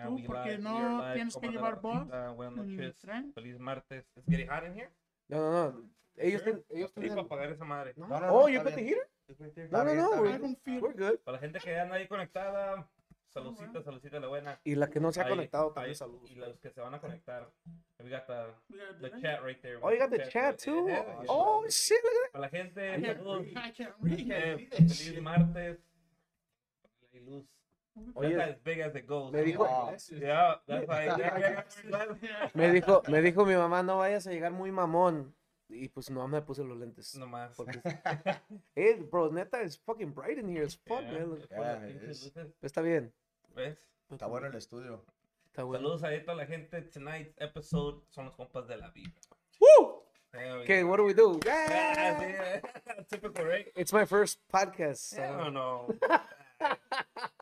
Hello, porque no tienes que llevar voz en el tren. Feliz martes. Is getting hot in here? No, no, no. Ellos, Sure. ten- ellos Sí, para tienen. apagar esa madre. No. No, no, oh, no, you está put the bien. heater? Está No, no, bien, no. está We're, I good. bien. don't feel- we're good. Para la gente que anda ahí conectada, Ah, saludcita, saludcita la buena. Y la que no se ha Ahí, conectado también, ahí, saludos. Y los que se van a conectar. We got the, the Yeah, chat right there. Oh, you got the chat right too? there. Oh, shit, look Para la gente, I can't saludos. read. I can't read. Eh, that Feliz shit. martes. Hay luz. Oye, That's as big as it goes. me dijo- Wow. Yeah, that's like- that's like- Yeah. me dijo, me dijo mi mamá, no vayas a llegar muy mamón. Y pues no me puse los lentes. No más. Porque- Eh, bro, neta, it's fucking bright in here as fuck, Yeah, man. es Look- por las Yeah, it pinches is. luces, Está bien. ¿Ves? Está bueno el estudio. Está bueno. Saludos a toda la gente. Tonight's episode son los compas de la vida. Woo! Hell Okay, yeah. what do we do? Ah, Yeah! sí, Typical, right? It's my first podcast. so- Hell no.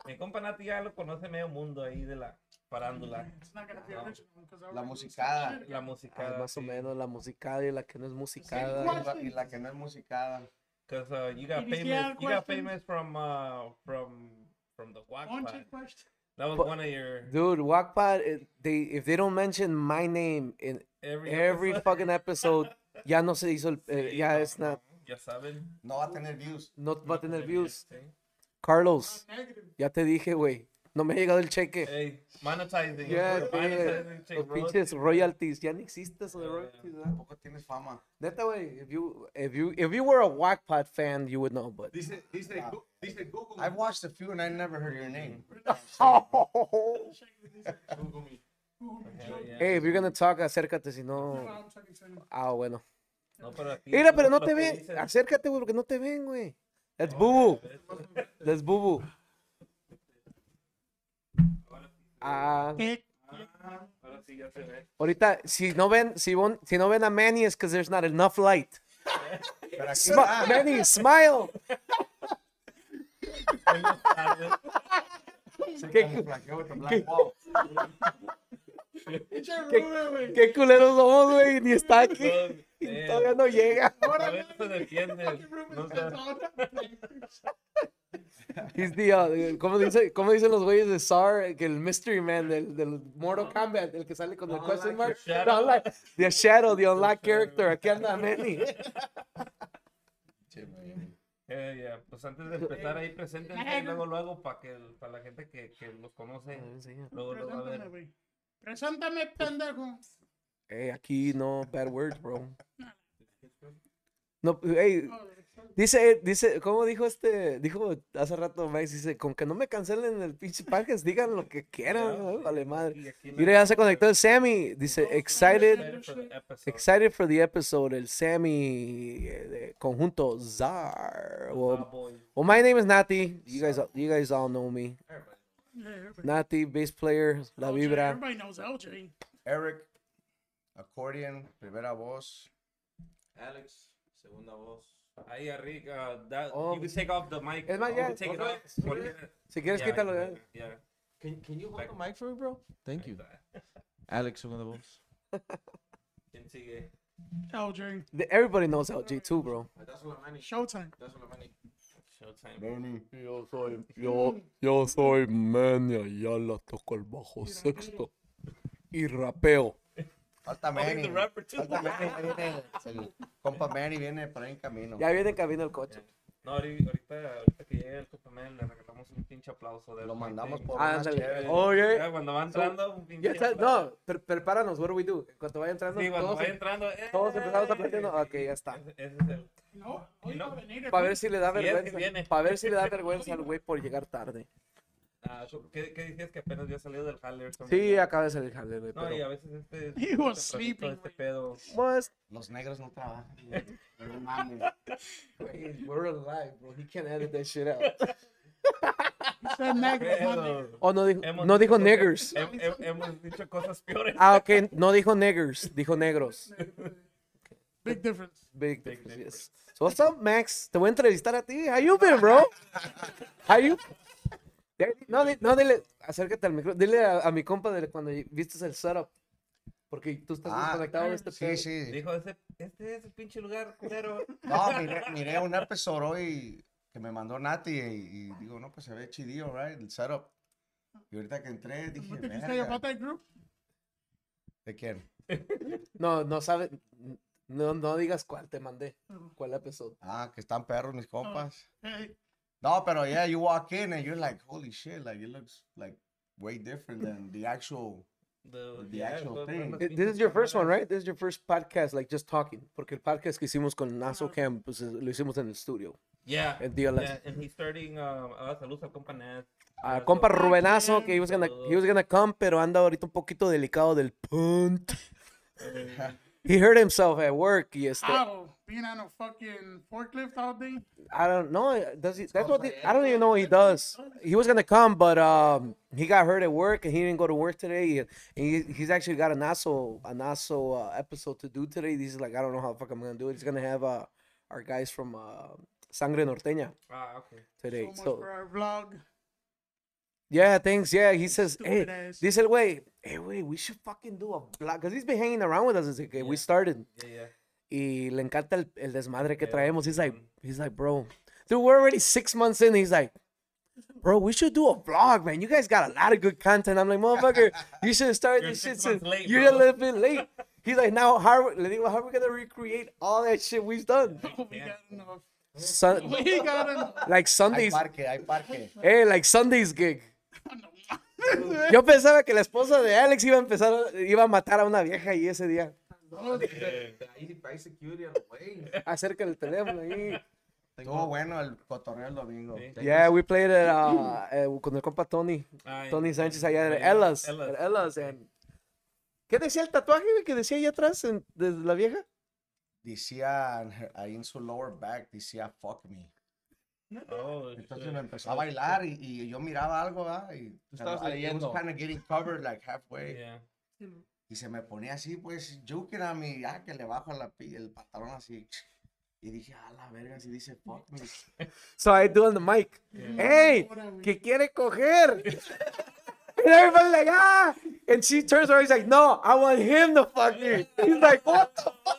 Mi compa Nati ya lo conoce medio mundo ahí de la farándula. It's not gonna be No. original, 'cause I La already said musicada. shit. La Ah, música. más o menos la musicada y la que no es Y musicada. ¿cuál? la- y la que no es musicada. Because uh, you got Did you see famous, our you got questions? famous from uh, from from the Wack One Pack. check question. That was But- one of your Dude, Wackpad, it- they if they don't mention my name in every every episode. fucking episode, ya no se hizo el, eh, Sí, ya no, es na- no, Ya saben. No va a tener views. no va a tener Sí. views. Carlos, Negative. ya te dije, güey, no me ha llegado el cheque. Hey, monetizing. Ya, we're sí, monetizing Los chick, bro. pinches royalties, ya no existe eso de Yeah. royalties. ¿verdad? Tampoco tienes fama. Neta, güey, if you if you if you were a Wackpad fan, you would know, but Dice, dice, Gu- dice Google. Ah. I've watched a few and I never heard your name. Check with these- Google me. Ooh, Hell yeah. hey, if you're gonna talk, acércate, si no, I'm checking soon. ah, bueno. No, pero aquí Mira, pero lo no te Ah, que ven. dicen- Acércate, güey, porque no te ven, güey. That's bubu. That's bubu. Ah, Eh, Ah, ahora sí ya se ve. ahorita, si no ven, si, von- si no ven a Manny es because there's not enough light. Pero aquí Smi- está. Manny, smile. Buenas tardes. Se ¿Qué- camuflajeó with the black wall. it's your ¿Qué- room, güey. Qué culeros somos, güey. Ni está aquí. No, Y eh, todavía no llega. a veces se defienden. Fucking room is No built sé. all up. He's the, uh, ¿cómo, dice, ¿Cómo dicen los güeyes de SAR? Que el Mystery Man del, del Mortal Kombat, el que sale con el question mark. Shadow. The, unlock- the Shadow, the Unlocked Character. Aquí anda Manny. Che, man. Eh, ya, Pues antes de empezar ahí, preséntense y luego lo hago para que para la gente que, que los conoce. Luego lo va a Preséntame, ver. güey. Preséntame, pendejo. Hey, aquí no bad words, bro. No, hey, dice, dice, ¿cómo dijo este? Dijo hace rato Max, dice, con que no me cancelen el pinche podcast, digan lo que quieran, ¿no? vale madre. Y aquí Mira, ya se conectó el Sammy, dice, excited, Excited for the episode. excited for the episode, el Sammy eh, de conjunto Zar. Ah, Well, boy. well, my name is Nati, you guys, you guys all know me. Yeah, everybody- Nati, bass player, La LJ, Vibra. Everybody knows LJ. Eric, accordion, primera voz. Alex, segunda voz. Ahí arriba, uh, that, Oh. you can take off the mic. Oh, Es más, You ya, can take it otra off. Porque- Si quieres, Ya, quítalo. ya. ya, ya. Can, can you hold the mic for me, bro? Thank you. Alex, segunda voz. ¿Quién sigue? LJ. The- Everybody knows LG too, bro. That's all I'm Showtime. That's all I'm Showtime. Manny. Yo soy, yo, yo soy Mania, ya la toco el bajo sexto y rapeo. Falta Manny. the rapper too. Falta Manny. ahí viene el compa Manny viene por ahí en camino. Ya viene en camino el coche. No, ahori- ahorita, ahorita que llegue el Copa Man, le regalamos un pinche aplauso. De este Lo mandamos por por unas Ah, Ándale. Oh, chéveres. Oye, cuando va entrando, un pinche ya está, aplauso. no, pre- prepáranos, what do we do? En cuanto vaya entrando, Sí, cuando todos, em- va entrando. ¡eh! todos empezamos aplaudiendo. Ok, ya está. Ese- ese es el- No, hoy No. va a venir el- Para ver si le da Si es que vergüenza. viene. Para ver si le da vergüenza al güey por llegar tarde. ah, so- ¿qué, ¿Qué decías que apenas había salido del Haller? Sí, acaba de salir jale, güey, No, y a pero... veces este. este He was proyecto, sleeping, Este güey. pedo. Pues, Los negros no trabajan. No mames. güey, we're alive, bro. He can't edit that shit out. He said negative, my nigga. Pedo. Oh, no dijo, Hemos no dijo dicho- niggers. Hem- hem- Hemos dicho cosas peores. Ah, ok, no dijo niggers, dijo negros. Big difference. Big, Big difference, yes. So what's up, Max? Te voy a entrevistar a ti. How you been, bro? How you? De- No, di- no, dile, acércate al micro. Dile a, a mi compa de cuando viste el setup. Porque tú estás Ah, desconectado de este pedo. Sí, sí. Dijo, ese, este es el pinche lugar, culero. No, miré, miré un episodio hoy que me mandó Nati y, y digo, no, pues se ve chidillo, right? El setup. Y ahorita que entré, dije, ¿No te fuiste "Verga, de pata del club? ¿de quién? No, no sabe. No, no digas cuál te mandé. ¿Cuál episodio? Ah, que están perros Oh. mis compas. Hey, No, pero yeah, you walk in and you're like, holy shit, like it looks like way different than the actual. The, The actual todas thing. las Eh, This pinches is your first one, cámaras. right? This is your first podcast, like just talking. Porque el podcast que hicimos con Naso Camp, pues eh, lo hicimos en el estudio. Yeah. En DLS. yeah, and he's starting, um, uh, saludos al compa Nat. A Naso. compa Rubenazo, que he was, gonna, Saludos. he was gonna come, pero anda ahorita un poquito delicado del punt. Eh. He hurt himself at work y este. ow, being on a fucking forklift all day. I don't know. Does he, that's what the- I don't even know what he does. He was gonna come, but um, he got hurt at work and he didn't go to work today. And he, he's actually got an ASO an ASO uh, episode to do today. He's like, I don't know how the fuck I'm gonna do it. He's gonna have uh, our guys from uh, Sangre Norteña Ah, okay. today. so much So for our vlog. yeah, thanks. Yeah, he says, hey, Stupid ass. this is way. Hey, wait, we should fucking do a vlog because he's been hanging around with us since like, we started. Yeah, yeah. y le encanta el, el desmadre que Yeah, traemos. He's like, mm. he's like, bro, dude, we're already six months in. He's like, bro, we should do a vlog, man. You guys got a lot of good content. I'm like, motherfucker, you should start You're this shit six since months late, you're a bro." little bit late. He's like, now how are, we, le digo, how are we gonna recreate all that shit we've done? Oh, we Yeah. got enough. Sun, We got enough. like Hay Sundays, parque, hay parque. eh, like Sundays gig. No mames, Yo pensaba que la esposa de Alex iba a empezar, a- iba a matar a una vieja y ese día güey. Hay, security on the way. acerca el teléfono ahí. Estuvo bueno el cotorreo el domingo. Sí. Yeah, we played it uh, eh, con el compa Tony. Ay, Tony Sánchez allá en María Elas. Elas. en Elas, en- ¿Qué decía el tatuaje güey, que decía allá atrás en- de la vieja? Decía en her- ahí en su lower back, decía fuck me. Oh, Entonces shit. me empezó a bailar y, y yo miraba algo, ¿verdad? Y estabas I- I was leyendo. kinda getting covered like halfway. Yeah. Y se me ponía así, pues, yuking a mí, ya que le bajo la, pi- el pantalón así. Y dije, a la verga, si dice fuck me. So I do on the mic. Hey, Ahora, güey. que quiere coger. And everybody's like, ah. And she turns around, he's like, no, I want him to fuck me. He's like, what the fuck?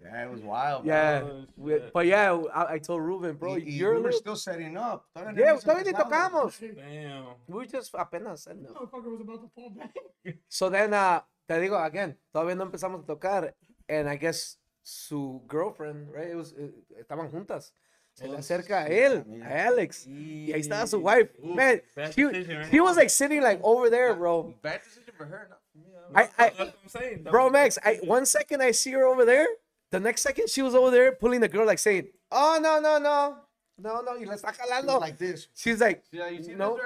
Yeah, it was wild. bro. Yeah. Oh, we- shit. but yeah, I, I told Ruben, bro, y, y you're. we were little- still setting up. Todavía no Yeah, hemos todavía ni empezado. tocamos. Damn. We just apenas. I don't know. Motherfucker was about to fall back. So then, uh, te digo, again, todavía no empezamos a tocar. And I guess su girlfriend, right? It was, eh, estaban juntas. Se le Oh, acerca a sí, él, amiga. a Alex. Y ahí estaba su wife. Ooh, Man, bad she, decision, right? she was like sitting like over there, bro. Bad decision for her, not for me. I don't I, That's I, what I'm saying. That bro, was- Max, I, one second I see her over there. The next second she was over there pulling the girl like saying, oh, no, no, no. No, no, y la está know. jalando. Like this. She's like, Yeah, you see No.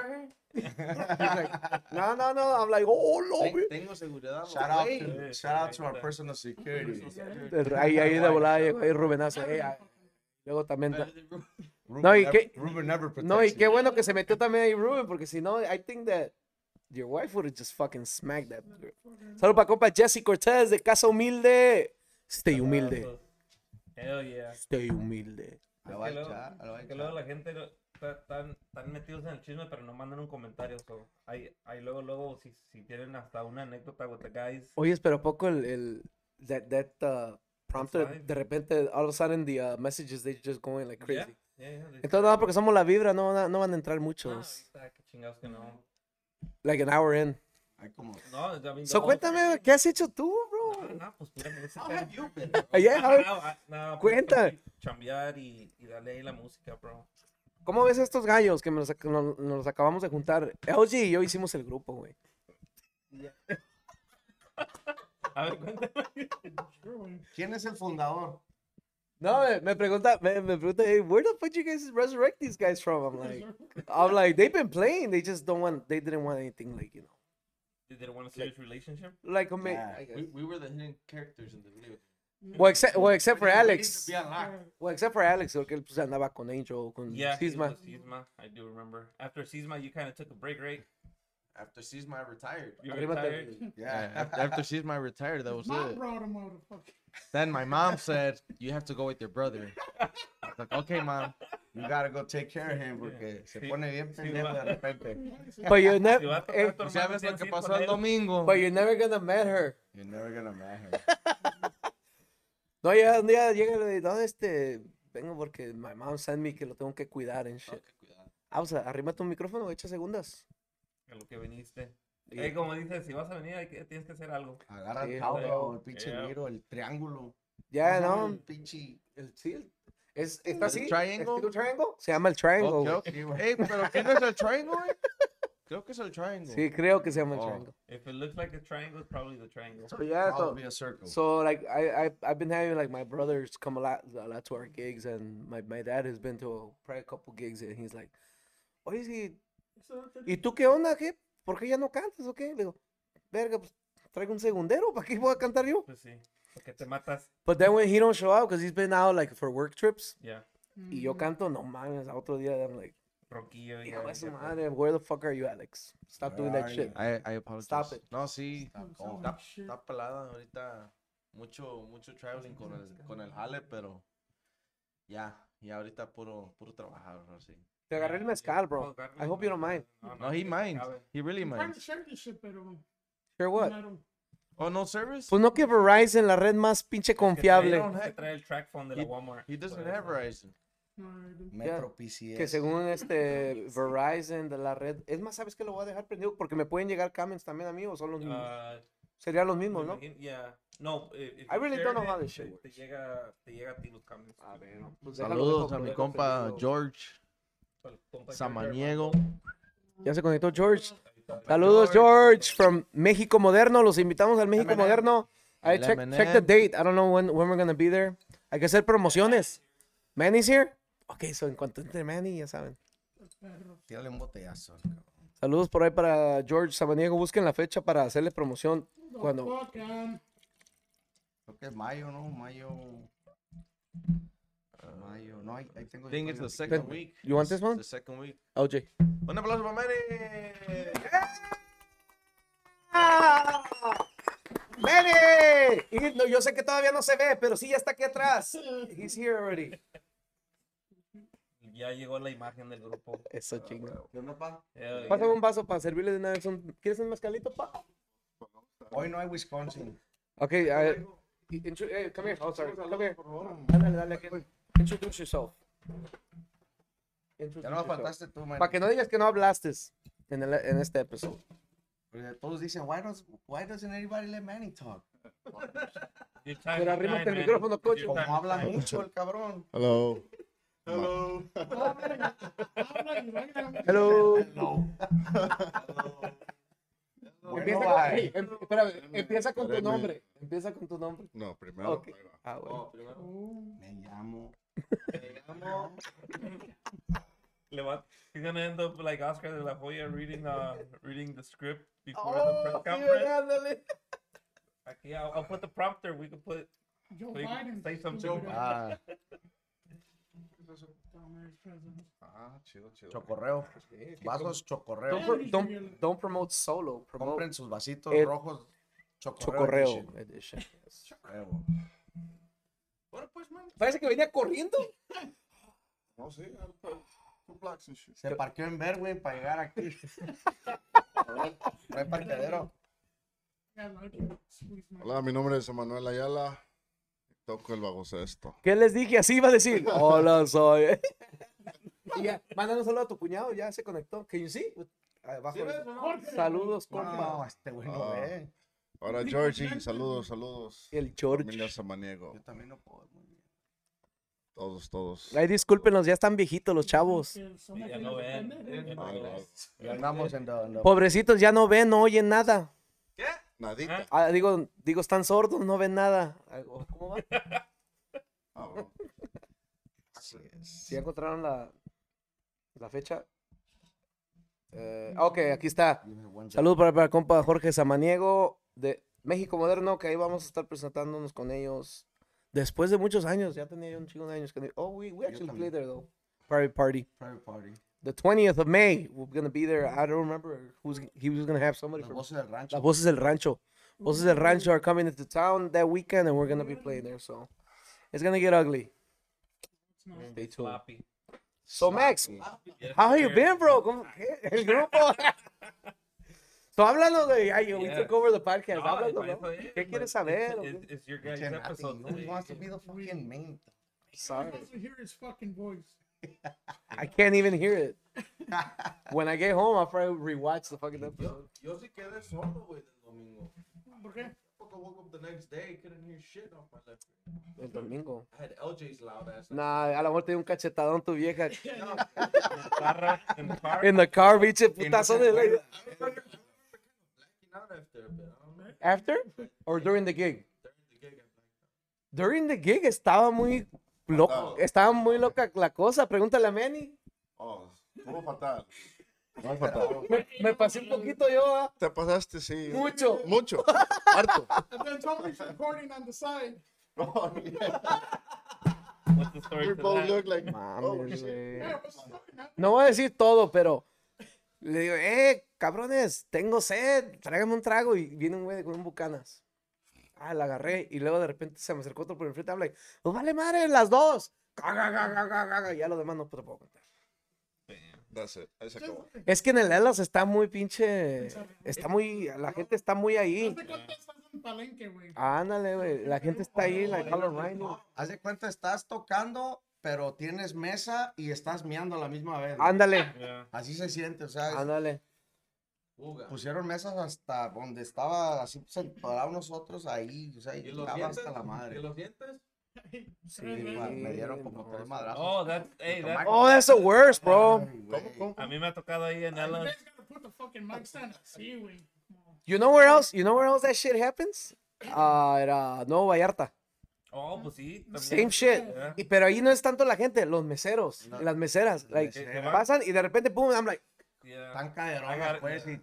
this right here? no, no, no. I'm like, oh, no, Ten- güey. Tengo seguridad. los Shout out, güey. to, Sí, shout out sí, to our sí. personal security. Ahí, ahí de volada llegó ahí Rubenazo. eh, ah, luego también. da- Ruben No, y nev- qué- Ruben never No, y protects qué you. bueno que se metió también ahí Ruben, porque si no, I think that your wife would have just fucking smacked that girl. Saludos para compa Jesse Cortez de Casa Humilde. Stay humilde, Hell yeah. stay humilde. I like luego- that, I like que luego that. la gente no- está- están están metidos en el chisme, pero no mandan un comentario. so, ahí, ahí luego, luego, si, si tienen hasta una anécdota with the guys. Oye, pero ¿a poco el, el that, that uh, prompter, fine. de repente, all of a sudden, the uh, messages, they just going like Yeah, crazy. yeah, yeah, they- Entonces, no, porque somos la vibra, no, van a- no van a entrar Ah, muchos. ahorita, qué chingados que no. Like an hour in. Hay como- No, I mean, the So, whole- cuéntame, ¿qué has hecho tú, Ah, bro? no, pues mira, me dice How cara. have you been? Allá, a ver, No, ah, no, pues, Cuenta. Chambear y, y darle ahí la música, bro. ¿Cómo ves estos gallos que nos, ac- nos- nos acabamos de juntar? LG y yo hicimos el grupo, güey. A ver, cuéntame. ¿Quién es el fundador? No, me, me pregunta, me, me pregunta, hey, where the fuck you guys resurrect these guys from? I'm like, I'm like, they've been playing, they just don't want, they didn't want anything like, you know, Did they want a serious relationship? like a ma- Yeah. I guess. We, we were the hidden characters in the video. Well, except, well, except for We need to Alex, be unlocked. well, except for Alex, porque él pues, andaba con Angel, con Yeah, he was Sisma. with Sisma, I do remember. After Sisma, you kind of took a break, right? After she's my retired. You Arriba te- retired. Yeah. Yeah, after, after she's my retired, that was Mom it. brought a motherfucker. Then my mom said, "You have to go with your brother." I was like, okay, mom. You gotta go take care of him porque se Sí, pone bien sí, pendejo va. de repente. But you're Si va a never, tocar tu ¿Tú hermano, sabes lo tienes que ir con pasó el él. domingo? but you're never gonna met her. You're never gonna met him. No, ya un día llega y le digo, no, este, vengo porque my mom sent me que lo tengo que cuidar and shit. Ah, o sea, arrima tu micrófono, echa segundas. a lo que viniste. Y- Eh, como dices, si vas a venir, hay que- tienes que hacer algo. Agarra Sí, el cabo, sí. el pinche Yeah. miro, el triángulo. ya, ¿Cómo se llama no. El pinche. el- sí, el- es, está así. triangle? estilo triangle? Se llama el triangle. Ok, güey. ok. Ey, pero ¿qué no es el triángulo? eh? Creo que es el triángulo. Sí, creo que se llama el Oh. triangle. If it looks like a triangle, it's probably the triangle. So, yeah, so- Probably a circle. So like I, I I've been having like my brothers come a lot a lot to our gigs and my, my dad has been to probably a couple gigs and he's like, oye si ¿y tú qué onda qué? ¿Por qué ya no cantas o qué? Le digo, verga pues traigo un segundero para qué voy a cantar yo. Pues sí, porque te matas. But then when he don't show out because he's been out like for work trips Ya, Hmm. y yo canto no mames al otro día I'm like roquillo. y ya, hijo de su ya, madre where the fuck are you Alex? Stop Where doing that are shit. you? I, I apologize. Stop it. No, sí. Oh, Está, está pelada ahorita. Mucho, mucho traveling con el, con el jale, pero ya, ya ahorita puro, puro trabajar, no sé. Te agarré el ya. mezcal, bro. Oh, God, I hope you don't mind. No, he que minds. cabe. He really I'm trying to minds. share this shit, pero Sure what? claro. Oh, no service? Pues no que Verizon la red más pinche Que trae- confiable. don't que have- trae el track phone de la He- Walmart. He doesn't Por have eso. Verizon. No, I don't. Metro PCS. Que según este Verizon de la red, es más, sabes que lo voy a dejar prendido porque me pueden llegar comments también a mí o son los mismos. Ah, Serían los me mismos, ¿no? imagino- yeah. No, eh, if I you really share don't know it, how this shit te- Te works. llega, te llega a ti los cambios. A ver, no, pues déjalo, Saludos dejo- a mi dejo compa prendido. George Con- con- con- Samaniego. Ya se conectó George. Ahí está. Saludos George from México Moderno. Los invitamos al México M&M. Moderno. I El check, check the M&M. date. I don't know when, when we're gonna be there. Hay que hacer promociones. Manny's here. Ok, so en cuanto entre Manny, ya saben. Perro. Tírale un botellazo. al cabrón. Saludos por ahí para George Sabaniego. Busquen la fecha para hacerle promoción cuando. Fuck, um, Creo que es mayo, ¿no? Mayo. Ah. Mayo. No, ahí, ahí tengo. I think it's the second week. You want It's this one? The second week. OJ. Un aplauso para Manny. ¡Manny! Eh, Y no, yo sé que todavía no se ve, pero sí ya está aquí atrás. He's here already. Ya llegó la imagen del grupo. Eso chingo. ¿Qué onda, pa? Eh, Pásame un vaso para servirle de nada. Son- ¿Quieres un mezcalito, pa? Hoy no hay Wisconsin. Ok, eh, intro- eh, come here. Oh, sorry. Come here. Dale, dale. aquí voy. Introduce yourself. Ya no faltaste tú, man. Para que no digas que no hablaste en, el- en este episodio. Porque todos dicen, why, does, why doesn't everybody let Manny talk? your time Pero to arrímate shine, el man. micrófono, It's your cocho. Como time to habla shine. mucho el cabrón. Hello. habla y baila. Hello. Bueno, Empieza con, bye. em- espérame, empieza con tu Espérame. nombre. Empieza con tu nombre. No, primero. Ok. Ah, bueno. Oh, Me llamo. Le va- He's gonna end up like Oscar de la Hoya reading the reading the script before the Oh, press conference. Aquí, I'll, I'll put the prompter. We can put Joe Say- Biden. say something. Joe Ah, Biden. Ah, chido, chido. chocorreo. Vasos chocorreo. Don't, pro- don't, don't promote solo. Promote Compren sus vasitos Eh, rojos. Oh. Chocorreo. chocorreo. edition. edition. Chocorreo. Parece que venía corriendo. No, sí. I'll put Two blocks and shit. Se parqueó en Berwyn para llegar aquí. No hay parqueadero. I like it. Squeeze my- Hola, mi nombre es Emanuel Ayala. Toco el baloncesto. ¿Qué les dije? Así iba a decir. Hola, soy. y ya, mándale un saludo a tu cuñado. Ya se conectó. Can you see? Abajo. Jorge. Saludos, compa. No, este güey no Ah. ve. Ahora, Georgie, saludos, saludos. El George. Familia Samaniego. Yo también no puedo. muy bien. Todos, todos. Ay, discúlpenos, ya están viejitos los chavos. Que son Ya aquellos no que ven. venden. Ya no Ay, ven. Y andamos en la- en la- Pobrecitos, ya no ven, no oyen nada. Nadita. Ah, digo, digo, están sordos, no ven nada. Ah, ¿Cómo va? Ah, bueno. Así Si es. ya encontraron la, la fecha. Eh, ah, ok, aquí está. Saludos para, para compa Jorge Samaniego de México Moderno, que ahí vamos a estar presentándonos con ellos después de muchos años. Ya tenía yo un chingo de años. que- Oh, we, we Yo actually played también. there, though. Private party. Private party. The 20th of May, we're going to be there. I don't remember who's he was going to have somebody Las from voces del rancho. Las Voces del Rancho. Voces del Rancho are coming into town that weekend, and we're going to be playing there, so it's going to get ugly. It's not- Stay tuned. Sloppy. So, Max, Yes, How have you sir. been, bro? ¿Cómo- qué? El grupo. so, háblanos de. Ay, we Yeah. took over the No, podcast. háblanos, para eso bro. es, ¿Qué but quieres saber? o It's, qué? it's, it's your guys' Fucking nothing. episode. Who today. wants to be the fucking main? All you Sorry. guys will hear his fucking voice. I can't even hear it. when I get home, I'll probably rewatch the fucking episode. Yo, yo sí quedé sordo, güey, del domingo. ¿Por qué? Fuck, I woke up the next day, couldn't hear shit off my left ear. El domingo. I had LJ's loud ass. Nah, a lo mejor te dio un cachetadón tu vieja. Barra en el car. In the car, biche, putazo de like, Blacking out after um, a bit. I don't After know. or during the gig? During the gig, I blacked out. During the gig estaba muy loco. Estaba muy loca la cosa. Pregúntale a Manny. Oh, estuvo fatal. Estuvo fatal. Me, me pasé un poquito yo, ah. Te pasaste, sí. Mucho. Mucho. Harto. And then somebody's recording on the side. Oh, yeah. What's the story We to both that? look like. oh, Mames, shit. güey. Yeah, what's going on? No voy a decir todo, pero le digo, eh, cabrones, tengo sed, tráigame un trago. Y viene un güey con un bucanas. Ah, la agarré y luego de repente se me acercó otro por enfrente. Habla, pues vale madre, las dos. Ca, ca, ca, ca, ca, ca, ca. Y Ya lo demás no pues te lo puedo contar. That's it. Ahí se acabó. Es que en el Elas está muy pinche. Está muy. La gente está muy ahí. Haz de cuenta estás en Palenque, güey. Ándale, güey. La gente está ahí, la Color Rhino. Haz de cuenta, estás tocando, pero tienes mesa y estás meando a la misma vez. güey. Ándale, Yeah. Así se siente, o sea, es- ándale. Fuga. pusieron mesas hasta donde estaba, así sentados nosotros ahí, o sea, y ¿Y los estaba dientes? hasta la ¿Y madre. los dientes? Tres Sí, veces. me dieron como no, tres sí. madrazos. Oh, that's hey, Puto that's Michael. Oh, that's the worst, bro. Ay, güey. ¿Cómo, cómo? a mí me ha tocado ahí en You Ellen. guys gotta put the fucking mic stand así, güey. Como- You know where else? You know where else that shit happens? Ah, era Nuevo Vallarta. Oh, pues sí. también. Same shit. Yeah. Y, pero ahí no es tanto la gente, los meseros, No. las meseras. Like, meseras. pasan y de repente, boom, I'm like, Yeah. Tan caderonas, Agar- pues, y-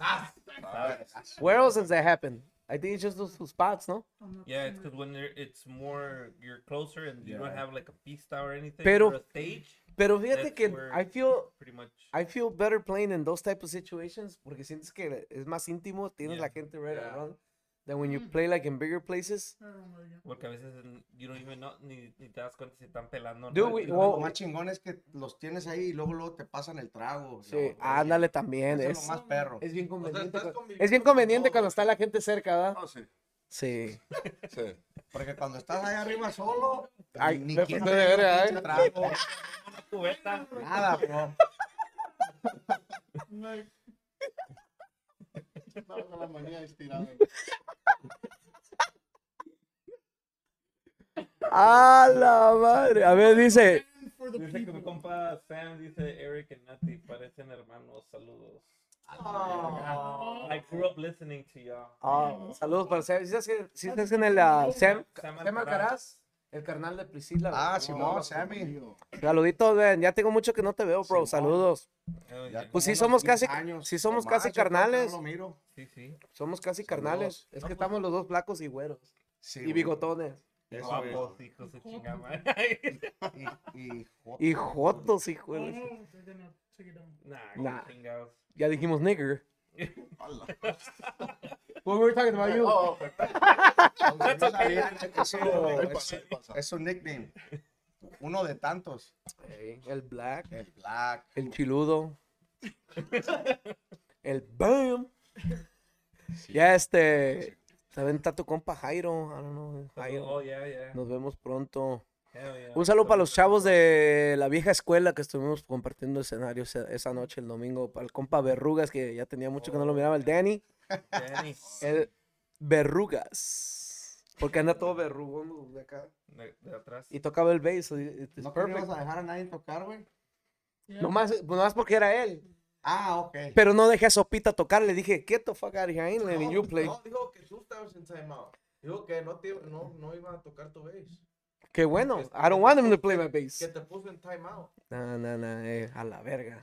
Ah, pues, where else has that happened? I think it's just those two spots, ¿no? Yeah, it's because when you're, it's more you're closer and you don't have like a pista or anything Pero- or a stage, Pero fíjate That's que where- I feel, pretty much. I feel better playing in those type of situations porque sientes que es más íntimo, tienes Yeah. la gente right Yeah. around. Than when you Mm. play like in bigger places. Pero, güey, ya. Porque a veces en- you don't even know ni, ni te das cuenta si están pelando. o Dude, no. we- Pero- well- Lo más chingón es que los tienes ahí y luego, luego te pasan el trago. Sí, No, ándale también. Eso es Es, lo más perro. es bien conveniente. estás cuando- es conviviendo bien con conveniente todos, cuando güey. está la gente cerca, ¿verdad? Ah, sí. Sí. Sí. Porque cuando estás ahí arriba solo, Ay, ni me quién pasé te de dé un verga, pinche ¿eh? trago, cubeta. nada, bro. Like, Estaba con la manía estirada. A la madre. A ver, dice. and for the Dice que mi people. compa Sam dice Eric and Nati parecen hermanos. Saludos. I grew up listening to y'all. Ah, saludos para Sam. Si estás en el ah, Sam, Sam Alcaraz, el carnal de Priscila. Ah, güey. Simón, Sammy. Saluditos, ven. Ya tengo mucho que no te veo, bro. Simón. Saludos. Hell Ya Oh, yeah. Pues sí, como unos somos 15 casi- años, sí somos o casi más, yo creo que carnales. no lo miro. Sí, sí. Somos casi Saludos. carnales. Es que estamos los dos flacos y güeros. Sí, Y güey. bigotones. Eso, Guapos, hijos de chingada madre. güey. Y, y- Y jotos y Oh, güeros. no, they're gonna take it down. Nah, Nah. chingados. Ya dijimos nigger. Hola. What were we talking about you? Oh, Aunque no sabía, eso- ahí es- pasa, ahí pasa. es un nickname. Uno de tantos. Ey, El black. El Black. El chiludo. El bam. Ya este. Se aventa tu compa Jairo. I don't know. Oh, Jairo. yeah, yeah. Nos vemos pronto. Hell yeah. Un saludo para los chavos de la vieja escuela que estuvimos compartiendo escenario esa, esa noche, el domingo. Para el compa Berrugas, que ya tenía mucho que no lo miraba, el Danny. Danny. El Berrugas. Porque anda todo berrugón de acá. De, de atrás. Y tocaba el bass. so it- it's ¿No perfect. queríamos a dejar a nadie tocar, güey? Yeah. Nomás, nomás porque era él. Ah, ok. Pero no dejé a Sopita tocar. Le dije, get the fuck out of here. I ain't letting No, you play. No, dijo que tú estabas en timeout. Dijo que no, te, no, no iba a tocar tu bass. Qué bueno. que- I don't want him to play my Que bass. te puso en timeout. No, no, no. eh, a la verga.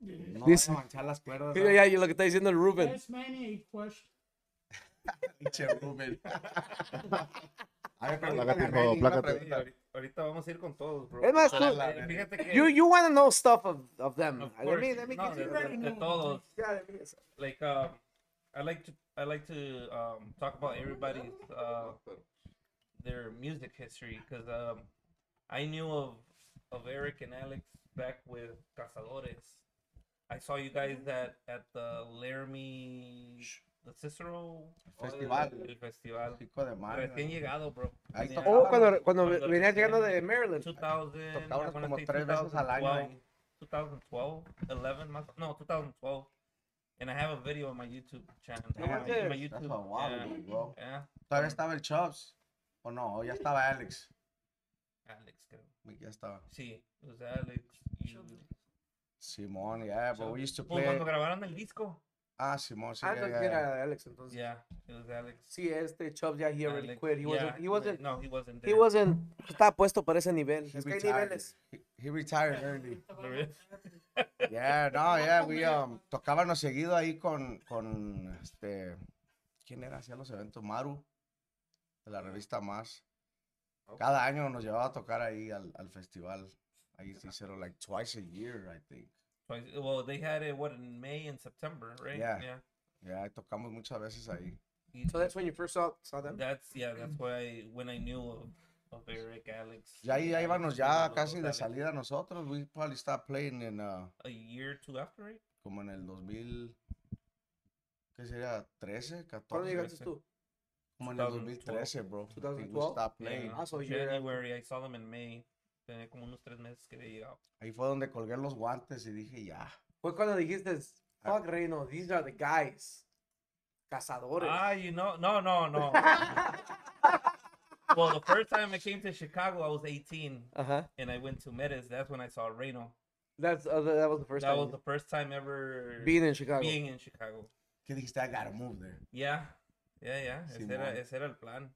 No voy Dice- a manchar las cuerdas. Mira ¿no? ya lo que está diciendo el Ruben. Ask Manny a question. Pinche Rubén. A ver, pregúntale Plácate, a hijo, Manny, plácate. una Sí, pregunta. ahorita, ahorita vamos a ir con todos, bro. Es más, Eh, tú- fíjate que. You, you want to know stuff of, of them. of let me, course, let me no, give you de- de- de todos. Yeah, let me- like um I like to I like to um talk about everybody's uh Ah, their music history because um I knew of of Eric and Alex back with Cazadores. I saw you guys at at the Laramie the Cicero El festival. el, el festival. Pico de mayo. Recién llegado, bro. Ahí Recién tocaba. Oh, llegado. cuando, cuando Ah, Cuando- venía llegando de Maryland. 2000, Tocábamos I wanna como say tres veces al año 2012, eh. ahí. 2012, 11, más, no, 2012. And I have a video on my YouTube channel. No my, manches. my That's YouTube. Ah. a while yeah, ago, bro. yeah, Todavía estaba el Chops. O no, o ya estaba Alex. Alex, creo. Ya estaba. Sí, it was Alex. y- Simón, yeah, but we used to Oh, cuando play. grabaron el disco. Ah, Simón, sí, Ah, yeah, no, yeah, que yeah. era Alex entonces. Yeah, it was Alex. Sí, este Chubb ya he already Alex, quit. He wasn't, yeah, he wasn't, No, he wasn't there. he wasn't, estaba puesto para ese nivel. He Es que hay retired. niveles. He, he retired early. There is. Yeah, no, yeah, we um, tocábamos seguido ahí con, con este, ¿quién era? Hacía los eventos, Maru, de la revista Más. Cada año nos llevaba a tocar ahí al, al festival. Ahí se hicieron like twice a year, I think. Twice- Well, they had it what in May and September, right? Yeah. yeah. Yeah, tocamos muchas veces ahí. He- So that's when you first saw, saw them. That's yeah. That's why when I knew of, of Eric, Alex. Ya ahí ya Alex, íbamos Alex, ya casi de Alex, salida nosotros. We probably stopped playing in, uh, A year or two after, right? como en el 2000, ¿qué sería? ¿13? ¿Cuándo 14? llegaste tú? Como en el 2012. 2013, bro. I think we 2012? stopped playing. Yeah. Ah, so you're- January. I saw them in May. Tenía como unos tres meses que había llegado. Ahí fue donde colgué los guantes y dije, ya. Fue cuando dijiste, Ah. fuck Reino, these are the guys. Cazadores. Ah, you know, no, no, no. well, the first time I came to Chicago, I was 18, Ajá. and I went to Metis. That's when I saw Reno. That's, uh, that was the first that time. was the first time ever Being in Chicago. being in Chicago. ¿Qué dijiste? I gotta move there. Yeah, yeah, yeah. Ese era, Simón. ese era el plan.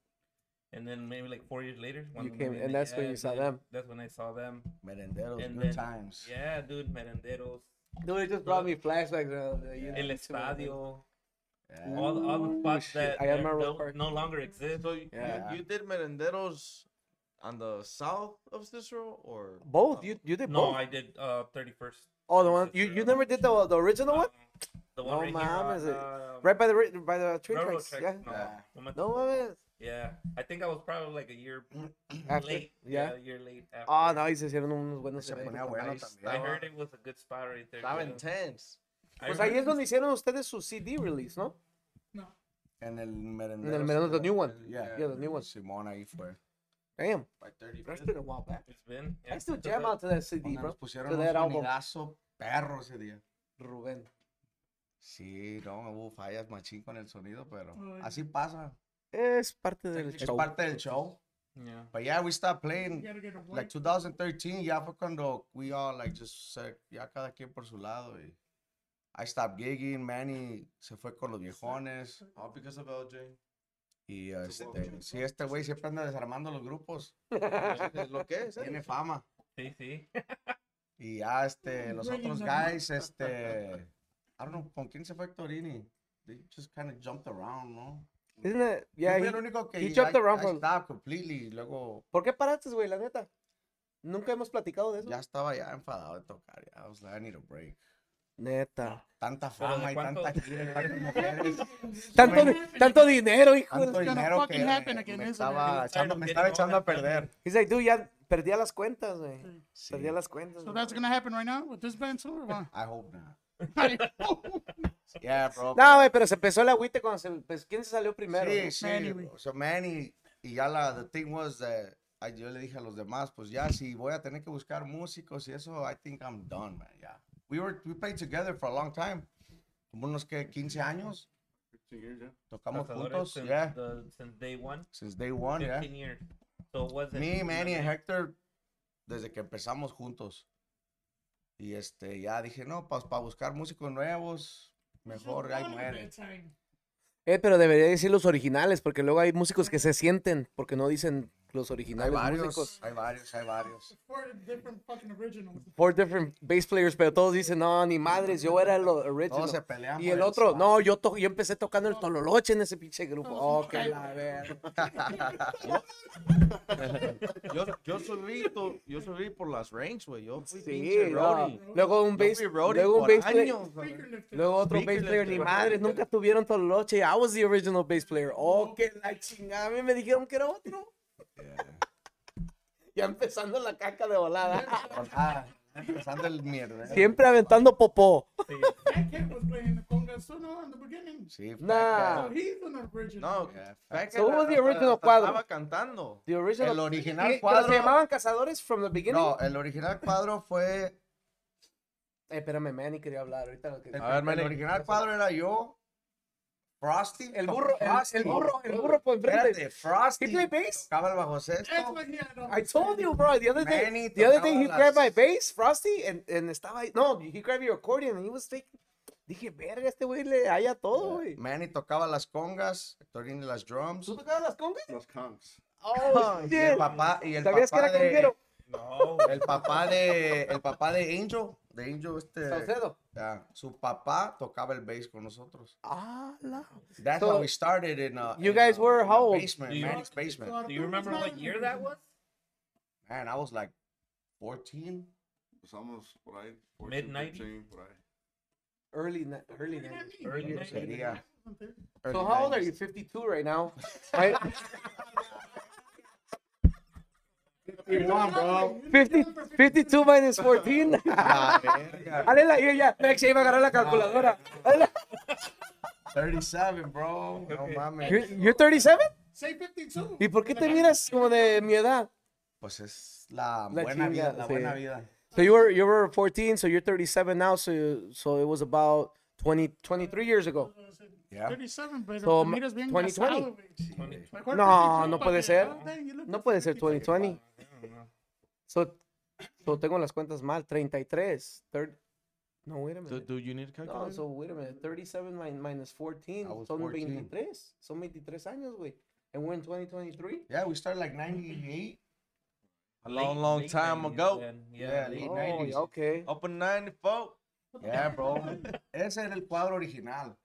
And then maybe like four years later, when You came- and that's when you saw them. That's when I saw them. Merenderos, And good then- times. Yeah, dude, merenderos, Dude, it just brought me flashbacks. of the- you know, el to my- estadio, Yeah. all, all the spots shit, that I there- remember don't- parking. no longer exist. So you, Yeah. you, you did merenderos on the south of Cicero or Both, you, you did No, both. I did uh 31st. oh, the one, you, Cicero. you never did the, the original one? The No one right mames, here. it- on, uh, Right by the, ri- by the train railroad tracks. tracks, no, Yeah. Ah. Yeah. moment- No mames. Yeah, I think I was probably like a year After. late. Yeah. a year late. After. Ah, no, y se hicieron unos buenos Se eventos. ponía bueno Ahí también. I estaba- heard it was a good spot right there. Estaba pero- intense. I Pues ahí heard- es donde hicieron ustedes su CD release, ¿no? En el En merendero. el menos the new one. Yeah. Yeah, the new one. Simón ahí fue. Damn, By 30 that's been a while back. It's been. yeah, I still it's a jam bit- out to that Donde CD, bro. nos pusieron To un that album. sonidazo perro ese día. Rubén. Sí, no, hubo fallas machín con el sonido, pero Ay. así pasa. Es parte del Es show. parte del show. Yeah. But yeah, we stopped playing. You ever get a white? Like 2013, ya fue cuando we all like just said, ya cada quien por su lado y I stopped gigging, Manny se fue con los viejones Este, All because of LJ. y uh, Su- este, sí, este güey siempre anda desarmando los grupos, Es lo que es, eh. tiene fama. Sí, sí. Y ya este, los Bringing otros them guys, este, I don't know, ¿con quién se fue Torini? They just kind of jumped around, ¿no? Isn't it? Yeah, Yo fui he- el único que he I- jumped around I for- stopped completely, y luego ¿Por qué paraste, güey? La neta. Nunca hemos platicado de eso. ya estaba ya enfadado de tocar, ya, I was like, I need a break. Neta. Tanta Pero ¿de fama y cuánto- tanta gira, y tantas mujeres. Tanto, Bueno. di- tanto dinero, hijo. de- tanto gonna dinero que fucking happen me- again, me isn't it? estaba, echando, me Getting estaba all echando a that money. perder. He's like, dude, ya perdía las cuentas, güey. Sí. Perdía las cuentas. So güey. that's gonna happen right now with this band too, or what? I hope not. Like, Yeah, bro. No, güey, pero se empezó el agüite cuando se... Pues, ¿Quién se salió primero? sí, sí. Manny, bro. güey. So Manny, y ya la, the thing was that, ay, yo le dije a los demás, pues ya, si voy a tener que buscar músicos y eso, I think I'm done, man, yeah. We were, we played together for a long time. Como unos, que 15 años. Tocamos Cazadores juntos, since yeah. the- since day one. Since day one, yeah. 15 years. So it wasn't. Me, Manny and Hector, desde que empezamos juntos. Y este, ya dije, no, pues para buscar músicos nuevos, mejor ahí muere. Eh, pero debería decir los originales, porque luego hay músicos que se sienten, porque no dicen los Hay originales varios, músicos. hay varios, hay varios. Four different fucking originals. Four different bass players, pero todos dicen, no, ni madres, yo era el o- original. Todos se pelean. y por el otro, spot. no, yo, to- yo empecé tocando el tololoche en ese pinche grupo. Todos Oh, que son la verga. Yo, yo subí, yo subí por las ranks, güey. Yo fui Sí, pinche no. roadie. Luego un Yo bass, fui roadie luego un por bass player, años, güey. Fingerlifted. luego otro bass Speaker player, left, ni güey. madres, nunca tuvieron tololoche. I was the original bass player. Oh, que la chingada, a mí me dijeron que era otro. Ya empezando la caca de volada. Ah, empezando el mierda. Siempre aventando popó. That kid was playing the congas Osuna in the beginning. Sí, fue Nah. So he's an original. No, Yeah, fue que So la what was the raza original hasta cuadro? Estaba cantando. The acá. original. El ¿Pero original se cuadro. llamaban cazadores from the beginning? No, el original cuadro fue. Eh, espérame, Manny quería hablar ahorita. lo que- El, A ver, el Manny. original cuadro era yo. Frosty. El burro, el, el burro, el burro por enfrente. Espérate, Frosty. He play bass? Tocaba el bajo That's sexto. what he had on I the told thing. you, bro. The other day, Manny the other day he tocaba grabbed my las- bass, Frosty, and, and estaba ahí. No, he grabbed your accordion and he was taking. Dije, verga, este güey le haya todo, güey. Manny tocaba las congas, Torini las drums. ¿Tú tocabas las congas? Los conks. Oh, Y el shit. papá, y el ¿Sabías que papá era de, conguero? No, El papá de. El papá de Angel. De Angel, eh, este. Salcedo. ah, su papá tocaba el bass con nosotros. Ah, la. That's So, how we started in uh, you in, guys uh, were in how the old? Basement, Do you- Manny's So basement. Arturo's do you remember not what an year that original. was? Man, I was like 14. Empezamos por ahí. Mid-90s? Sí, por ahí. Early, ni- early Look at 90s. me. Early Look at nineties. me. Yeah. early So how old are 90s. you? 52 right now. Right? You're young, bro. 50, 52 minus 14. Ah, verga. Dale la, ya, ya. Max, ya iba a agarrar la calculadora. Dale la- 37, bro. No Okay. You're, mames. you're 37? Say 52. ¿Y por qué te miras como de mi edad? Pues es la, La buena vida, chinga, la sí. buena vida. So you were you were 14, so you're 37 now, so so it was about 20 23 years ago. Yeah. 37, pero So, te miras bien 2020. gastado, güey. Mejor No, 52, no puede papi. ser. All day you look No at puede ser 52. 2020. So, so tengo las cuentas mal, 33. thir- no, wait a Do, minute. do you need calculator? No, so wait a minute. 37 min- minus 14 I was son 14. 23. Son 23 años, güey. And we're in 2023. Yeah, we started like 98. A long, long time ago. Yeah, Yeah, late late- Oh, 90s. okay. Up in 94. Yeah, bro. Ese era el cuadro original.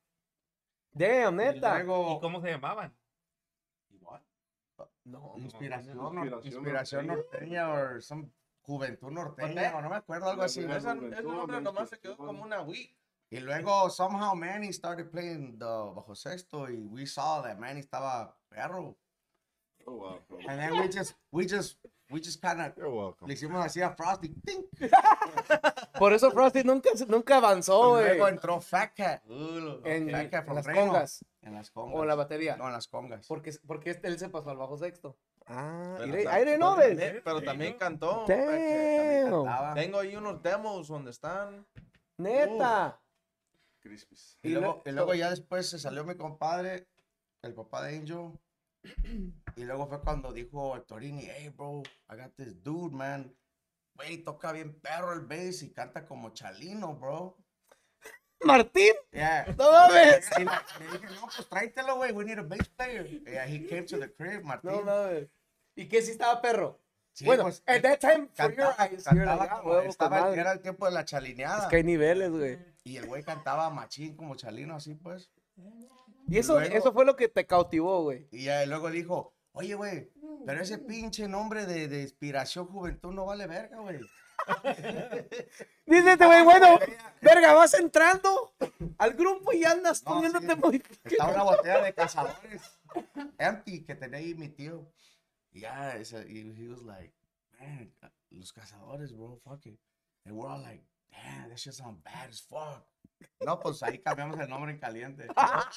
Damn, Y neta. ¿Y luego, cómo se llamaban? No. inspiración, no, nor- inspiración inspiración norteña o some juventud norteña, Norteña. o no me acuerdo, algo así. Norteña. Esa, güey, ese tú, nombre güey, nomás tú, se quedó tú, como güey. una week. Y luego, somehow, Manny started playing the bajo sexto, y we saw that Manny estaba perro. Oh, wow, bro. And then we just, we just, we just kind of, You're welcome. le hicimos así a Frosty, ¡ting! Por eso Frosty nunca, nunca avanzó, Y güey. Pues luego pues, entró Fat Cat. En, Fat Cat en from las Reno. congas En las congas. o en la batería. No, en las congas. Porque, porque este- él se pasó al bajo sexto. Ah, Pero I didn't- tam- I didn't know this. también- Pero también cantó. También Damn, cantaba. Tengo ahí unos demos donde están. neta. Crispis. Y Y luego, lo- y luego ya después se salió mi compadre, el papá de Angel. Y luego fue cuando dijo el Torini, hey bro, I got this dude, man. Güey, toca bien perro el bass y canta como Chalino, bro. Uh. Martín, Yeah. no mames. Y la- le dije, no, pues tráetelo, güey, we need a bass player. Yeah, he came to the crib, Martín. No mames. ¿Y qué si estaba perro? Sí, bueno, pues, at that time, for your cantaba, eyes, you're cantaba like, ah, como- huevo, estaba- con madre. era el tiempo de la chalineada. Es que hay niveles, güey. Y el güey cantaba machín como Chalino, así pues. Y eso, luego- eso fue lo que te cautivó, güey. Y ya luego dijo, oye, güey, pero ese pinche nombre de, de inspiración juventud no vale verga, güey. Dice este güey, Ah, bueno, verga, vas entrando al grupo y andas No, poniéndote sí. muy... Estaba una botella de cazadores empty que tenía ahí mi tío. Y ya, ese- y he was like, man, los cazadores, bro, fuck it. And we're all like, damn, that shit sounds bad as fuck. No, pues ahí cambiamos el nombre en caliente.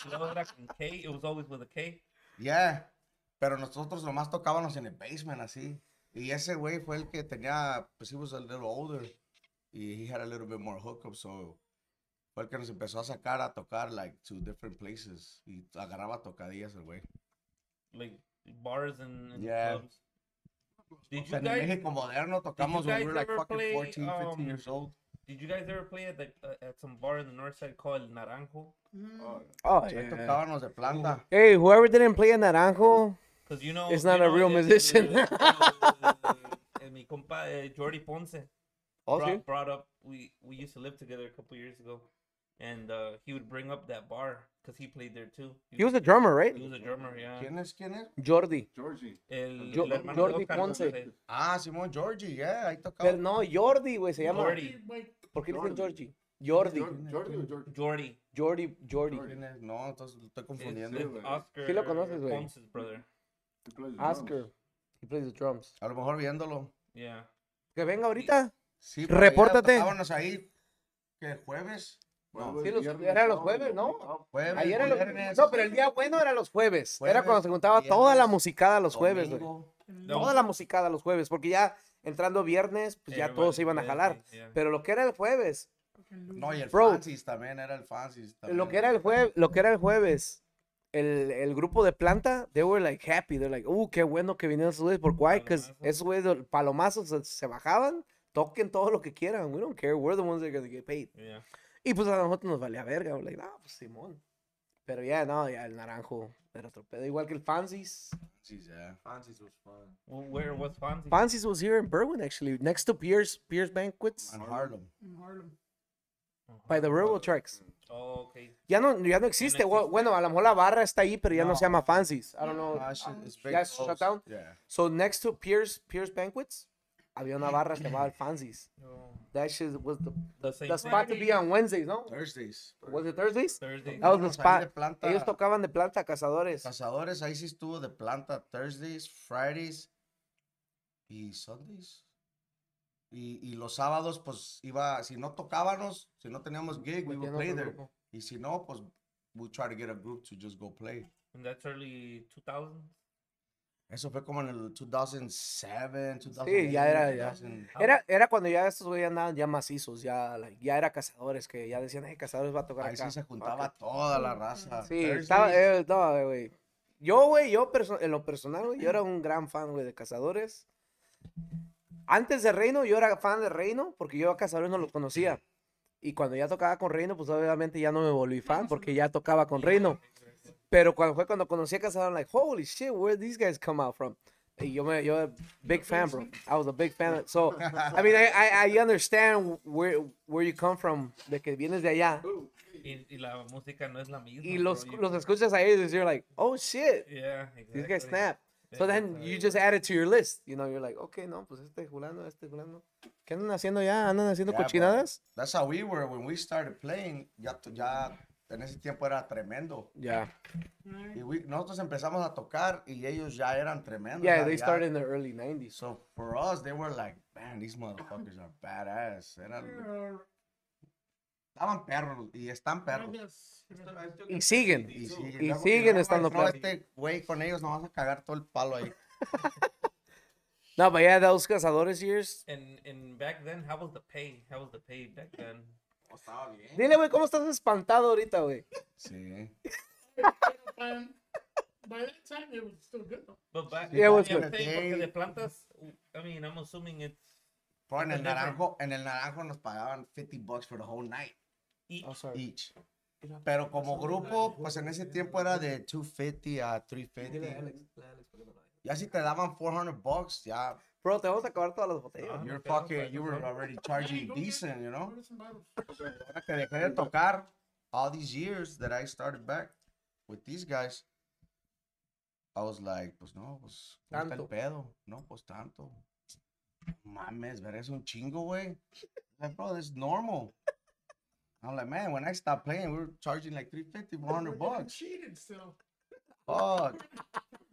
Luego era con K, it was always with a K. Yeah, pero nosotros nomás tocábamos en el basement así. Y ese güey fue el que tenía, pues he was a little older. Y he had a little bit more hookup, so fue el que nos empezó a sacar a tocar like to different places. Y agarraba tocadillas el güey. Like bars and, and Yeah. clubs. Did O you sea, en el guys México moderno tocamos when we guys were like ever fucking play, 14, 15 um, years old. did you guys ever play at like uh, at some bar in the north side called El Naranjo? Oh, Oh, Ahí eh, yeah. tocábamos de planta. Hey, whoever didn't play a Naranjo, Because you know It's you not a know, eh, real it- musician. it- it- and mi compa eh, Jordi Ponce Oh, sí. brought, brought up we we used to live together a couple years ago, and uh, he would bring up that bar because he played there too. He was a drummer, right? he was a drummer, yeah. ¿Quién es? ¿Quién es? Jordi. Georgie. El, Jo- el hermano de Jordi Oscar Ponce. Ponce. Ah, Simón Georgie, yeah, ahí tocaba. Pero no, Jordi, güey, se llama. Jordi. Wait, ¿Por qué dicen Jordi. Jordi? Jordi. Georgie o Georgie. Jordi. Jordi, Jordi. ¿Quién es? No, entonces lo estoy Es, confundiendo. es güey. Oscar Sí lo conoces, güey. Ponce's brother. He plays the Oscar. drums. He plays the drums. A lo mejor viéndolo. Yeah. Que venga ahorita. Sí, porque ya Repórtate. Tocábamos ahí que jueves No, Sí, los- era los jueves, ¿no? Jueves, Ahí era los- viernes, No, pero el día bueno era los jueves. era Jueves, cuando se juntaba toda la viernes, musicada los jueves, güey. domingo. No. Toda la musicada los jueves, porque ya entrando viernes, pues ya todos se eh, iban a jalar. Pero lo que era el jueves, No, y el Bro. Francis también era el Francis. También. lo que era el jueves, lo que era el jueves, el, el grupo de planta, they were like happy, they're like, uh, qué bueno que vinieron esos güeyes por Kwai, que Palomazos. esos güeyes del palomazo se, se bajaban, toquen todo lo que quieran, we don't care, we're the ones that are gonna get paid. Yeah. Y pues a nosotros nos valía verga, we're like, no, pues Simón. Pero ya, no, ya el naranjo era otro pedo, igual que el Fancy's. Francis, ya. Francis was fun. Well, Where was Fonzie? Fancy's was here in Berwyn, actually, next to Pierce, Pierce Banquets, En Harlem. En Harlem. by the railroad tracks. Oh, okay. Ya no, ya no existe. existe. bu- Bueno, a lo mejor la barra está ahí, pero ya no, No. se llama Fancy's. I don't know. Ah, shit, it's big Oh, Ya es close. shutdown. Yeah. So next to Pierce Pierce Banquets, había una barra que llamaba el Fancy's. No. That shit was the, Oh, The same the thing. spot to be on Wednesdays, ¿no? Thursdays. Was it Thursdays? Thursday. That was the Vamos ahí de spot. planta. Ellos tocaban de planta cazadores. Cazadores, ahí sí estuvo de planta Thursdays, Fridays y Sundays. Y, y los sábados, pues iba, si no tocábamos, si no teníamos gig, we would Metían play otro there. grupo. Y si no, pues we try to get a group to just go play. And that's early 2000. Eso fue como en el 2007, 2008. Sí, ya era, ya. 2000. Era, era cuando ya estos güeyes andaban ya macizos, ya, like, ya era cazadores, que ya decían, hey, cazadores va a tocar Ahí acá. sí se juntaba toda la raza. Sí, estaba, Thursdays, eh, no, güey. Yo, güey, yo perso- en lo personal, güey, yo era un gran fan, güey, de Cazadores. Antes de Reino, yo era fan de Reino, porque yo a Cazadores no los conocía. Y cuando ya tocaba con Reino, pues obviamente ya no me volví fan, porque ya tocaba con Reino. Pero cuando fue cuando conocí a Cazadores, like, holy shit, where these guys come out from? Y yo, me, yo, big fan, bro. I was a big fan. So, I mean, I, I, I understand where, where you come from, de que vienes de allá. Y, y la música no es la misma. Y bro. los, You- los escuchas a ellos, you're like, oh shit. Yeah, These exactly. guys snap. So Yeah, then so you it just add it to your list. You know, you're like, okay, no, pues este fulano, este fulano. ¿Qué andan haciendo ya? ¿Andan haciendo Ya, pues. bro. cochinadas? That's how we were when we started playing. Ya, ya en ese tiempo era tremendo. Yeah. Y we- nosotros empezamos a tocar y ellos ya eran tremendos. Yeah, pues, ya- they ya- started in the early 90s. So for us, they were like, man, these motherfuckers are badass. Eran, Pero- estaban perros y están perros. gracias, gracias. Y siguen. Y siguen, Y luego- siguen luego, estando no, perros. este güey con ellos no vas a cagar todo el palo ahí. No, but yeah, those cazadores years. And and back then, how was the pay? How was the pay back then? Oh, estaba bien. Dile, güey, ¿cómo estás espantado ahorita, güey? Sí. Um, by that time it was still good though. But back Yeah, it was I'm good. saying, porque Pay. de plantas, I mean, I'm assuming it's Pero en el Different. naranjo, en el naranjo nos pagaban 50 bucks for the whole night each. Oh, each. Pero como grupo, pues en ese tiempo era de 250 a 350. Ya si te daban 400 bucks, ya Bro, te vamos a acabar todas las botellas. Ah, you're pero, fucking, pues, you no were sé. already Hey, charging go get- decent, you know? go get some bottles. Ahora que dejé de tocar, all these years that I started back with these guys, I was like, pues no, pues, ¿cómo está el Tanto. pedo? No, pues tanto. Mames, ver es un chingo, güey. Like, bro, that's normal. I'm like, man, when I stopped playing, we were charging like 350, We're 400 getting bucks. cheated still, Fuck.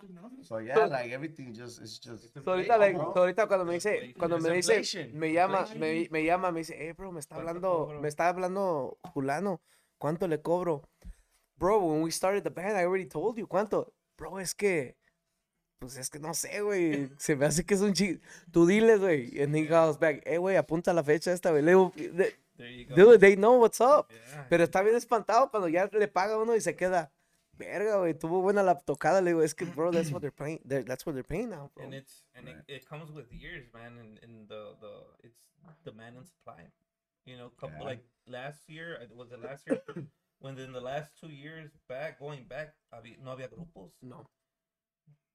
you know? So yeah, like everything just, it's just. So ahorita, like, bro. so ahorita cuando me dice, cuando me dice, Inflation. me llama, me, me llama, me dice, hey, bro, me está ¿Cuánto hablando, cobro? me está hablando Julano, ¿cuánto le cobro? Bro, when we started the band, I already told you, ¿cuánto? Bro, es que, pues es que no sé, güey, se me hace que es un chiste. Tú diles, güey, and he goes back, hey, güey, apunta la fecha esta, güey. Le digo, "Th- There you go. dude, they know what's up. Yeah. Pero está bien espantado cuando ya le paga uno y se queda, verga, güey, tuvo buena la tocada. Le digo, es que, bro, that's what they're paying, they're- that's what they're paying now, bro. And it's and it, it comes with years, man, and, and the the it's demand and supply. You know, couple Yeah. like last year uh, was it last year when in the last two years back going back había, no había grupos. No.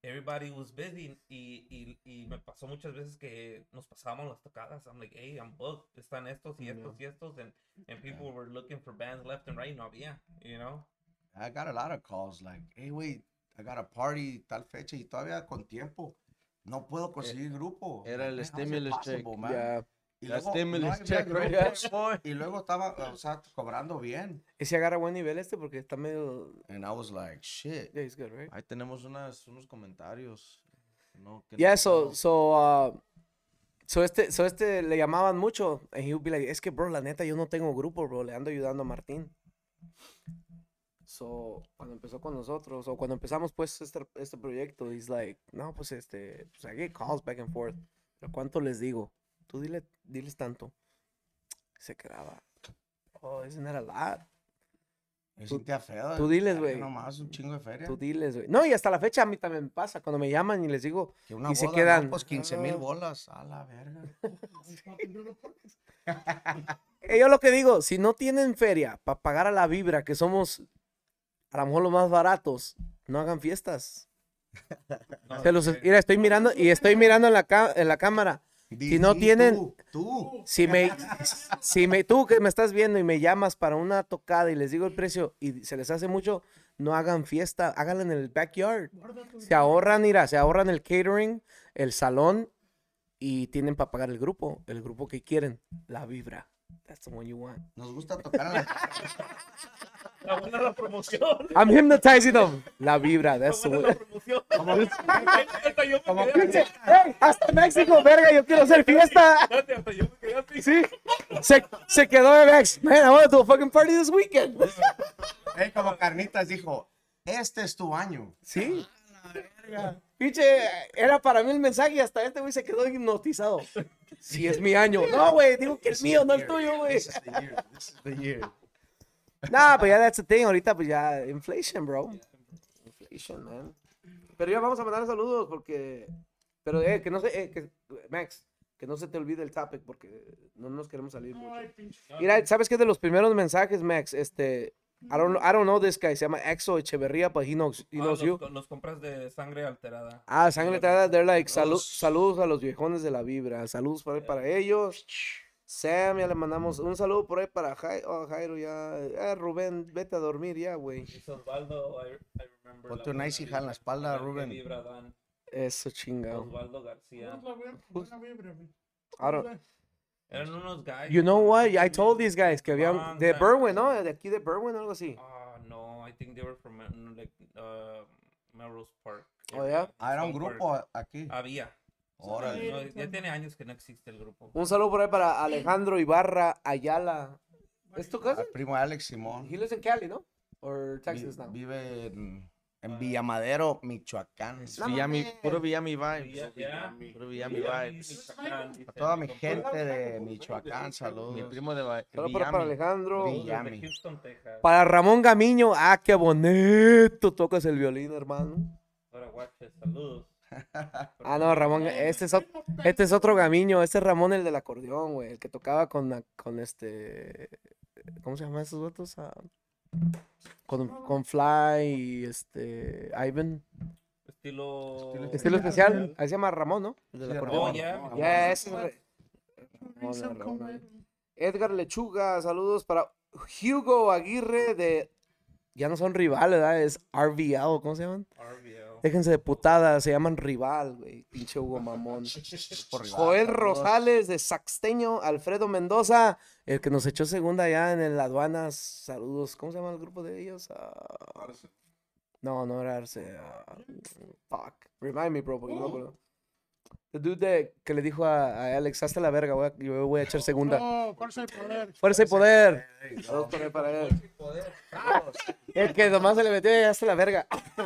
Everybody was busy y, y, y me pasó muchas veces que nos pasábamos las tocadas. I'm like, hey, I'm booked. Están estos y estos y estos and and people were looking for bands left and right. No había, you know. I got a lot of calls like, hey, wait, I got a party tal fecha y todavía con tiempo. No puedo conseguir grupo. Eh, era el Man, how's it stimulus check. possible, man? Yeah. Y That luego, no stimulus había check right there, grupos, boy. Y luego estaba, o sea, cobrando bien. Y si agarra buen nivel este porque está medio. And I was like, shit. Yeah, he's good, right? Ahí tenemos unas, unos comentarios. No, que Yeah, nos so, mandaron. so, uh, So este, so este le llamaban mucho. And he would be like, es que, bro, la neta, yo no tengo grupo, bro. Le ando ayudando a Martín. So, cuando empezó con nosotros, o cuando empezamos, pues, este, este proyecto, he's like, no, pues, este, pues, I get calls back and forth. Pero, ¿cuánto les digo? Tú dile, diles tanto. Se quedaba. Oh, isn't that a lot? Yo Tú- sentía feo. tú eh, diles, verga, güey. Nomás un chingo de feria. Tú diles, güey. No, y hasta la fecha a mí también me pasa. Cuando me llaman y les digo, Que una y se boda, quedan, no, pues 15 ah. mil bolas. A la verga. eh, yo lo que digo, si no tienen feria para pagar a la vibra, que somos a lo mejor los más baratos, no hagan fiestas. No, Se los- eh, mira, estoy mirando y estoy mirando en la, ca- en la cámara. Di- Si no di tienen- Tú, tú. Si me, si me, tú que me estás viendo y me llamas para una tocada y les digo el precio y se les hace mucho, no hagan fiesta, háganla en el backyard. Se ahorran, mira, se ahorran el catering, el salón y tienen para pagar el grupo, el grupo que quieren, la vibra. That's the one you want. Nos gusta tocar a la. Está buena la promoción. I'm hypnotizing them. La vibra, that's Está the buena la one. promoción. Hasta yo me quedé así. Hey, hasta México, verga, yo quiero hacer fiesta. Espérate, hasta yo me quedé así. Sí, se, se quedó de Max. Man, I want to do a fucking party this weekend. Ey, como Carnitas dijo: Este es tu año. Sí. Piche, era para mí el mensaje y hasta este güey se quedó hipnotizado. Sí, es mi año. No, güey, digo que es mío, no el tuyo, güey. This is the year. This is the year. Nah, pues ya that's the thing. Ahorita, pues ya, inflation, bro. Inflation, man. Pero ya vamos a mandar saludos porque. Pero, eh, que no se. eh, que- Max, que no se te olvide el topic porque no nos queremos salir mucho. Ay, pinche. Mira, ¿sabes qué? De los primeros mensajes, Max, este. I don't, I don't know this guy. Se llama Exo Echeverría, but he knows, he Ah, knows los, you. los compras de sangre alterada. Ah, sangre tarada, they're like, salu- Los- saludos a los viejones de la vibra, saludos para, para ellos. Sam, ya le mandamos un saludo por ahí para Jai- oh, Jairo, ya. Eh, Rubén, vete a dormir ya, güey. Dice Osvaldo, I, I remember. Ponte la un buena icy vibra. hand en la espalda, Ah, qué Rubén. vibra dan. Eso chingado. Osvaldo García. Buena vibra, buena vibra, güey. I don't- Eran unos guys. You know what? I told these guys que habían. Van, De van. Berwyn, ¿no? De aquí de Berwyn o algo así. Ah, no, I think they were from uh, like uh, Melrose Park. Oh, yeah? Ah, era un South Park. grupo a- aquí. Ah. Había. Órale. No, ya tiene años que no existe el grupo. Un saludo por ahí para Alejandro Ibarra Ayala. ¿Es tu casa? Al primo Alex Simón. He lives in Cali, ¿no? Or Vi- Texas now. Vive en, en Villamadero, Michoacán. Es Villami, puro Villami Villa- vibes. ya. Puro Villami vibes. Michoacán, dice, A toda mi compa- gente de Michoacán, saludos. Mi primo de Ba- Saludo por ahí para Villami. Alejandro. Villa- de Miami. Houston, Texas. Para Ramón Gamiño, ah, qué bonito tocas el violín, hermano. Ahora, guaches, saludos. Ah, no, Oh, Ramón, este es, ot- este es otro Gamiño, este es Ramón el del acordeón, güey, el que tocaba con, la- con este, ¿cómo se llaman esos votos? con, con Fly y este, Ivan. Estilo. Estilo especial, ahí se llama Ramón, ¿no? El del Sí, acordeón. Oh, ya. Ramón. Ya, ese es re- Hizo Ramón, como Ramón. el- Edgar Lechuga, saludos para Hugo Aguirre de, ya no son rivales, ¿verdad? Es RVL, ¿cómo se llaman? RBL. Déjense de putadas, se llaman rival, güey. Pinche Hugo Mamón. Por rival, Joel saludos. Rosales de Saxteño, Alfredo Mendoza, el que nos echó segunda allá en el aduanas. Saludos. ¿Cómo se llama el grupo de ellos? Ah, no, no era Arce. ah, fuck. Remind me, bro, porque no me acuerdo. The dude de- que le dijo a, a Alex, hazte la verga, voy a- yo voy a echar segunda. No, fuerza y poder. Fuerza y poder. Ey, no. Saludos para él, para él. El que nomás se le metió y hazte la verga. All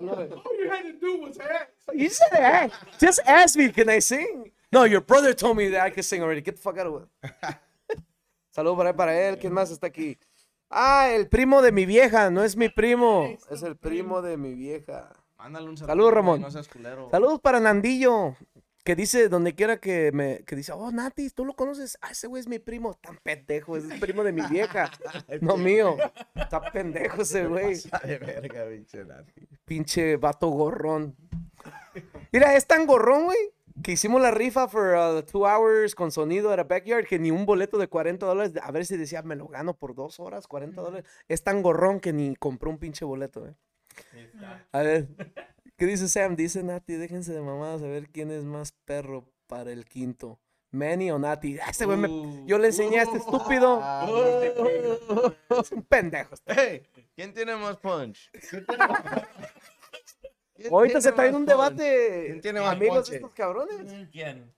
you had to do was ask. You said that. Just ask me, can I sing? No, your brother told me that I could sing already. Get the fuck out of here. Saludos para, para él. ¿Quién más está aquí? Ah, el primo de mi vieja. No es mi primo. Es el primo de mi vieja. Mándale un Saludos, güey, Ramón. No seas culero. Saludos para Nandillo. Que dice donde quiera que me. Que dice, oh, Nati, tú lo conoces. Ah, ese güey es mi primo. Tan pendejo. Es el primo de mi vieja. No mío. Está pendejo ese güey. Ay, verga, pinche Nati. Pinche vato gorrón. Mira, es tan gorrón, güey, que hicimos la rifa for uh, two hours con sonido era backyard, que ni un boleto de 40 dólares, a ver si decía, me lo gano por dos horas, 40 dólares. Es tan gorrón que ni compró un pinche boleto, güey. Ahí está. A ver, ¿qué dice Sam? Dice Nati, déjense de mamadas, a ver quién es más perro para el quinto. Manny o Nati. Ah, Este güey me- Uh, Yo le enseñé a este estúpido. Ah, pues, Es un pendejo. este. Hey, ¿quién tiene más punch? ¿Quién Ahorita tiene se está en más un phone? debate. ¿Quién tiene más amigos ponche? de estos cabrones. Eh, Again.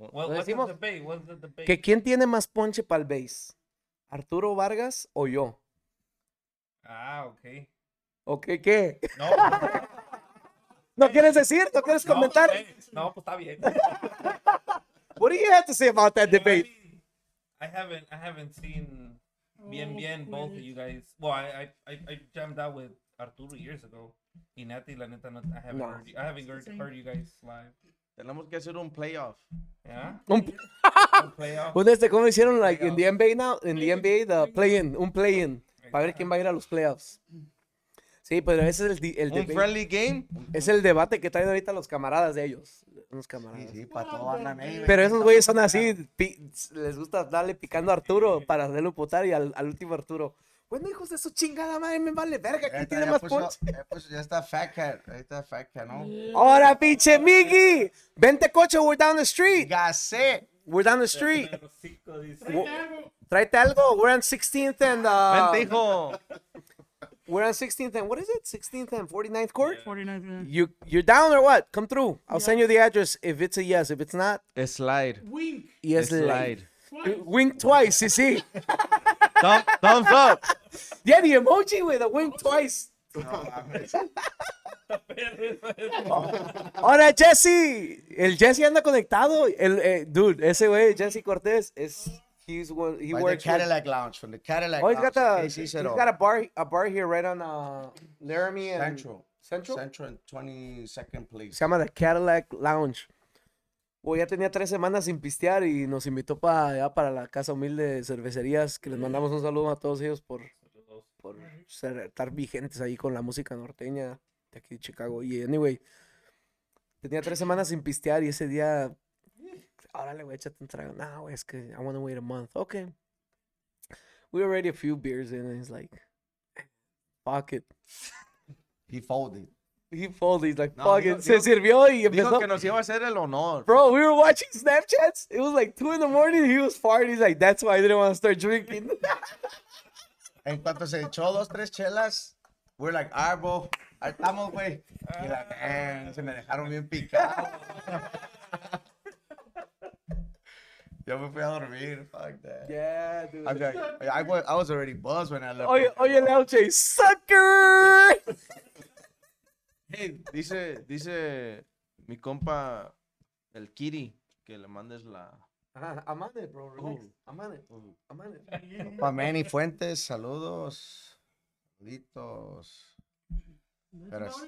What, Lo what's the decimos. debate? What's the debate? ¿Que ¿Quién tiene más ponche para el base? ¿Arturo Vargas o yo? Ah, okay. ¿O qué qué? No. ¿No quieres decir? ¿No quieres no, comentar? eh, No, pues está bien. What do you have to say about that debate? I haven't I haven't seen bien oh, bien both of pues. you guys. Well, I I I, I jammed out with Arturo years ago. Y Nati, la neta, no, I haven't No. heard you, I haven't heard, Same. heard you guys live. Tenemos que hacer un playoff. Yeah. Un, Un playoff. un este, ¿cómo hicieron? Like, in the NBA now, in the NBA, the play-in, un play-in. Para ver quién va a ir a los playoffs. Sí, pero ese es el, di- el Un debate. friendly game. Es el debate que traen ahorita los camaradas de ellos. Unos Sí, camaradas. sí, para todo andan ahí. güey. Pero esos güeyes son así, pi- les gusta darle picando a Arturo para hacerlo putar y al, al último Arturo. Bueno, hijos de su chingada madre, me vale verga, Eh, ¿quién Ahorita tiene ya más puso- punch? ya pues, puso- ya está Fat Cat, ahí está Fat Cat, ¿no? Ahora, pinche Miggy, vente coche, we're down the street, Gasset. we're down the street. Pero cinco, dice. ¿qué hago? Tráete algo, we're on 16th and, uh, Vente, hijo. we're on 16th and, what is it? 16th and 49th court? 49, eh. You, you're down or what? Come through. I'll send you the address if it's a yes, if it's not, Slide. Wink. yes, like, Slide. Twice. wink twice, sí, sí. Thumb- thumbs up. Yeah, the emoji with a wink twice. Ahora, Jesse. El Jesse anda conectado. El, eh, dude, ese güey, Jesse Cortés, es. He's, one- he By the works. with- Cadillac Lounge, from the Cadillac Oh, Lounge. he's got, a, okay, sí, he's cero. got a bar a bar here right on uh, Laramie and Central. Central? Central and 22nd place. Se llama The Cadillac Lounge. Güey, ya tenía tres semanas sin pistear y nos invitó para allá para la casa humilde de cervecerías. Que les mandamos un saludo a todos ellos por, por ser- estar vigentes ahí con la música norteña de aquí de Chicago. Y anyway, tenía tres semanas sin pistear y ese día, ahora le voy a echar un trago. No, güey, es que I want to wait a month. Okay. We were already a few beers in and he's like, fuck it. He folded. He folded, he's like, No, fuck dijo- it. Se dijo- sirvió y Dijo empezó. que nos iba a hacer el honor. Bro, we were watching Snapchats. It was like 2 in the morning. He was farting. He's like, that's why I didn't want to start drinking. En cuanto se echó dos, tres chelas, we're like, arbo, ahí estamos, güey. Y like, eh, se me dejaron bien picado. Yo me fui a dormir, fuck that. yeah, dude. I, was like, I, was, I was already buzzed when I left. Oye, oye, Leo J, sucker. Hey, dice, dice mi compa, el Kiri, que le mandes la. Ajá, I'm on it, bro. Relax. I'm on it. I'm on it. Pa' Manny Fuentes, saludos. Saluditos. Pero es-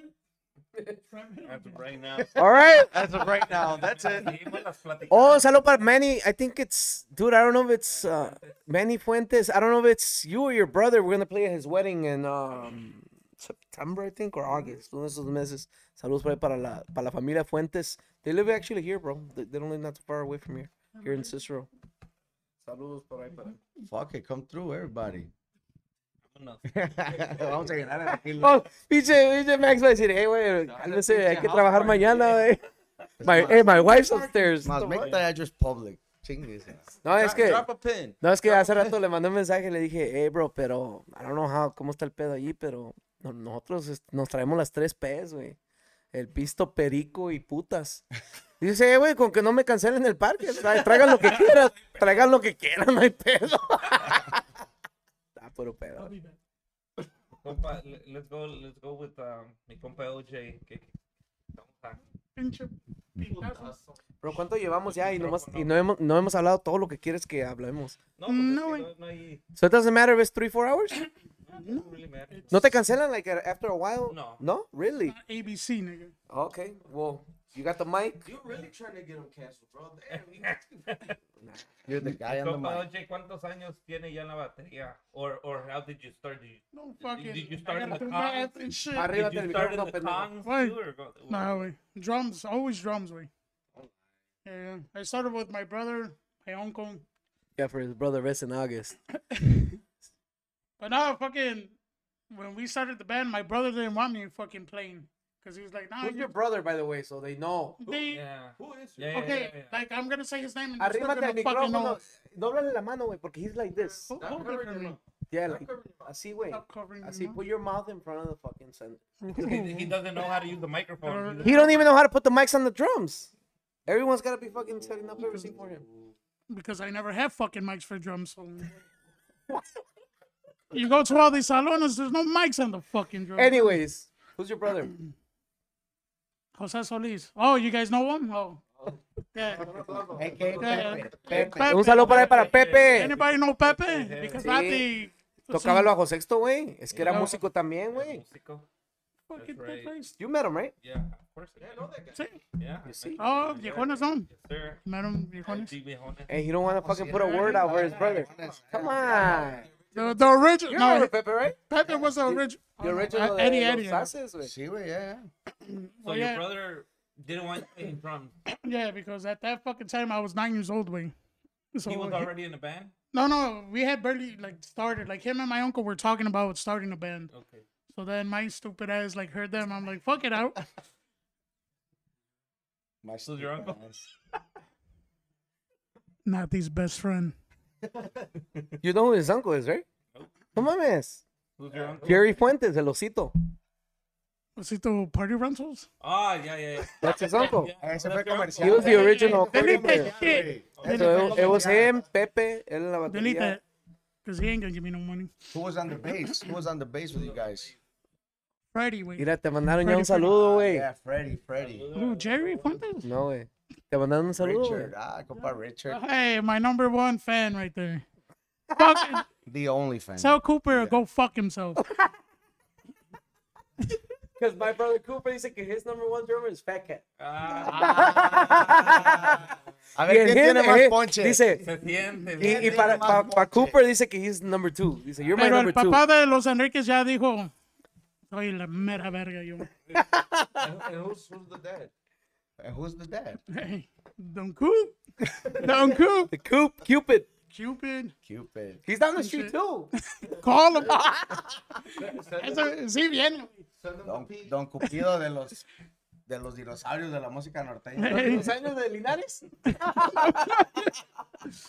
As of right now. All right. As of right now, that's it. Seguimos las pláticas. Oh, salud para Manny. I think it's, dude, I don't know if it's uh, Manny Fuentes. I don't know if it's you or your brother. We're going to play at his wedding in um, September, I think, or August. Uno de esos meses. Saludos para, para, la, para la familia Fuentes. They live actually here, bro. They, they don't live not too far away from here, here in Cicero. Saludos por ahí para. fuck it, come through, everybody. Vámonos. Vamos a llenar el aquí. Oh, pinche, pinche Max va a decir, hey, güey, cálmese, hay que trabajar mañana, güey. My, hey, my wife's upstairs. Más, make that address public. Chingues. No, es que, Drop a pin. no, es que hace rato le mandé un mensaje y le dije, hey, bro, pero, I don't know how, cómo está el pedo allí, pero no- nosotros es- nos traemos las tres P's, güey. El pisto, perico y putas. Y dice, "Eh, güey, con que no me cancelen el parque, tra- traigan lo que quieran, traigan lo que quieran, no hay pedo. ah, puro pedo. Compa, le- let's go, let's go with um, mi compa LJ. Que, que- estamos a- Pinche pitazo. Bro, ¿cuánto llevamos ya? Y, nomás, y no, hemos, no hemos hablado todo lo que quieres que hablemos. No, pues es No, que güey. no, no hay. So it doesn't matter if it's three, four hours? No, really matter. No te cancelan like uh, after a while? No. No? Really? ABC, nigga. Okay. Well, you got the mic? You really trying to get him canceled, bro? You're the guy on the Compa mic. LJ, ¿cuántos años tiene ya en la batería? Or, or how did you start? Did you, Don't fucking. Did you I start gotta the do car? math and shit. Arriba. did Arríbate you el start in micrófono, the pendejo. congs Güey. too? Or go, Nah, way. Drums, always drums, way. Yeah, yeah. I started with my brother, my uncle. Yeah, for his brother rest in August. But now, fucking, when we started the band, my brother didn't want me fucking playing. Because he was like, nah, Who's you- your brother, by the way, so they know? they, Yeah. Who is Yeah, yeah, okay, yeah, yeah. like, I'm going to say his name and they're still Arrímate gonna al fucking know. micrófono. Dóblale la mano, güey, porque he's like this. Who- who different me? Yeah, like, así, güey. Stop covering your Así, mouth. put your mouth in front of the fucking center. He, he doesn't know how to use the microphone. He don't even know how to put the mics on the drums. Everyone's gotta be fucking setting up everything for him. because I never have fucking mics for drums. So you go to all these salones, there's no mics on the fucking drums. Anyways, who's your brother? Jose Solis. Oh, you guys know him? Oh. Yeah. Yeah. Pepe. Un saludo para, para Pepe. Anybody know Pepe? Because Sí. not the Tocaba el bajo sexto, güey. Es que era Yeah. músico también, güey. Músico. fucking That's right. place. You met him, right? Yeah, of course. Yeah, no, that Sí. Yeah. You see? Oh, viejones son. Yes, sir. Madam viejones. Sí, viejones. And he don't Oh, want to fucking put a word out for his brother. Come on. The, the original. You No, remember Pepe, right? Pepe was the original. The original de Eddie, los Eddie. Saces, güey. Sí, güey, ya, ya. So yeah. your brother didn't want to play drums. Yeah, because at that fucking time I was nine years old, way. So He was he- already in the band. no, no, we had barely like started. Like him and my uncle were talking about starting a band. Okay. So then my stupid ass like heard them. I'm like, fuck it out. My So your uncle. Not his best friend. You know who his uncle is, right? No mames. Who's your uncle? Jerry Fuentes, el osito. Was it the party rentals? Ah, yeah, yeah, yeah. That's his uncle. Ese fue That's your He comercial. was the original. Delete player. that shit. So it, it was him, Pepe, él en la Delete batería. that. Because he ain't gonna give me no money. Who was on the bass? Who was on the bass with you guys? Friday, wait. Mira, te mandaron ya un Freddy, saludo, güey. Yeah, Freddy, Freddy. Who, Jerry Fuentes? No, güey. Te mandaron un saludo. güey. Richard. Ah, compa Richard. Hey, my number one fan right there. Fuck, The only fan. tell Cooper to go fuck himself. Oh, Because my brother Cooper dice que his number one drummer is Fat Cat. Ah, A Y ver, el ¿quién tiene him, más eh, ponche? Dice, Se siente. y, y tiene para, más pa- pa ponche? Cooper dice que he's number two. Dice, you're my Pero el number two. papá de los Enriquez ya dijo, soy la mera verga yo. And, and who's, who's the dad? And Eh, Who's the dad? Hey, Don Coop. Don Coop. The Coop, Cupid. Cupid. Cupid. He's down the street too. Call him. Send, send, them, Eso, sí, bien. send them Don, the P. Don Cupido de los de los dinosaurios de la música norteña. Hey. ¿Los años de Linares?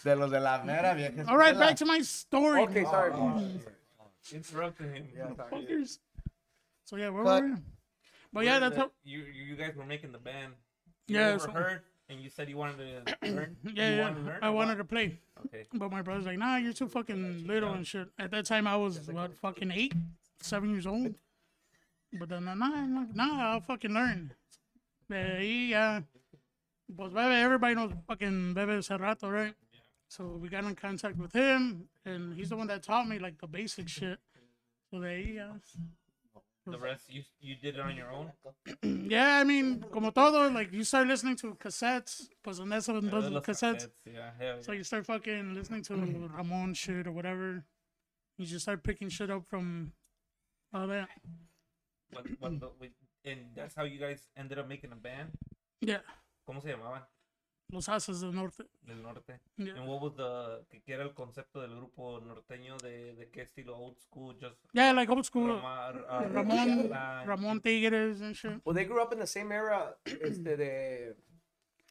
De los de la mera vieja. All right, escuela. back to my story. Okay, sorry. Interrupting him. Fuckers. So yeah, where Cut. were we? But yeah, that's how. you. You guys were making the band. Yeah, You were so- hurt, and you said you wanted to learn. Yeah, you yeah. Wanted to learn I or what? wanted to play, Okay. but my brother's like, "Nah, you're too fucking little and shit." At that time, I was what fucking eight, seven years old. But then, nah, nah, nah, nah I'll fucking learn. Yeah, yeah. Pues Bebe, everybody knows fucking Bebe Cerrato, right? So we got in contact with him, and he's the one that taught me like the basic shit. So there you go. The rest, you you did it on your own. Yeah, I mean, como todo, like you start listening to cassettes, pues and that's when Uh, those los cassettes. Yeah. hell So yeah. you start fucking listening to Ramon shit or whatever. You just start picking shit up from all that. What- what- what- what- and that's how you guys ended up making a band. Yeah, ¿Cómo se llamaban? Los Haces del Norte. Del norte. Yeah. And what was the que que era el concepto del grupo norteño de de qué estilo old school just Yeah, like old school Ramar, Ramon, Ramon Tigres and shit. Well, Pues, they grew up in the same era, este, de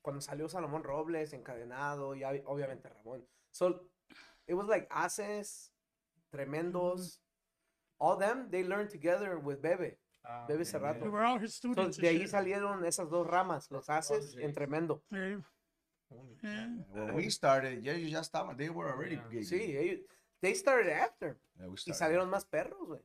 cuando salió Salomón Robles, Encadenado, y ob- obviamente Ramón. So, it was like Aces, Tremendos, all them, they learned together with Bebe. ah, Bebe eh, Cerrato. We were all his So, students. de and ahí shit. salieron esas dos ramas, los Aces y en Tremendo. Yeah, yeah. When we started, ya ellos ya estaban. They were already Yeah. gigging. Sí, ellos- they started after. Yeah, we Y started. salieron más perros, güey.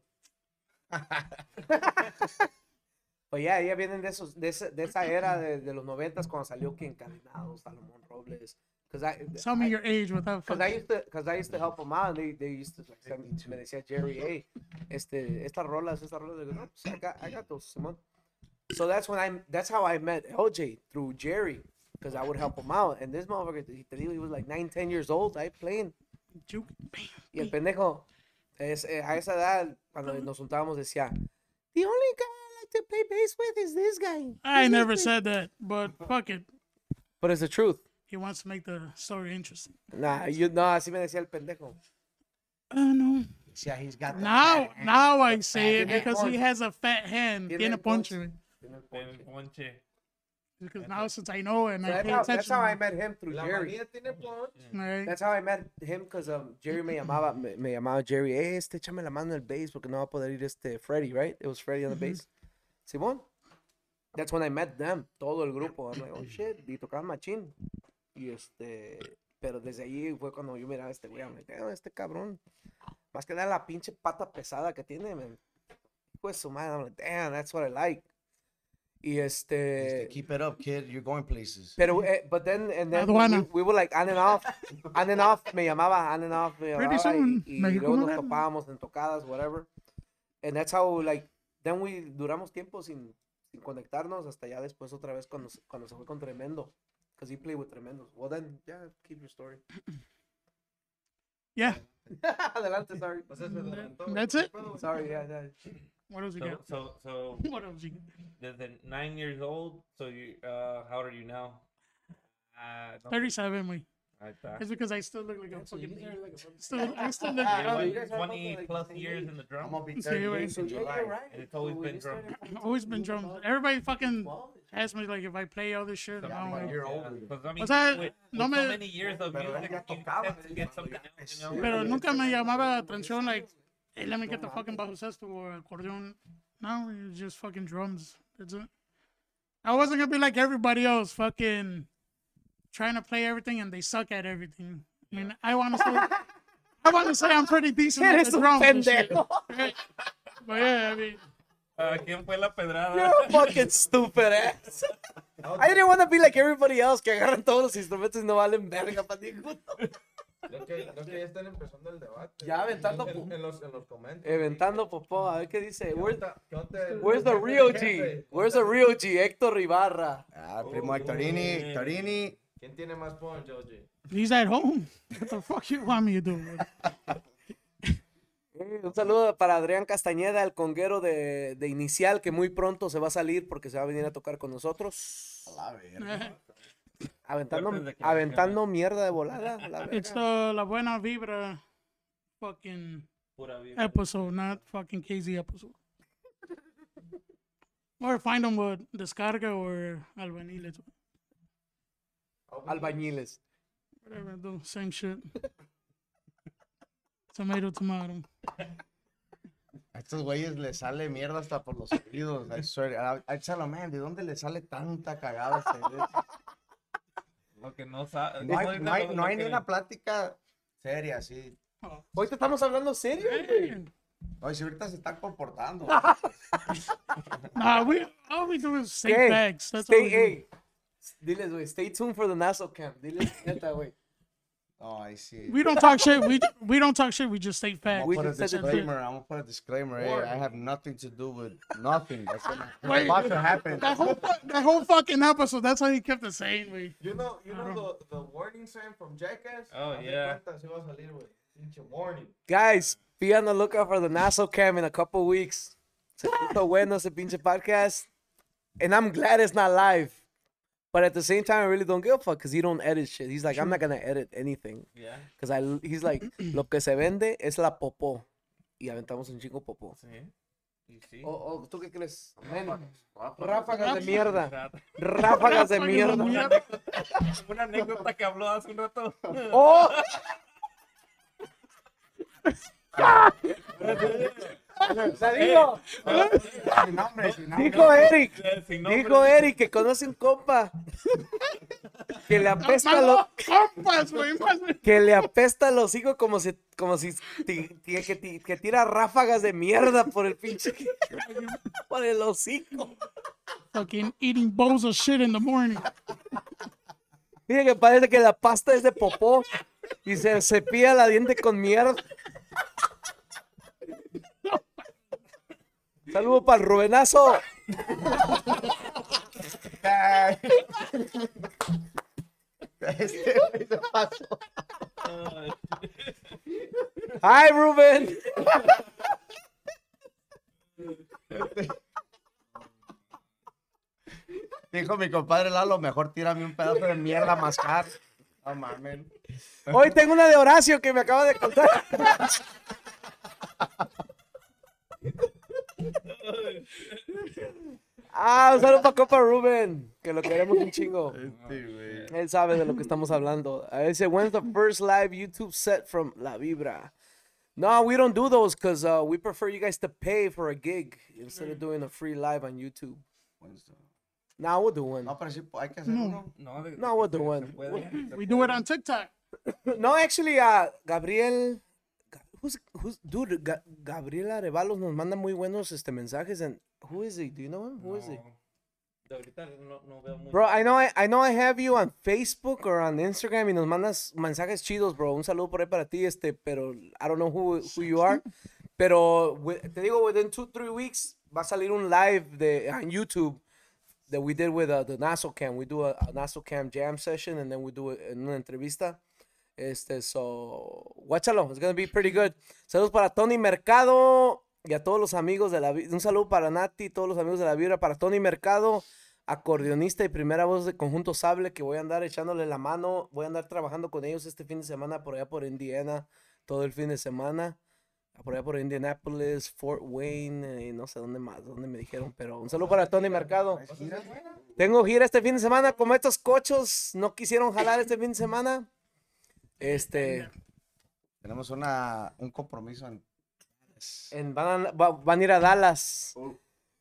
Pues ya, ya vienen de, esos, de, esa, de esa era de, de los noventas cuando salió que Encadenado, Salomón Robles. 'Cause I- Tell me I- your age without Cause I fucking. used to, cause I used to help them out. And they, they used to like send, me decía Jerry, hey, este, estas rolas, estas rolas. They go, "No, pues, I got, I got those, Simón." So that's when I, that's how I met LJ through Jerry, cause I would help him out. And this motherfucker, he, te digo, he was like nine, ten years old. I playing. Juke. Y el pendejo, es, eh, a esa edad, cuando nos juntábamos decía, the only guy I like to play bass with is this guy. I never said that, but fuck it. But it's the truth. He wants to make the story interesting. Nah, you, no, así me decía el pendejo. I know. Yeah, he's got the Now, fat ass. now I say it Tiene because he punch. has a fat hand. Tiene Tiene punch. poncho. Ponche. Because now since I know and I That's pay how, that's attention. how I met him through La Jerry. manía tiene punch. Right. That's how I met him because um, Jerry me llamaba, me, me llamaba Jerry, "Eh, este, échame la mano en el bass porque no va a poder ir este Freddy, right? It was Freddy on the bass. Simón. That's when I met them, todo el grupo. I'm like, oh shit, y tocaban machín. Y este, pero desde allí fue cuando yo miraba a este güey, I'm like, "Damn, este cabrón. Más que nada la pinche pata pesada que tiene, man. Pues su madre, I'm like, damn, that's what I like. Y este... Este, keep it up, kid. You're going places. Pero, eh, but then, and then we- Aduana. we, were like on and off, on and off, me llamaba, on and off, me Pretty llamaba, soon, y, y Mexico luego nos moderno. topábamos en tocadas, whatever. And that's how, like, then we duramos tiempo sin, sin conectarnos hasta ya después otra vez cuando, se- cuando se fue con Tremendo. Because he played with Tremendo. Well, then, yeah, keep your story. Yeah. Adelante, sorry. O sea, se That- adelantó, güey. that's ¿Qué it. pedo, güey? Sorry, yeah, yeah. Mm-hmm. What else you So, got? so, so, What else you got? desde nine years old, so you, uh, how old are you now? Uh, no sé. 37, we. Ahí está. It's because I still look like a So fucking. you guys are like a- Still, I still Ah, look. Yeah, young. went you guys are about 20 like the plus same years age. in the I'm drum. gonna be Sí, 30 güey. days So, in yeah, July. you're right. And it's always So been we started drums. from Always been 16 drums. about Everybody fucking 12. asked me like if I play all this shit. Something I'm like like, you're that. older. 'Cause, I mean, O sea, with, no with me- so many years of Pero music, ya you tocaba, have to güey, get cuando something ya else, you empecé. know? Pero nunca me llamaba la atención, like, hey, let me get the fucking bajo sexto or accordion. Now it's just fucking drums. That's it. I wasn't gonna be like everybody else, fucking trying to play everything and they suck at everything. I mean, I want to say, I want to say I'm pretty decent at Eres the un drums. and shit, pendejo. right? But yeah, I mean, Ah, ¿Quién fue la pedrada? You're a fucking stupid ass. I didn't want to be like everybody else que agarran todos los instrumentos y no valen verga para ninguno. Creo que, creo que ya están empezando el debate. Ya güey. aventando En, pu- en los, en los comentarios. Eventando popó, a ver qué dice. Where's, where's Where's the real G? Where's the real G? Héctor Ibarra. Ah, el primo Hectorini, Hectorini. ¿Quién tiene más punch, OG? he's at home. What the fuck you want me to do? bro? Eh, Un saludo para Adrián Castañeda, el conguero de, de inicial, que muy pronto se va a salir porque se va a venir a tocar con nosotros. A la verga. Aventando, Fuertes declaraciones. aventando mierda de volada. la verga. It's the La Buena Vibra fucking Pura vida. episode, not fucking KZ episode. or find them with Descarga or Albaniles, Albañiles. whatever, do same shit. tomato, tomato. A estos güeyes les sale mierda hasta por los oídos. I swear. I, I tell them, man, ¿de dónde le sale tanta cagada? a ustedes?" Lo que no sabe. No hay, no hay- lo- no lo hay ni que- una plática seria, sí. Hoy te estamos hablando serio, Eh, güey. Oye, si ahorita se están comportando. Nah, we all we do is say Hey, facts. That's all Stay, we do. hey, diles, güey, stay tuned for the NASA camp. Diles, neta, güey. Ay, sí. We don't talk shit. We we don't talk shit. We just state I'm facts. We gonna put a just said that- disclaimer. I'm gonna put a disclaimer. eh, I have nothing to do with nothing. That's what Wait. about to happen. That whole fu- that whole fucking episode. That's what he kept us saying. We You know, you I know the, the warning sign from Jackass? Oh, Haz de yeah. cuenta, sí va a salir, güey. Pinche warning. Guys, be on the lookout for the NASA camp in a couple weeks. Se puso bueno ese pinche podcast. And I'm glad it's not live. But at the same time, I really don't give a fuck because he don't edit shit. He's like, I'm not gonna edit anything. Yeah. Because I, he's like, lo que se vende es la popó. Y aventamos un chingo popó. Sí. Y sí. Oh, oh, ¿tú qué crees? Men, Rafa, ráfagas de oh. mierda. Rato. Ráfagas de mierda. mierda. Una anécdota que habló hace un rato. ¡Oh! ¡Salido! sin nombre, sin nombre. Dijo Eric. Eh, sin nombre. Dijo Eric que conoce un compa. Que le apesta lo, compas, güey. más bien. que le apesta los hijos como si como si ti- ti- que, ti- que tira ráfagas de mierda por el pinche por el hocico. Fucking eating bowls of shit in the morning. Dice que parece que la pasta es de popó y se cepilla la diente con mierda. Saludo para el Rubenazo. Ay. Este güey se pasó. Ah, Hi, Rubén. Dijo mi compadre Lalo, mejor tírame un pedazo de mierda a mascar. No mames. Hoy tengo una de Horacio que me acaba de contar. Ah, un saludo para Copa Rubén, que lo queremos un chingo. güey. Él sabe de lo que estamos hablando. Uh, Dice, when's the first live YouTube set from La Vibra? No, we don't do those because uh, we prefer you guys to pay for a gig instead of doing a free live on YouTube. Now we'll do one. No, pero sí, hay que hacer uno. No, de- No, we'll do se one. puede, se We puede. do it on TikTok. No, actually, uh, Gabriel, who's, who's, dude, Ga- Gabriel Arevalos nos manda muy buenos este, mensajes. And who is he? Do you know him? Who is he? No. De ahorita no, no veo muy Bro, I know I, I know I have you on Facebook or on Instagram y nos mandas mensajes chidos, bro. Un saludo por ahí para ti, este, pero I don't know who, who you are. Pero wi- te digo, within two, three weeks va a salir un live de on YouTube that we did with uh, the Naso Cam. We do a, a Naso Cam jam session and then we do it en una entrevista. Este, so, guáchalo, it's gonna be pretty good. Saludos para Tony Mercado y a todos los amigos de la Vibra. Un saludo para Nati, todos los amigos de la Vibra, para Tony Mercado, acordeonista y primera voz de Conjunto Sable, que voy a andar echándole la mano. Voy a andar trabajando con ellos este fin de semana por allá por Indiana, todo el fin de semana. Por allá por Indianapolis, Fort Wayne, y no sé dónde más, dónde me dijeron, pero un saludo para Tony Mercado. Tengo gira este fin de semana, como estos cochos no quisieron jalar este fin de semana. Este, Tenemos una, un compromiso en. en- van, a, va- van a ir a Dallas.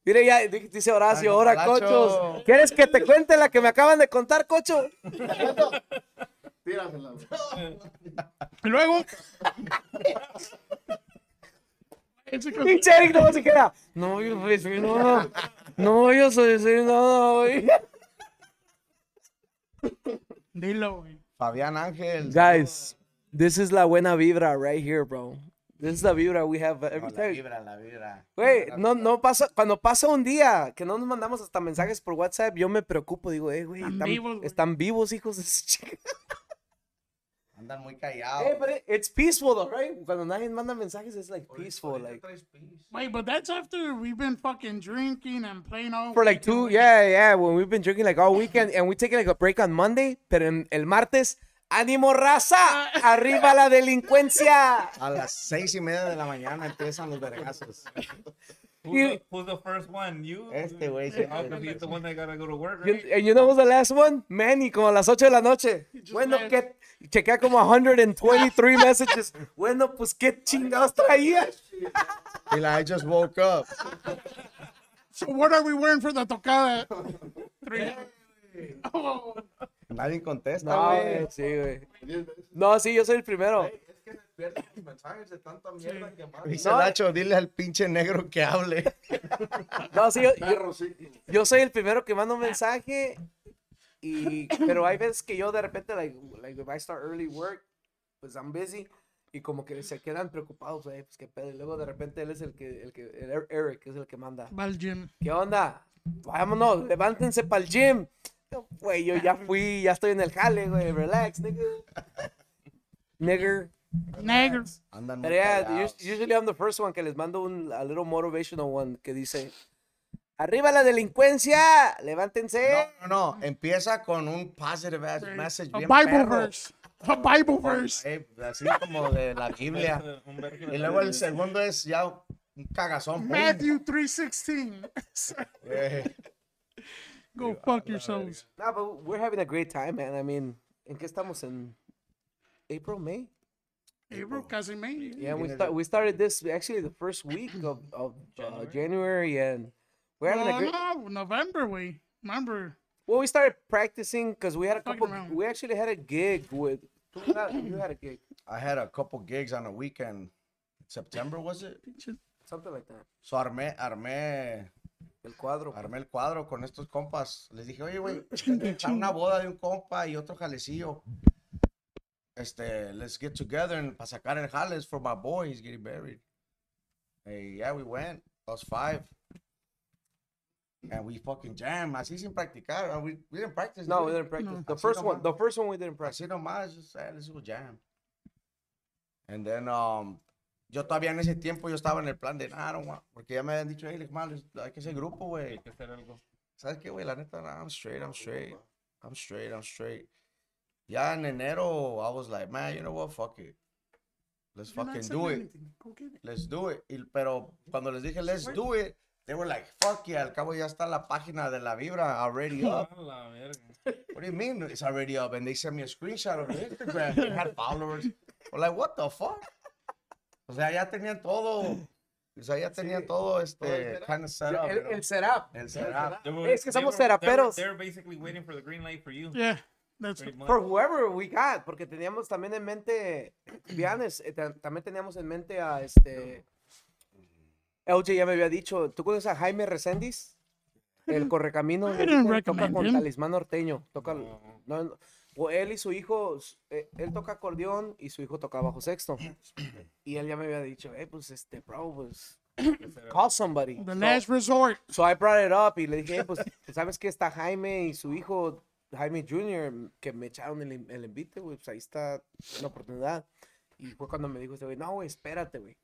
Mire, ya di- dice Horacio, Ay, ahora Palacho. cochos. ¿Quieres que te cuente la que me acaban de contar, cocho? Tírasela, güey. Y luego. Ese co- Pinche Eric, no se queda. No, yo soy, soy- no, no, yo soy, soy, no, no. Dilo, güey. Fabián Ángel. Guys, this is la buena vibra right here, bro. This is the vibra we have No, every la time. vibra, la vibra. Güey, no, no pasa, cuando pasa un día que no nos mandamos hasta mensajes por WhatsApp, yo me preocupo, digo, eh, güey, Están están, vivos, güey. están vivos, hijos de su chica. Andan muy Hey, callados. but it- it's peaceful though, right? Cuando nadie manda mensajes, it's like peaceful, like. Wait, but that's after we've been fucking drinking and playing all. For like two, yeah, yeah, when we've been drinking like all weekend and we take like a break on Monday, pero en- el martes, ánimo raza, arriba la delincuencia. A las seis y media de la mañana empiezan los vergazos. Who's, You- the, who's the first one? You? Este güey Oh, siempre. 'cause he's the one that gotta go to work, You, eh, right? and you know who's the last one? Manny, como a las 8 de la noche. Bueno, left. que chequea como 123 messages. Bueno, pues qué chingados traía. Y la I just woke up. So what are we wearing for the tocada? Three. Oh, Nadie contesta, No, güey. güey, sí, güey. No, sí, yo soy el primero. Es que se pierden mis mensajes de tanta mierda que mandan. Dice No. Nacho, dile al pinche negro que hable. No, sí, yo, yo- Perro, sí. yo soy el primero que manda un mensaje. Y, pero hay veces que yo de repente, like, like if I start early work, pues I'm busy. Y como que se quedan preocupados, güey, pues qué pedo. Y luego de repente él es el que, el que, el Er- Eric es el que manda. Val Jim. ¿Qué onda? Vámonos, levántense para el gym. Yo, Güey, yo ya fui, ya estoy en el jale, güey. Relax, nigga. Nigger. Niggers. Andan muy Pero yeah, callados. us- usually I'm the first one que les mando un a little motivational one que dice, arriba la delincuencia, levántense. No, no, no. Empieza con un positive ass message A bien Bible perro. verse. A Bible Con- verse. eh, así como de la Biblia. Un verso Y de- luego el segundo es ya un cagazón. ¡pum! Matthew 3:16. Eh, Go fuck yourselves. No, but we're having a great time, man. I mean, ¿en qué estamos? ¿En April, May? April casi me. Yeah, we, start, we started this actually the first week of, of uh, January and we're having a No, great... no, November, way. Remember. Well, we started practicing because we had a Fucking couple. around. We actually had a gig with. who had- You had a gig, I had a couple gigs on a weekend. September was it? something like that. So armé, armé El cuadro. armé el cuadro con estos compas. Les dije, oye, güey, está una boda de un compa y otro jalecillo. Este, let's get together and para sacar el jales for my boy, he's getting married. Hey, yeah, we went, us five. And we fucking jam, así sin practicar. uh, We, we didn't practice. No, dude. we didn't practice. No. The Así first one, nomás. the first one we didn't practice. Así nomás, just, eh, let's go jam. And then, um, yo todavía en ese tiempo yo estaba en el plan de, nah, I don't want-" porque ya me habían dicho, hey, like, man, let's- hay que hacer grupo, güey. Hay que hacer algo. ¿Sabes qué, güey? La neta, nah, I'm straight, I'm straight. I'm straight, I'm straight. Ya en enero, I was like, man, you know what? Fuck it. Let's You're not fucking saying do it. anything. Go get it. Let's do it. Y- pero cuando les dije, let's do it, They were like, fuck yeah, al cabo ya está la página de la vibra already up. A la verga. What do you mean it's already up? And they sent me a screenshot of their Instagram. They had followers. We're like, what the fuck? O sea, ya tenían todo. O sea, ya tenían todo este kind of set up. El, el setup. el setup. They were- Es que they somos were- they were- teraperos. They were basically waiting for the green light for you. Yeah, that's pretty much. For whoever we got, porque teníamos también en mente, to be honest, eh, ta- también teníamos en mente a este. LJ ya me había dicho, ¿tú conoces a Jaime Reséndiz? El correcamino. I güey, didn't que toca recommend con him. talismán norteño. Toca, No. no, no. O él y su hijo, s- eh, él toca acordeón y su hijo toca bajo sexto. Y él ya me había dicho, eh, pues este, bro, pues, call somebody. the So- last resort. So I brought it up y le dije, "Eh, pues, pues, ¿sabes que Está Jaime y su hijo, Jaime Jr., que me echaron el, el envite, güey. Pues ahí está la oportunidad. Y fue cuando me dijo este güey, no, güey, espérate, güey.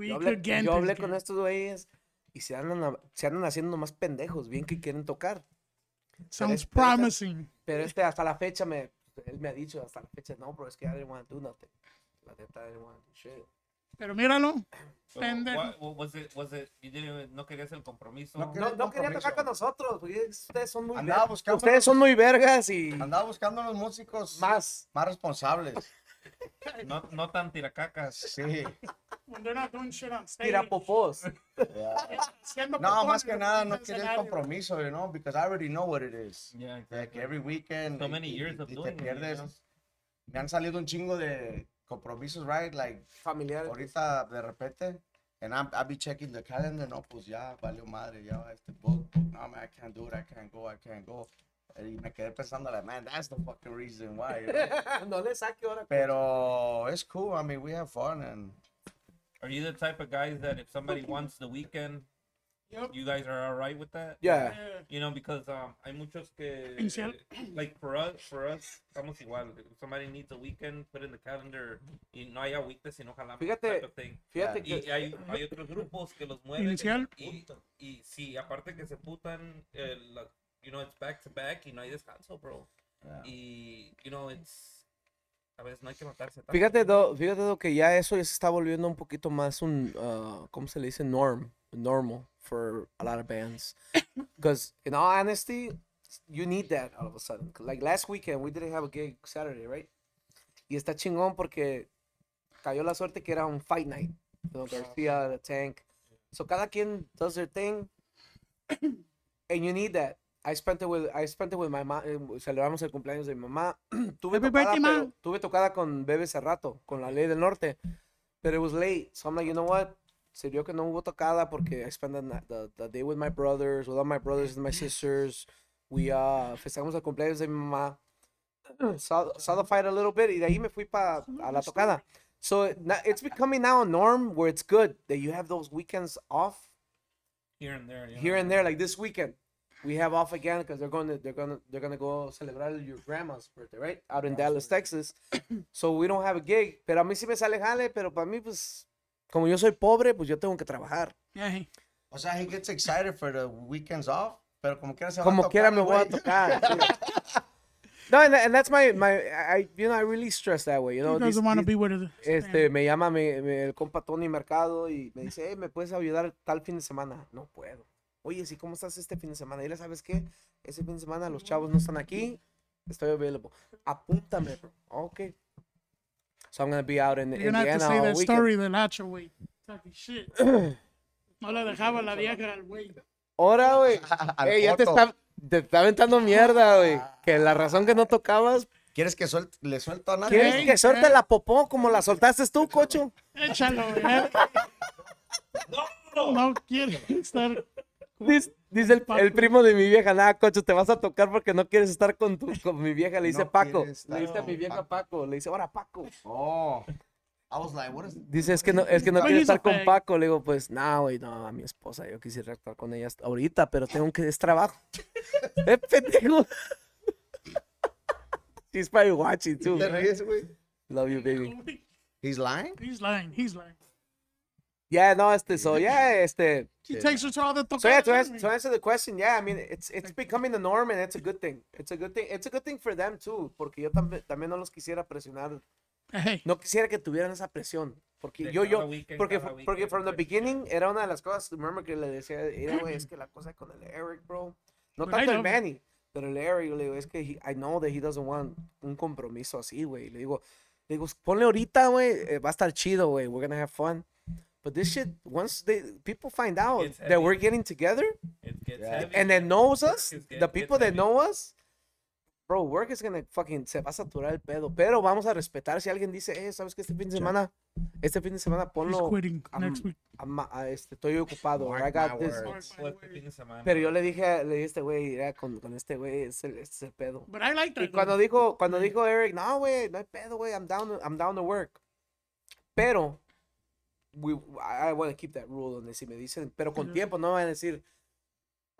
We Yo could hablé, get yo this hablé game. con estos güeyes y se andan, a- se andan haciendo más pendejos, bien que quieren tocar. Sounds espérate. promising. Pero este hasta la fecha me, él me ha dicho hasta la fecha, no, bro, es que I didn't want to do nothing. La neta, I didn't want to do shit. Pero míralo. So, Pendejo. what- what was it? Was it? You didn't. No querías el compromiso. No No, no quería tocar compromiso. con nosotros, güey. Ustedes son muy Andaba vergas. buscando- Ustedes son muy vergas y Andaba buscando unos músicos más, más. más responsables. no, no tan tiracacas. Sí. When they're not doing shit on stage. Tirapopós. Siendo No, más popones, que nada, en no el quería el escenario. compromiso, you know, because I already know what it is. Mm. Yeah, Like exactly. every weekend. So y- many y- years y of te doing it, you pierdes. know? Me han salido un chingo de compromisos, right? Like Familiares. ahorita de repente, and I'm, I'll be checking the calendar, no, pues ya, valió madre, ya, este book, book, no, man, I can't do it, I can't go, I can't go. Y me quedé pensando, like, man, that's the fucking reason why. you no know? le saque ahora. Pero it's cool, I mean, we have fun, and Are you the type of guys that if somebody wants the weekend, Yep. you guys are all right with that? Yeah. Yeah. You know, because um, hay muchos que eh, Pincel. like for us, for us, estamos igual. If somebody needs a weekend, put in the calendar. Y no haya weekdays, sino jalamos. Fíjate. eh, type of thing. Fíjate Y que. hay, hay otros grupos que los mueven. Inicial. Y, y sí, aparte que se putan, eh, la- you know, it's back to back y no hay descanso, bro. Y, you know, it's. A veces no hay que matarse. tanto. Fíjate, Do, fíjate Do, que ya eso ya se está volviendo un poquito más un. uh, ¿Cómo se le dice? Norm. Normal for a lot of bands. Because, in all honesty, you need that all of a sudden. 'Cause, Like last weekend, we didn't have a gig Saturday, right? Y está chingón porque cayó la suerte que era un fight night. Don García, The Tank. So cada quien does their thing. And you need that. I spent it with I spent it with my mom. Celebramos el cumpleaños de mi mamá. tuve, Happy tocada, birthday, pero- ma. tuve tocada con Bebe hace rato, con la ley del norte. Pero it was late. So I'm like, you know what? Sirvió que no hubo tocada porque I spent the, na- the, the day with my brothers, with all my brothers and my sisters. We uh, festejamos el cumpleaños de mi mamá. Saw, saw the fight a little bit y de ahí me fui para a la tocada. So it- na- it's becoming now a norm where it's good that you have those weekends off Here and there. you here know? and there. Like this weekend, we have off again because they're going to they're gonna they're gonna go celebrar your grandma's birthday, right? Out in Dallas, Texas. so we don't have a gig. Pero a mí sí me sale jale, pero para mí pues como yo soy pobre, pues yo tengo que trabajar. Yeah, hey. o sea, he gets excited for the weekends off, pero como quiera se va a Como tocar quiera el me voy a güey. tocar. sí. No, and, and that's my my I you know I really stress that way. You know, He these- doesn't want to be these- with it. Este, me llama mi- mi- el compa Tony Mercado y me dice, "Hey, ¿me puedes ayudar tal fin de semana? No puedo. Oye, ¿sí cómo estás este fin de semana? Dile, ¿sabes qué? Ese fin de semana los chavos no están aquí. Estoy available. Apúntame, bro. Ok. So I'm going to be out in You're gonna have to Indiana say all that weekend. story del hacha, güey. Talking shit. No la dejaba la vieja al güey. Ahora, güey. Al Ey, ya te Joto. está, te está aventando mierda, güey. Que la razón que no tocabas, ¿Quieres que suel- le suelto a nadie? ¿quieres que suelte la popó como la soltaste tú, cocho? Échalo, güey. No, no quiere estar. Dice, dice el, el Paco. primo de mi vieja, nada, cocho, te vas a tocar porque no quieres estar con, tu, con mi vieja, le dice No Paco. quieres estar Le dice a mi con vieja Paco, le dice, ahora Paco. Oh. I was like, what is Dice, es que no, es que no Oye, quiero estar hizo con fake. Paco. Le digo, pues, no, güey, no, a mi esposa, yo quisiera estar con ella hasta ahorita, pero tengo que, es trabajo. ¡Eh, pendejo! She's probably watching, too. ¿Te ríes, güey? Love you, baby. He's lying? He's lying, he's lying. Yeah, no, este, so, yeah, este... He takes her to all the tocadas. So yeah, to answer, güey. to answer the question, yeah, I mean it's it's becoming the norm and it's a good thing. It's a good thing. It's a good thing for them too, porque yo también también no los quisiera presionar Hey, No quisiera que tuvieran esa presión. Porque De yo, cada yo, weekend, porque, cada fu- porque weekend, from the pues, beginning era una de las cosas, remember que le decía, era, güey, es que la cosa con el Eric, bro. No Pues, tanto I el know. Manny, pero el Eric, le digo, es que he- I know that he doesn't want un compromiso así, güey. Le digo, le digo, ponle ahorita, güey, eh, va a estar chido, güey, we're gonna have fun. But this shit, once they, people find out It's that we're heavy. getting together It gets Yeah. heavy. and that knows us, It's get- the gets people that heavy. know us, bro, work is gonna fucking, se va a saturar el pedo. Pero vamos a respetar si alguien dice, eh, ¿sabes qué? Este fin de semana, este fin de semana he's ponlo, Um, quitting I'm- next week. a ma- a este, estoy ocupado, or I Mark got my this. words. Fue este fin de semana. Pero yo le dije, a- le dije a este güey, "Mira, con, con este güey, es el, es el pedo. But I like Y that. cuando though. dijo, cuando dijo Eric, no, güey, no hay pedo, güey, I'm down, I'm down to work. Pero, we, I, I want to keep that rule, donde si me dicen, pero con Ujú. tiempo, no van a decir,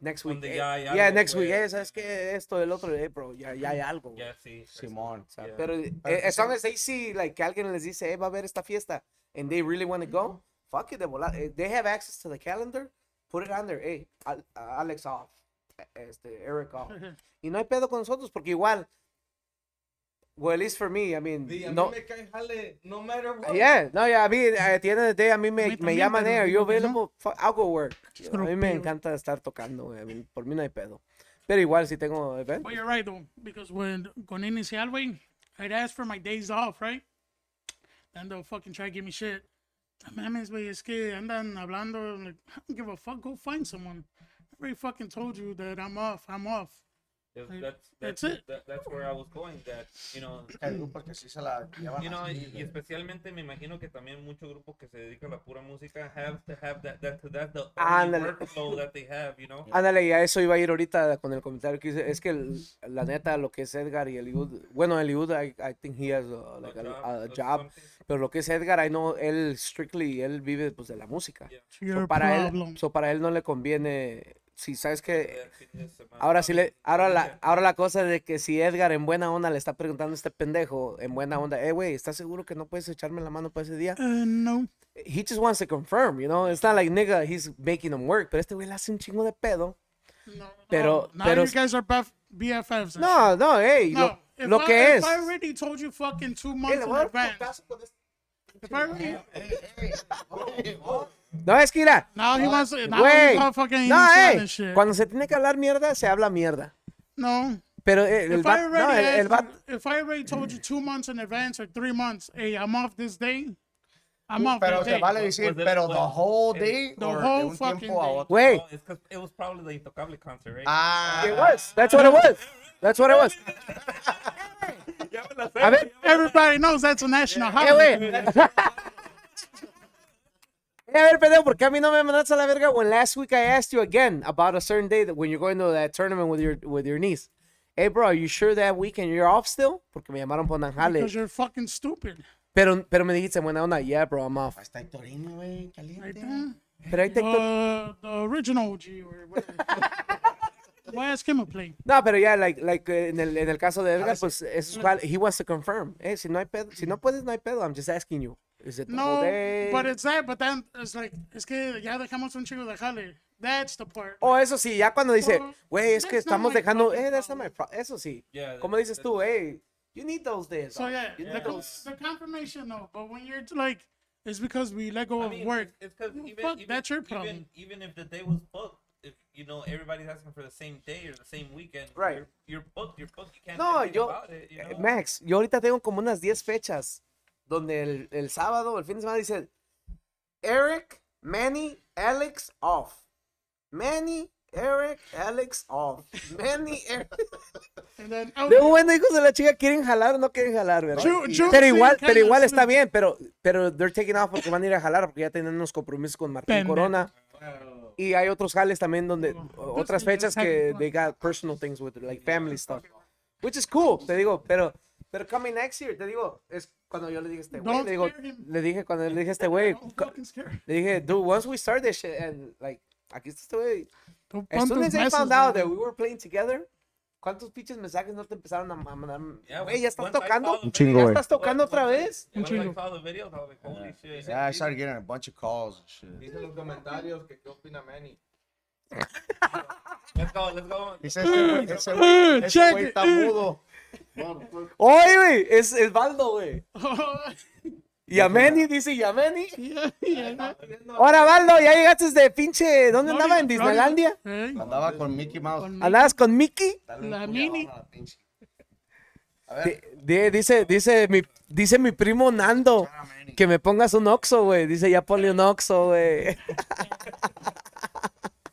next week, Donde eh, ya hay yeah, algo, next week, pues. eh, ¿sabes qué? Esto, el otro, eh, bro, ya, ya hay algo, güey. Ya, sí. Simón. O sea, Yeah. Pero, eh, Para que as sea- long as they see, like, que alguien les dice, eh, va a haber esta fiesta, and they really want to go, fuck it, de volada. Eh, They have access to the calendar, put it on there, hey, Al- uh, Alex off, este, Eric off. Y no hay pedo con nosotros, porque igual, well, at least for me, I mean, Di, a no, mí me cae jale, no matter what. yeah, no, yeah, a mí, at the end of the day, a mí me, mí me también, llaman, pero eh, are you digo que no. available? Fuck, I'll go work. Just A mí me tropeo. encanta estar tocando, güey, I mean, por mí no hay pedo. Pero igual, si tengo event, But you're right though, because when con inicial way, I'd ask for my days off, right? Then they'll fucking try to give me shit. No Mames, güey, es que andan hablando. I'm Like, I don't give a fuck. Go find someone. I already fucking told you that I'm off. I'm off. That's, Like, that's, that's that's- it. that- that's where I was going. That, you know, Hay grupos que sí se la llevan you know, así, y, y eh. güey. especialmente me imagino que también muchos grupos que se dedican a la pura música have to have that, that, that's the only Ándale. workflow that they have, you know. Ándale, y a eso iba a ir ahorita con el comentario que hice. Es que el- la neta, lo que es Edgar y Eliud, bueno, Eliud, I, I think he has a, like a, a or job, something. pero lo que es Edgar, I know, él strictly, él vive pues de la música. Yeah. It's your So, para problem. él, so, para él no le conviene, si sabes que, That fin de semana. ahora sí le, ahora la, Yeah. ahora la cosa de que si Edgar en buena onda le está preguntando a este pendejo, en buena onda, eh, güey, ¿estás seguro que no puedes echarme la mano para ese día? Uh, no. he just wants to confirm, you know, it's not like, nigga, he's making him work, pero este güey le hace un chingo de pedo. No, Pero- no, now pero- you guys are bef- BFFs. and shit. No, no, hey, no. lo, if lo I, que If es. I already told you fucking two Hey, months le in voy a dar un advance. putazo con este- If I already, No, es que mira, now he wants to. Now güey. he's all fucking No, inicial hey, and shit. cuando se tiene que hablar mierda, se habla mierda. No. Pero eh, el, If va- I no, el- already, el asked va- you- if I already told you two months in advance or three months, hey, I'm off this day. I'm off. Pero that se day. vale Pues decir, de- pero the pues, whole el- day, the or whole de un fucking tiempo a day. otro. güey, No, it's 'cause it was probably the Intocable concert, right? it Ah, was, that's what it was, that's what it was. Ya me la sé. A ver, Everybody knows that's a national eh, holiday. güey. Eh, a ver, pendejo, ¿por qué a mí no me mandaste a la verga when last week I asked you again about a certain day that when you're going to that tournament with your with your niece? Hey, bro, are you sure that weekend you're off still? Porque me llamaron por Because Nanjale. you're fucking stupid. Pero, pero me dijiste, buena onda, yeah, bro, I'm off. está Hectorino, güey, Right caliente. there. Pero ahí te... Uh, the original OG or whatever. Why ask him a play? No, pero ya, like, like, eh, en, el, en el caso de Edgar, veces- pues eso es cual, he wants to confirm. Eh, si no hay pedo, si no puedes, no hay pedo. I'm just asking you. Is it the whole No, day? but it's that. But then it's like, es que ya dejamos un chico de jale. That's the part. Oh, eso sí, ya cuando dice, No, güey, es que that's not estamos my dejando, fucking eh, that's not problem. my pro-" Eso sí. Yeah, Como that- dices tú, hey, you need those days. So off. yeah, You need The, con- those- the confirmation no. But when you're like, it's because we let go I of mean, work. It's because Well, even, fuck, even, that's your even- problem. Even, if the day was booked, if you know everybody's asking for the same day or the same weekend, Right. You're, you're booked. You're booked. You can't No, do anything yo- about it. You Eh, know? Max, yo ahorita tengo como unas 10 fechas donde el, el sábado, el fin de semana, dice Eric, Manny, Alex, off. Manny, Eric, Alex, off. Manny, Eric. And then oh, Luego, bueno, hijos de la chica, quieren jalar o no quieren jalar, ¿verdad? Ju- Ju- Pero sí, igual, kinda pero igual está slipped. bien, pero, pero they're taking off porque van a ir a jalar porque ya tienen unos compromisos con Martín Pendejo. Corona. Y hay otros jales también donde otras Entonces, fechas ellos que saben they cuándo. got personal things with like family stuff. Which is cool, te digo, pero pero coming next year, te digo, es cuando yo le dije a este güey, Don't le digo, scare him. le dije cuando le dije a este güey, Don't co- fucking scare. le dije, dude, once we start this shit and like aquí está este güey. Don't As pump soon those as they found messes, güey. out that we were playing together, ¿cuántos pinches mensajes no te empezaron a ma- mandar? Yeah, Güey, once- ya estás once I tocando. saw the ya video- estás tocando once- otra once I- vez. Ah, Un once I chingo. saw the videos, I was like, holy shit. Yeah, I started getting a bunch of calls and shit. Dice en los comentarios que qué opina Manny. Let's go. Let's go. Dice ese güey- ese Uh, güey, ese check güey it, está uh. mudo. pues, Oye, güey, es, es Baldo, güey. Yameni, dice Yameni. Yeah, yeah. Ahora, Baldo, ya llegaste desde pinche. ¿Dónde No, andaba? ¿En Victoria. Disneylandia? Eh, Andaba con Mickey Mouse. con- ¿Andabas con Mickey? Dale un La puñado mini. a la pinche. A Di- ver, di- dice, dice, mi, dice mi primo Nando que me pongas un oxo, güey. Dice, ya ponle un oxo, güey.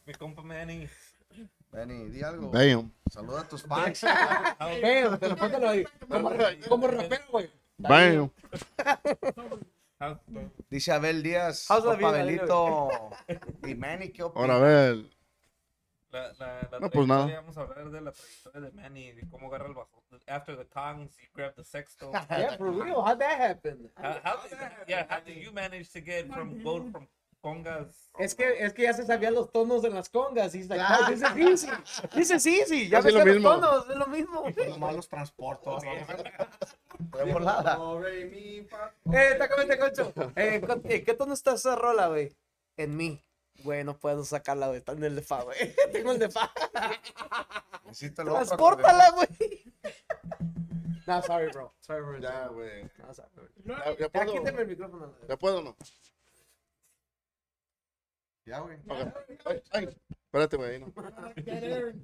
Mi compa Manny. Benny, di algo. Damn. Saluda a tus fans. Como rapero, güey. Damn. How's- Dice Abel Díaz, How's la vida, Pabelito y Manny, ¿qué opinas? Ahora a ver. La, la, la No, pues nada. trayectoria, Vamos a hablar de la trayectoria de Manny, de cómo agarra el bajo. After the tongs, he grabbed the sexto. how, for real, how'd that happen? how did, yeah, how did you manage to get from both from congas? Es que, es que ya se sabían los tonos en las congas. Y like, ah, this is easy. This is easy. Ya Es me lo sé los mismo. tonos, es lo mismo. Nomás los transporto. De volada. Eh, tácame, concho. Eh, con- eh, ¿qué tono está esa rola, güey? En mí. Güey, no puedo sacarla, güey. Está en el de fa, güey. Tengo el de fa. Necesito el otro Transpórtala, güey. No, sorry, bro. Sorry, bro. Ya, güey. No, sorry, bro. Ya, ya Ya, puedo. quítame el micrófono. güey. Ya puedo o no. Ya, güey. Ok. Ay, ay. Espérate, güey. ahí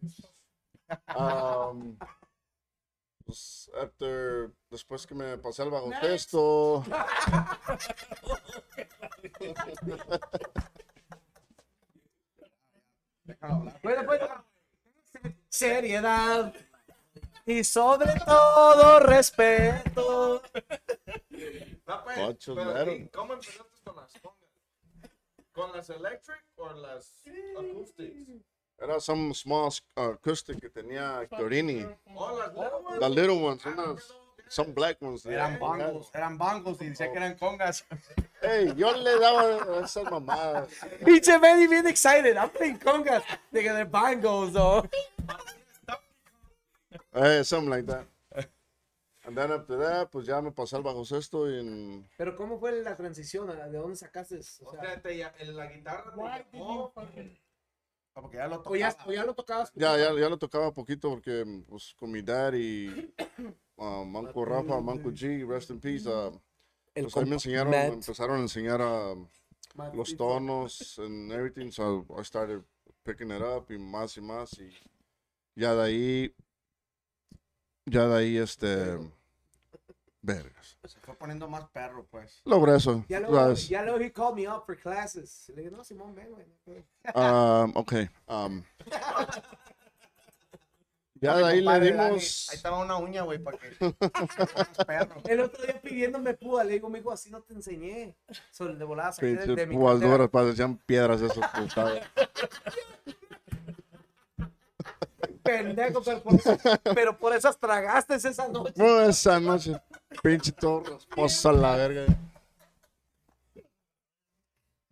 No. Um, pues, after, después que me pasé al bajo texto. Bueno, pues. Seriedad. Y sobre todo, respeto. ah, Cochos, claro. ¿Cómo empezaste con las congas? ¿Con las electric o las acoustics? Era some small uh, acoustic que tenía Torini. ¿O las little ones? The little ones, unas, some black ones. de- Eran bongos, eran bongos y decía que eran congas. Ey, yo le daba esas mamadas. Pinche Benny bien excited. I'm playing congas. Nigga, they're bangos, though. Eh, something like that. And then after that, pues ya me pasé al bajo sexto y en... Pero, ¿cómo fue la transición? ¿De dónde sacaste? eso? O sea, te, ya- en la guitarra te llamó. Porque Pues ya lo O ya, tocaba. o ya lo tocabas. Ya, ya, ya lo tocaba poquito porque pues, con mi dad y uh, Manco Rafa, Manco G, rest in peace, uh, El pues ahí me compa- enseñaron, Matt. me empezaron a enseñar a Matt los Pizza. tonos and everything, so I started picking it up y más y más y ya de ahí, ya de ahí este, vergas, Se fue poniendo más perro, pues. logré eso, Ya luego, ¿sabes? ya luego he called me up for classes. Le dije, no, Simón, ven, güey. Um, ok. um. ya de Ah, ahí le Compadre, Dani, dimos. Ahí estaba una uña, güey, para que. más perro. El otro día pidiéndome púa, le digo, mijo, así no te enseñé. Sobre de volada saqué de, de Pinche mi púas cartera. duras, parecían piedras esos putados. Pendejo, pero por, pero por esas tragaste esa noche. No, esa noche. Pinche todo rasposo a la verga.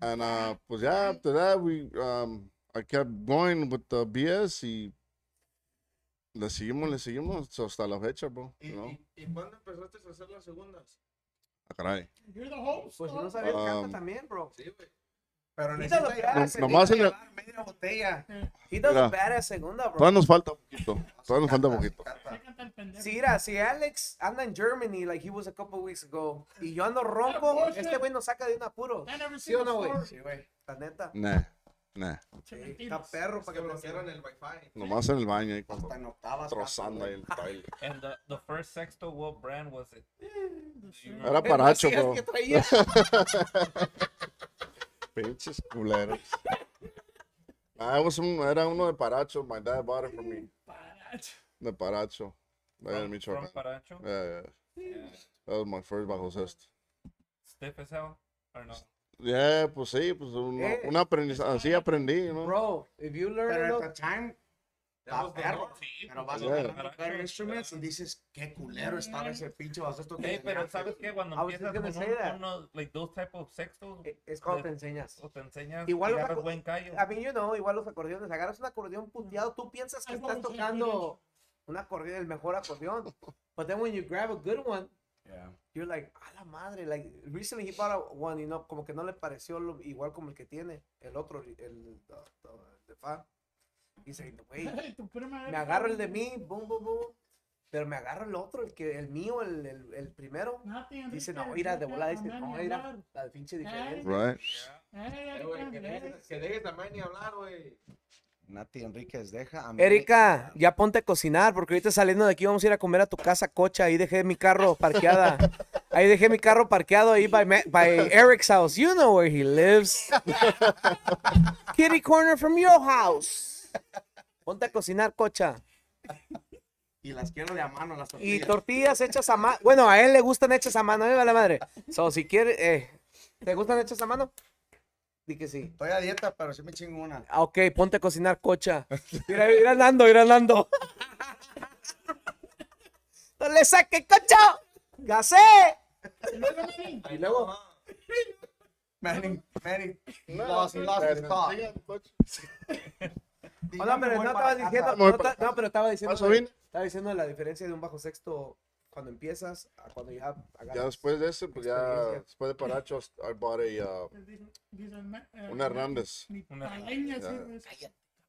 And uh, pues ya, after that, we, um, I kept going with the BS y le seguimos, le seguimos so, hasta la fecha, bro. ¿Y, You know? y, y cuándo empezaste a hacer las segundas? Ah, Caray. You're the host. Pues si no sabías, Um, canta también, bro. Sí, güey. Pero He necesita does a llevar- badass- se No- nomás necesita en la- llevar media botella. Eh, He does Mira. a badass segunda, bro. Todavía nos falta poquito. Todavía nos falta poquito. Ahí canta el pendejo. Si, mira, si Alex anda en Germany like he was a couple weeks ago y yo ando ronco, este güey nos saca de un apuro. I never ¿Sí seen o no, a güey? story. Sí, güey. La neta. Nah, nah. Che, Está mentiras. perro para Que que lo bloquearon el wifi. Nomás en el baño ahí cuando Hasta en octavas. trozando ahí güey. el toile. And the, the first sexto, what brand was it? Do you remember? Era paracho, Las sillas bro. que traía. Pinches culeros. Ah, it was un- era uno de paracho. My dad bought it for me. Paracho. De paracho. Ahí en From, from Michoacán. Paracho. Yeah, yeah, yeah. That was my first bajo sexto. Stiff as hell? Or no? Yeah, pues sí, pues un, Eh. un aprendiz- así aprendí, ¿no? Bro, if you learn Pero it, at the time, That está was the perro. norm, sí, Pero vas Yeah. a tocar instruments y dices, qué culero estaba ese pinche baloncesto que Hey, pero tenía". sabes que cuando I was just empiezas con gonna say that. un, uno, like those type of sextos, eh, es cuando te enseñas. o te enseñas, Igual Igual lo agarras saco- buen callo. A mí, yo no, igual los acordeones. Agarras un acordeón punteado, tú piensas que Ay, estás vamos a tocando un acordeón, el mejor acordeón. But then when you grab a good one, Yeah. you're like, a la madre. Like, recently he bought a one y no, como que no le pareció lo- igual como el que tiene, el otro, el, el, el de fa. He's like, güey, Hey, tu prima me era- agarro el de mí, boom, boom, boom. Pero me agarro el otro, el que, el mío, el, el, el primero. Nothing, Enrique, Dice, no, mira, de ya volada, te dice, no, mandaron mira, llamar. la pinche diferencia. Eh, Right? Eh, Erika, güey, que Erika. dejes- que dejes a Manny hablar, güey. Nati Enríquez deja a mí. Erika, ya ponte a cocinar, porque ahorita saliendo de aquí vamos a ir a comer a tu casa, cocha. Ahí dejé mi carro parqueada. Ahí dejé mi carro parqueado ahí by, Ma- by Eric's house. You know where he lives. Kitty corner from your house. Ponte a cocinar, cocha. Y las quiero de a mano, las Y tortillas. tortillas hechas a mano. Bueno, a él le gustan hechas a mano, a mí me vale madre. So, si quiere, eh, ¿te gustan hechas a mano? Di que sí. Estoy a dieta, pero sí me chingo una. Ah, ok, ponte a cocinar, cocha. Mira, ir andando, ir andando. ¡No le saque, cocha! ¡Gasé! Y luego, Manning, Manning. lost, he lost his thought. Oh, no, pero no estaba diciendo, Voy no, para ta- no, pero estaba diciendo, Paso, Ah, vine. estaba diciendo la diferencia de un bajo sexto cuando empiezas a cuando ya agarras. Ya después de ese, pues ya, Experiencia. después de Paracho, I bought a, uh, Dice, "Me- eh, una Hernández. Ni Una paleña, sí, Ya. pues.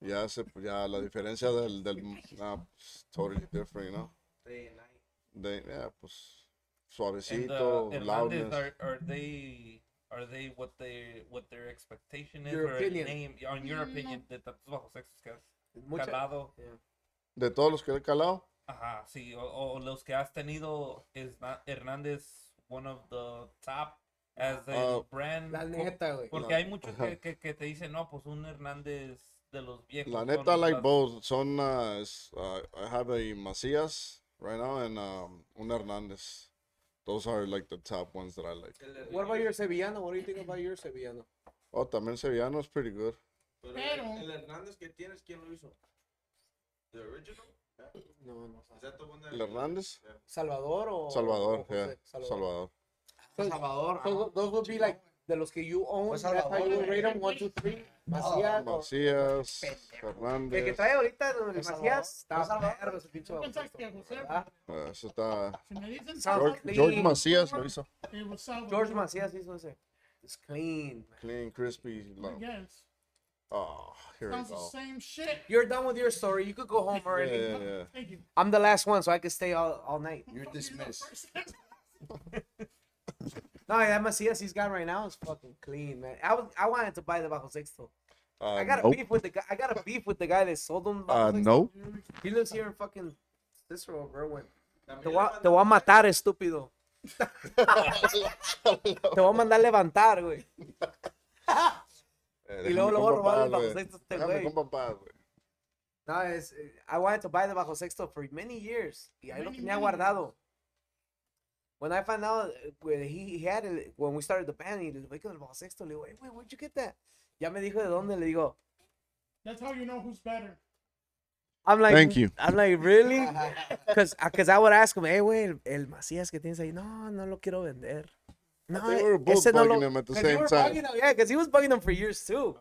Ya, se, ya la diferencia del, del ah, pues, totally different, you know? De, yeah, pues, And, uh, suavecito, Hernandez, loudness. are, are they are they what they what their expectation is Your or opinion. name on your opinion de tantos bajos sexos que has Mucha- calado? De todos los que le he calado, Ajá, sí, o, o los que has tenido is not Hernández one of the top as a Ah, brand. La Por- neta, güey. Porque La- hay muchos que, ajá. que, que te dicen, no, pues un Hernández de los viejos. La son neta, like las- both. Son, uh, es- uh, I have a Macias right now and um, un Hernandez. Those are like the top ones that I like. What about your sevillano? What do you think about your sevillano? Oh, también Sevillano is pretty good. Pero Pero- el, el Hernández que tienes, ¿quién lo hizo? The original? Yeah. No, no. Is that the one that- ¿El Hernández? Salvador o Salvador, o José? yeah. Salvador. Salvador. So ajá. tho- those would be like de los que you own. Pues that's how Salvador, you güey. Oh, rate 'em, one, two, three. Macías. o- Macías, El que Hernández. trae ahorita el Macías. Pues Salvador. Está perro ese pinche Yo bajo pensaba sexto, que José, ¿verdad? Ah, eso está. si me dicen George- Salvador, George, George Clean. Macías lo hizo. it was Salvador. George Macías hizo ese. It's clean. Clean, crispy. lo- Yes. Oh, here we Sounds the go. same shit. You're done with your story. You could go home Yeah, already. yeah, yeah. Thank you. I'm the last one, so I can stay all, all night. You're dismissed. No, that Macias he's got right now is fucking clean, man. I was I wanted to buy the bajo sexto. Uh, I got a nope. beef with the guy. I got a beef with the guy that sold him. Bajo Uh, Sexto. nope. He lives here in fucking Cicero, bro. When También Te le voy, a, mandan- te voy a matar, estúpido. te voy a mandar levantar, güey. Y Eh, luego déjame lo voy a con robar el papá, bajo güey. sexto a este Déjame güey. con papá, güey. No, es, eh, I wanted to buy the bajo sexto for many years. Y ahí lo Many, tenía many guardado. When I found out eh, when he, he had it, when we started the band, y le digo, "Hey, con el bajo sexto, le digo, hey, wait, where'd you get that? Ya me dijo de dónde, le digo, That's how you know who's better. I'm like, Thank you. I'm like, really? Because I would ask him, hey, güey, el, el Macías que tienes ahí, no, no lo quiero vender. No, eh, They were both ese no lo... bugging him at the 'Cause you same were time. bugging him, yeah, because he was bugging him for years too.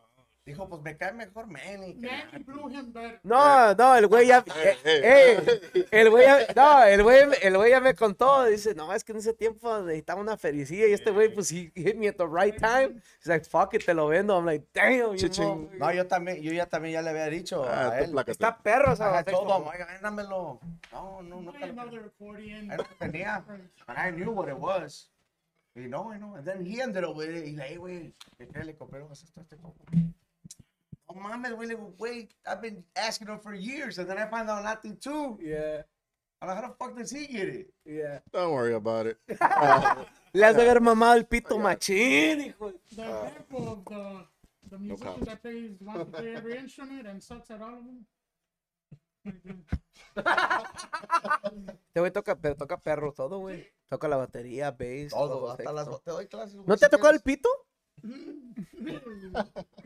Dijo, pues me cae mejor Manny. que Manny Nati. blew him better. No, no, el güey ya. Hey, hey, eh, eh, el güey ya. No, el güey, el güey ya me contó. Dice, no, es que en ese tiempo necesitaba una felicidad. Y este güey, pues, he hit me at the right time. He's like, fuck it, te lo vendo. I'm like, damn, you know. Chiching. No, yo también, yo ya también ya le había dicho Ah, a tú él. plácate. Está perro, I ¿sabes? told him, oiga, véndamelo. No, no, no Play te lo another accordion. I no tenía. But I knew what it was. You know, I know. And then he ended up with it. Y le, hey, güey, ¿de qué le compré los esto a este compa? No mames, güey, le digo, wait, I've been asking him for years. And then I find out nothing too. Yeah, I'm like, how the fuck does he get it? yeah. Don't worry about it. Le has de haber mamado el pito machín, hijo. The example of the the musician problem. that plays wants to play every instrument and sucks at all of them. Te Este güey toca, pero toca perro todo, güey. Toca la batería, bass. Todo, hasta sexo. las te doy clases. ¿No te ha tocado el pito? If you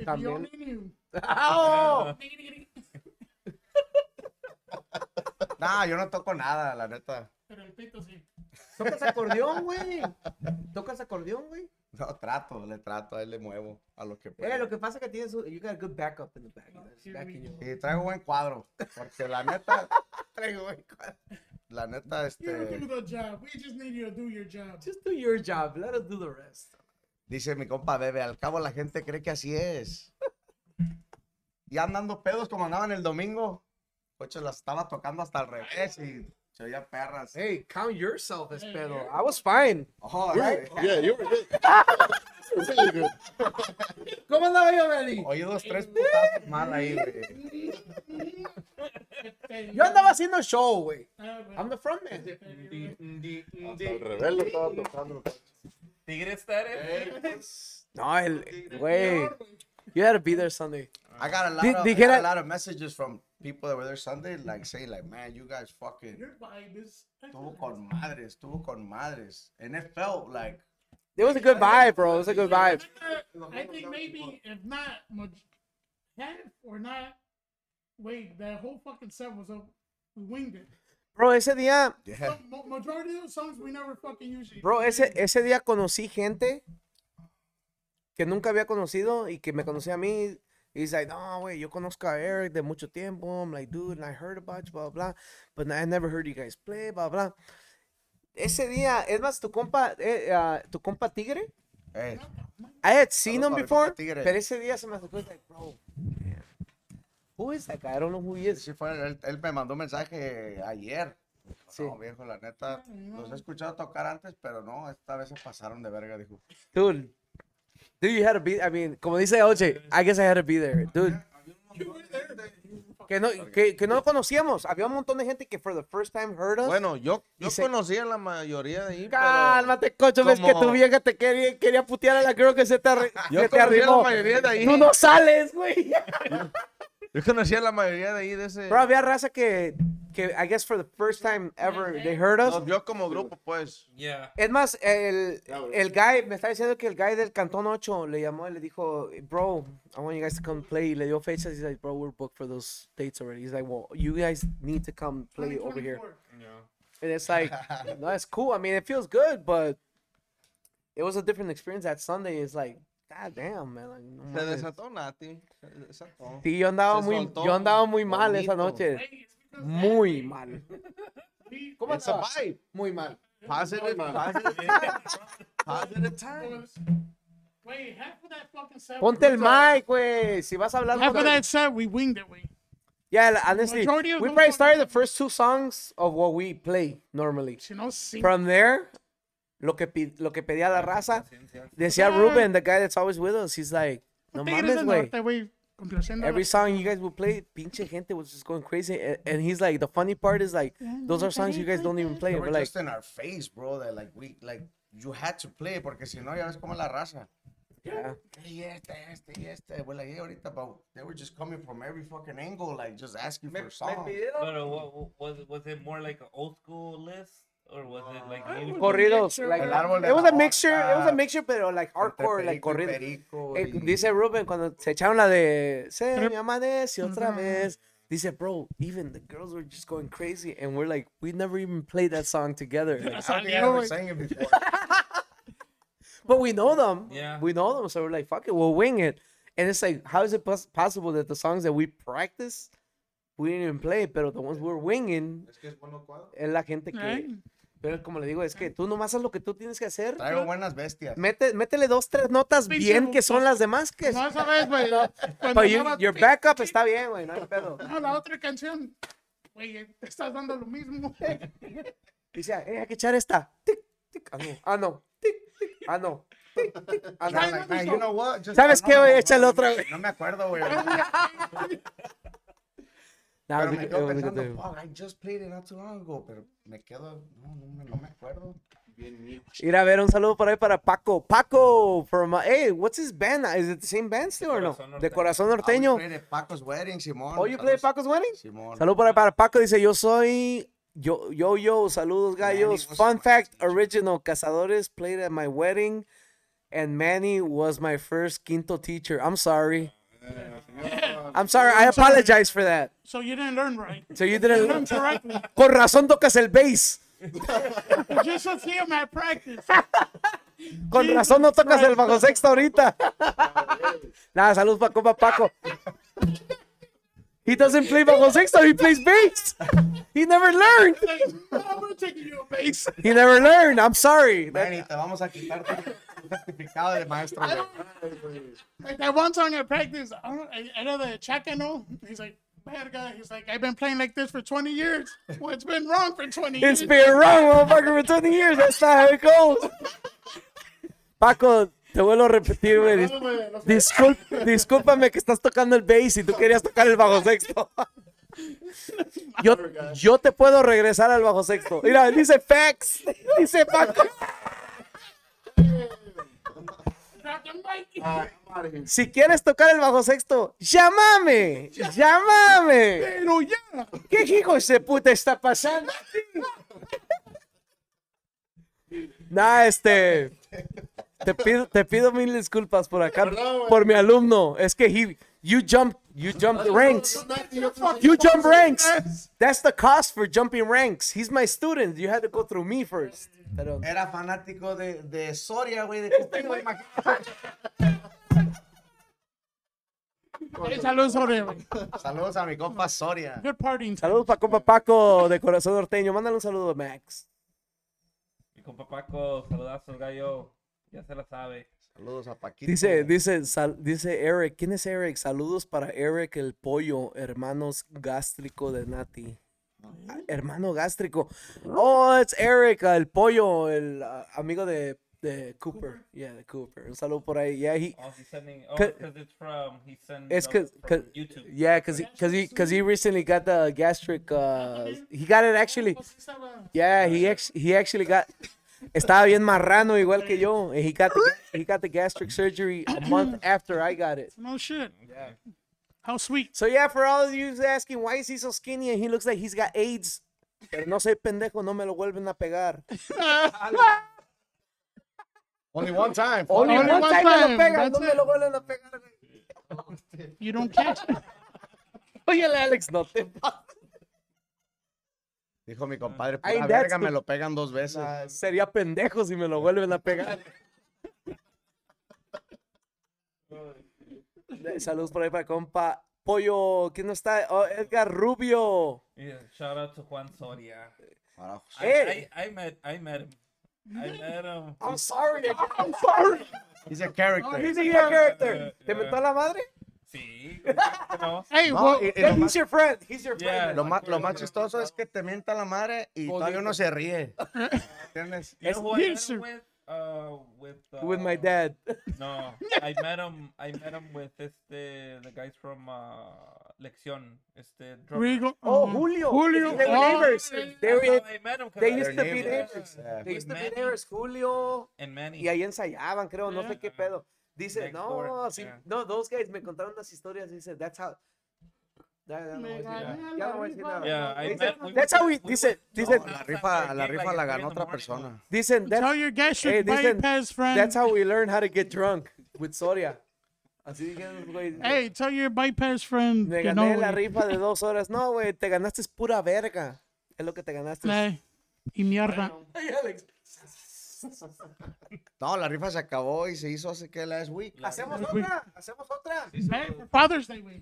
También. only knew. ¡Oh! No, yo no toco nada, la neta. Pero el pito sí. Tocas acordeón, güey. Tocas acordeón, güey. No, trato, le trato, ahí le muevo a lo que puedo. Eh, lo que pasa que tienes un, you got a good backup in the back. you know, it's here backing we you. Y traigo buen cuadro, porque la neta, traigo buen cuadro. La neta, You don't do este, the job. We just need you to do your job. Just do your job. Let us do the rest. dice mi compa Bebe, al cabo la gente cree que así es. Y andando pedos como andaban el domingo, coche, la estaba tocando hasta al revés y Se oía perras. Hey, count yourself as pedo. I was fine. Oh, Right? eh, Yeah, you were good. You were really good. ¿Cómo andaba yo, Manny? Oí dos, tres putazos mal ahí, güey. Yo andaba haciendo show, güey. Ah, bueno. I'm the frontman. Hasta el rebelde estaba tocando. Tigre estar eh. No, el, güey. You had to be there Sunday. I got a lot, Did- of, did I got get a a- lot of messages from people that were there Sunday, like saying, like, man, you guys fucking Your vibe is estuvo con madres, estuvo con madres. And it felt like, It was a good vibe, bro. It was a good vibe. I think maybe if not much half or not wait, that whole fucking set was up we winged it. Bro, ese día, yeah. Ma- majority of the songs we never fucking usually bro, eh. ese, ese día conocí gente que nunca había conocido y que me conocía a mí. Y he's like, no, güey, yo conozco a Eric de mucho tiempo. I'm like, dude, and I heard about you, blah, blah, but I never heard you guys play, blah, blah. Ese día, es más, tu compa, eh, ah, tu compa Tigre, Hey, I had seen Saludos him para mi before, compa Tigre. pero ese día se me acercó y like, bro, man, who is that guy? I don't know who he is. sí fue, él, él me mandó un mensaje ayer. Sí. No, viejo, la neta, los he escuchado tocar antes, pero no, esta vez se pasaron de verga, dijo. Dude, dude, you had to be. I mean, como dice OJ, I guess I had to be there, dude. Que no, que, que no lo conocíamos. Había un montón de gente que for the first time heard us. Bueno, yo, yo se- conocía la mayoría de ahí, pero cálmate, cocho, ves que como- tu vieja te quería, quería putear a la girl que se te, arri- que Yo te conocía la arrimó. mayoría de ahí. Tú no sales, güey. Yo conocía la mayoría de ahí de ese... Bro, había raza que, que I guess for the first time ever they heard us. Nos vio como grupo, pues. Yeah. Es más, el, Ya, bro. el guy, me está diciendo que el guy del Cantón 8 le llamó y le dijo, bro, I want you guys to come play. Y le dio fechas. He's like, bro, we're booked for those dates already. He's like, well, you guys need to come play over here. 2024. And it's like, no, it's cool. I mean, it feels good, but it was a different experience that Sunday. It's like, god damn, man. Like, no Se mames. desató Nati. Se desató. Sí, yo andaba, se muy, soltó yo andaba muy mal esa bonito. noche. Hey, it's because Muy mal. we- ¿Cómo It's a andabas? vibe. Muy mal. Positive, positive, positive times. Wait, half of that fucking set Ponte el mic, güey. Si vas a hablar... Half of con- that set we winged it, we. Yeah, like, honestly, Majority of we those probably songs- started the first two songs of what we play normally. You know, sing. From there, lo que, pi- lo que pedía la raza, decía Ruben, the guy that's always with us, he's like, no Ah. Tigres mames, del güey. Norte, güey, complaciendo a Every la- song you guys would play, pinche gente was just going crazy. And, and he's like, the funny part is like, those are songs you guys don't even play. They We're were like, just in our face, bro, that like, we, like, you had to play, porque si no, ya ves como la raza. yeah. Y este, este, y este. We're like, hey, ahorita, but they were just coming from every fucking angle, like, just asking for songs. But uh, wa- wa- was was it more like an old school list or was it like new? corridos. mixture, Like, El árbol de it was la a mixture, it was a hoja, mixture, pero like Entre hardcore, like perico y corrido. perico Eh, y- dice Ruben cuando se echaron la de se Pero- me amanece otra Ujú. vez. Dice, bro, even the girls were just going crazy, and we're like, we never even played that song together, I That's don't think I Salió, ever güey. sang it before. but we know them. Yeah. we know them, so we're like, fuck it, we'll wing it. And it's like, how is it pos- possible that the songs that we practice, we didn't even play, pero the ones we're winging Es que es bueno cuadro. es la gente que. Right? Pero como le digo, es que tú nomás haces lo que tú tienes que hacer. Traigo buenas bestias. Mete, métele dos, tres notas Pinche bien que son las demás que. No, esa vez, güey, la- cuando But you, andaba- your backup está bien, güey, no hay pedo. No, la otra canción. Güey, te estás dando lo mismo. Dice, eh, hay que echar esta. Tic, tic. Ah, no. Ah, no. Tic, tic. Ah, no. Tic, tic. Ah, And I'm no. like, man, you know what? Just ¿Sabes qué, güey? anónimo, Échale bro. otra, No güey. me- No me acuerdo, güey. Nah, Pero we me could- quedo we could pensando, do. fuck, I just played it not too long ago. Pero me quedo, no, no, me- no me acuerdo. Ir a ver un saludo por ahí para Paco. Paco, from, uh, hey, what's his band? Is it the same band still or no? Corazón De Norteño. Corazón Ah, Norteño. we played at Paco's wedding, Simón. Oh, you play Saludos, Paco's wedding? Simón. Saludo por ahí para Paco. Dice, yo soy. Yo, yo, yo, saludos gallos. Manny was Fun my fact, teacher. original Cazadores played at my wedding, and Manny was my first quinto teacher. I'm sorry. Ah, eh, I'm sorry. I apologize for that. So you didn't learn right. So you You learned didn't. correctly. Con razón tocas el bass. You just to see him at practice. Con Jesus razón no tocas el Christ. bajo sexto ahorita. Nada, salud para compa Paco. He doesn't play bajo sexto, he plays bass. He never learned. Like, no, we're taking you a base. He never learned. I'm sorry. Manny, te vamos a quitar tu tu certificado de maestro, güey. Like that one song at practice, I don't I, I know the check I know. He's like, verga. He's like, I've been playing like this for 20 years. Well, it's been wrong for 20 years. It's been wrong, motherfucker, for 20 years. That's not how it goes. Paco, te vuelvo a repetir, güey. Dis- discul- discúlpame que estás tocando el bass y tú querías tocar el bajo sexto. Yo, yo te puedo regresar al bajo sexto. Mira, dice fax. Dice Paco. Drop the mic. Si quieres tocar el bajo sexto, llámame. Llámame. Pero ya. ¿Qué hijo de puta está pasando? Nah, este. Te pido, te pido mil disculpas por acá, por mi alumno. Es que he, you jump, you jumped ranks. You jump ranks. That's the cost for jumping ranks. He's my student. You had to go through me first. Pero- Era fanático de, de Soria, güey. De Cupido, imagínate. Hey, saludos sobre güey. Saludos a mi compa Soria. Good partying. time. saludos para compa Paco de Corazón Norteño. Mándale un saludo a Max. Mi compa Paco, saludazos, gallo. Ya se la sabe. Saludos a Paquito. Dice, dice, sal- dice Eric. ¿Quién es Eric? Saludos para Eric el pollo, hermanos gástrico de Nati. Ah, Hermano gástrico. Oh, it's Eric, ah, el pollo, el ah, amigo de, de Cooper. Yeah, de Cooper. Un saludo por ahí. Yeah, he, Oh, he's sending. Oh, Ca- because it's from. He sends. It's up 'cause- from 'cause- YouTube. yeah, cause he, cause he, cause he recently got the gastric. Uh, he got it actually. Yeah, he ex- he actually got. Estaba bien marrano igual que yo. And he got the, he got the gastric surgery a month after I got it. No shit. Yeah. How sweet. So yeah, for all of you who's asking why is he so skinny and he looks like he's got AIDS. Pero no soy pendejo, no me lo vuelven a pegar. Only one time. Only one time me lo pegan, no no me lo vuelven a pegar. You don't catch it. Oye, Alex, no te Dijo mi compadre, Ay, pura that's verga, the- me lo pegan dos veces. Sería pendejo si me lo vuelven a pegar. Saludos por ahí para compa. Pollo, ¿quién no está? Oh, Edgar Rubio. Yeah, shout out to Juan Soria. Carajos. Hey. I, I, I met I met him. I met him. I'm sorry. I'm sorry. He's a character. He's a your character. ¿Te Yeah. metió a la madre? Sí. you know. Hey, No, well, y- y Yeah, lo, más, he's your friend. He's your friend. Yeah. lo más- lo más chistoso es que te mienta la madre y Oh, todavía dijo. uno se ríe. ¿Entiendes? You know who I Yes, met sir. him with? Uh, with. Uh, With my dad. No, I met him. I met him with este the guys from uh, Lección. Este. drummer. Rigo. Oh, um, Julio. Julio. They were Oh, neighbors. Este They, That's were, how I met him. 'cause they I- used to be neighbors. neighbors. Yeah. They used to be Manny. neighbors. Julio. And Manny. Y ahí ensayaban, creo. No Yeah. sé qué pedo. Dice, Next no, door, sí. yeah. No, those guys me contaron unas historias. Dice, that's how. Ya, ya no voy a decir nada. Mega- Ya no voy a decir nada. Yeah, I Dice, met. we that's went- how we. we Dice, went- dice, No, La last time rifa, I la came, like, rifa at la three in ganó the otra morning, persona. dicen, that's, Tell your Hey, gastric dicen- bypass friend. that's how we learn how to get drunk with Soria. Así dijeron, güey. Hey, tell your bypass friend. Me You gané know, la güey. rifa de dos horas. No, güey, te ganaste es pura verga. Es lo que te ganaste. Ay, y mierda. Ay, Alex. No, la rifa se acabó y se hizo hace que last week. Hacemos Güey. otra, hacemos otra. Hey, for Father's Day, güey.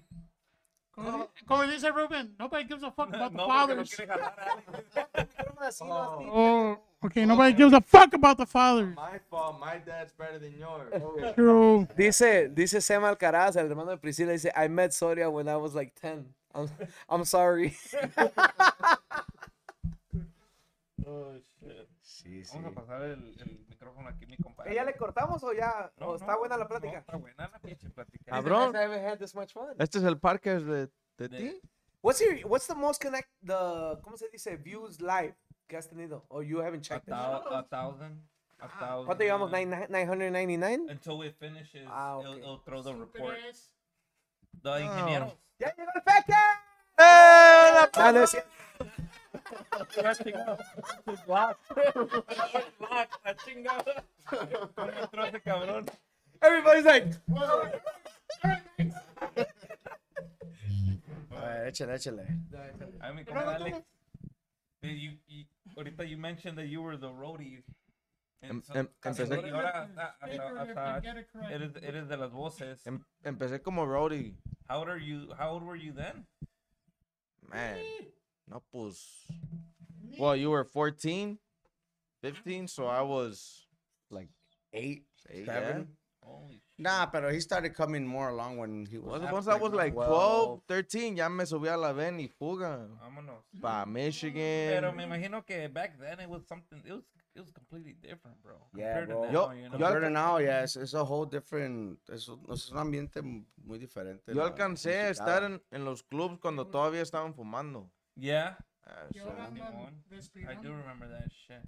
Como, como dice Ruben, nobody gives a fuck about the No, porque no fathers. quiere ganar a alguien. Oh, okay, nobody gives a fuck about the fathers. My fault. My dad's better than yours. True. Dice, dice Sam Alcaraz, el hermano de Priscila, dice, I met Soria when I was like 10. I'm, I'm sorry. Oh, shit. Sí, sí. Vamos a pasar el, el micrófono aquí, mi compadre. ¿Ya le cortamos o ya? No, o no, está buena la no, plática? está buena la pinche plática. Cabrón. bro. I haven't had this much fun. Este es el parque de, de De- ti. What's your, what's the most connect, the, ¿cómo se dice? Views live que has tenido? Or you haven't A, checked it. thou- a thousand. A thousand. ¿Cuánto llevamos? Nine- nine- 999? Until it finishes, Ah, it'll, okay. it'll throw the report. The ingenieros. ¡Ya llegó el peque! ¡Eh, Ah, no, es cierto. Ah, la chingada. ¿Cómo entró ese cabrón? Everybody's like, A ver, échele, échele. Ay, mi compa Alex. Dude, you, you, ahorita you mentioned that you were the roadie. And Em- so- em- empecé- y ahora hasta- hasta- hasta- eres, eres de las voces. Em- empecé como roadie. How old are you? How old were you then? Man. No, pues. Well, you were 14, 15, so I was Like eight, eight, yeah. seven. Holy shit. Nah, but he started coming more along when he was. Once, at, once I was like 12, 12. 13, ya me subí a la ven y fuga. Vámonos. Pa' Michigan. Pero me imagino que back then it was something, it was, it was completely different, bro. Yeah, compared to bro. Yo- now, you know? yo- Compared to now, yeah, it's, it's a whole different. Es un, es un ambiente muy diferente. Yo la alcancé a musicada. estar en, en los clubs cuando todavía estaban fumando. Yeah, Ah, Y so- ahora andan Simón. I do respirando. remember that shit.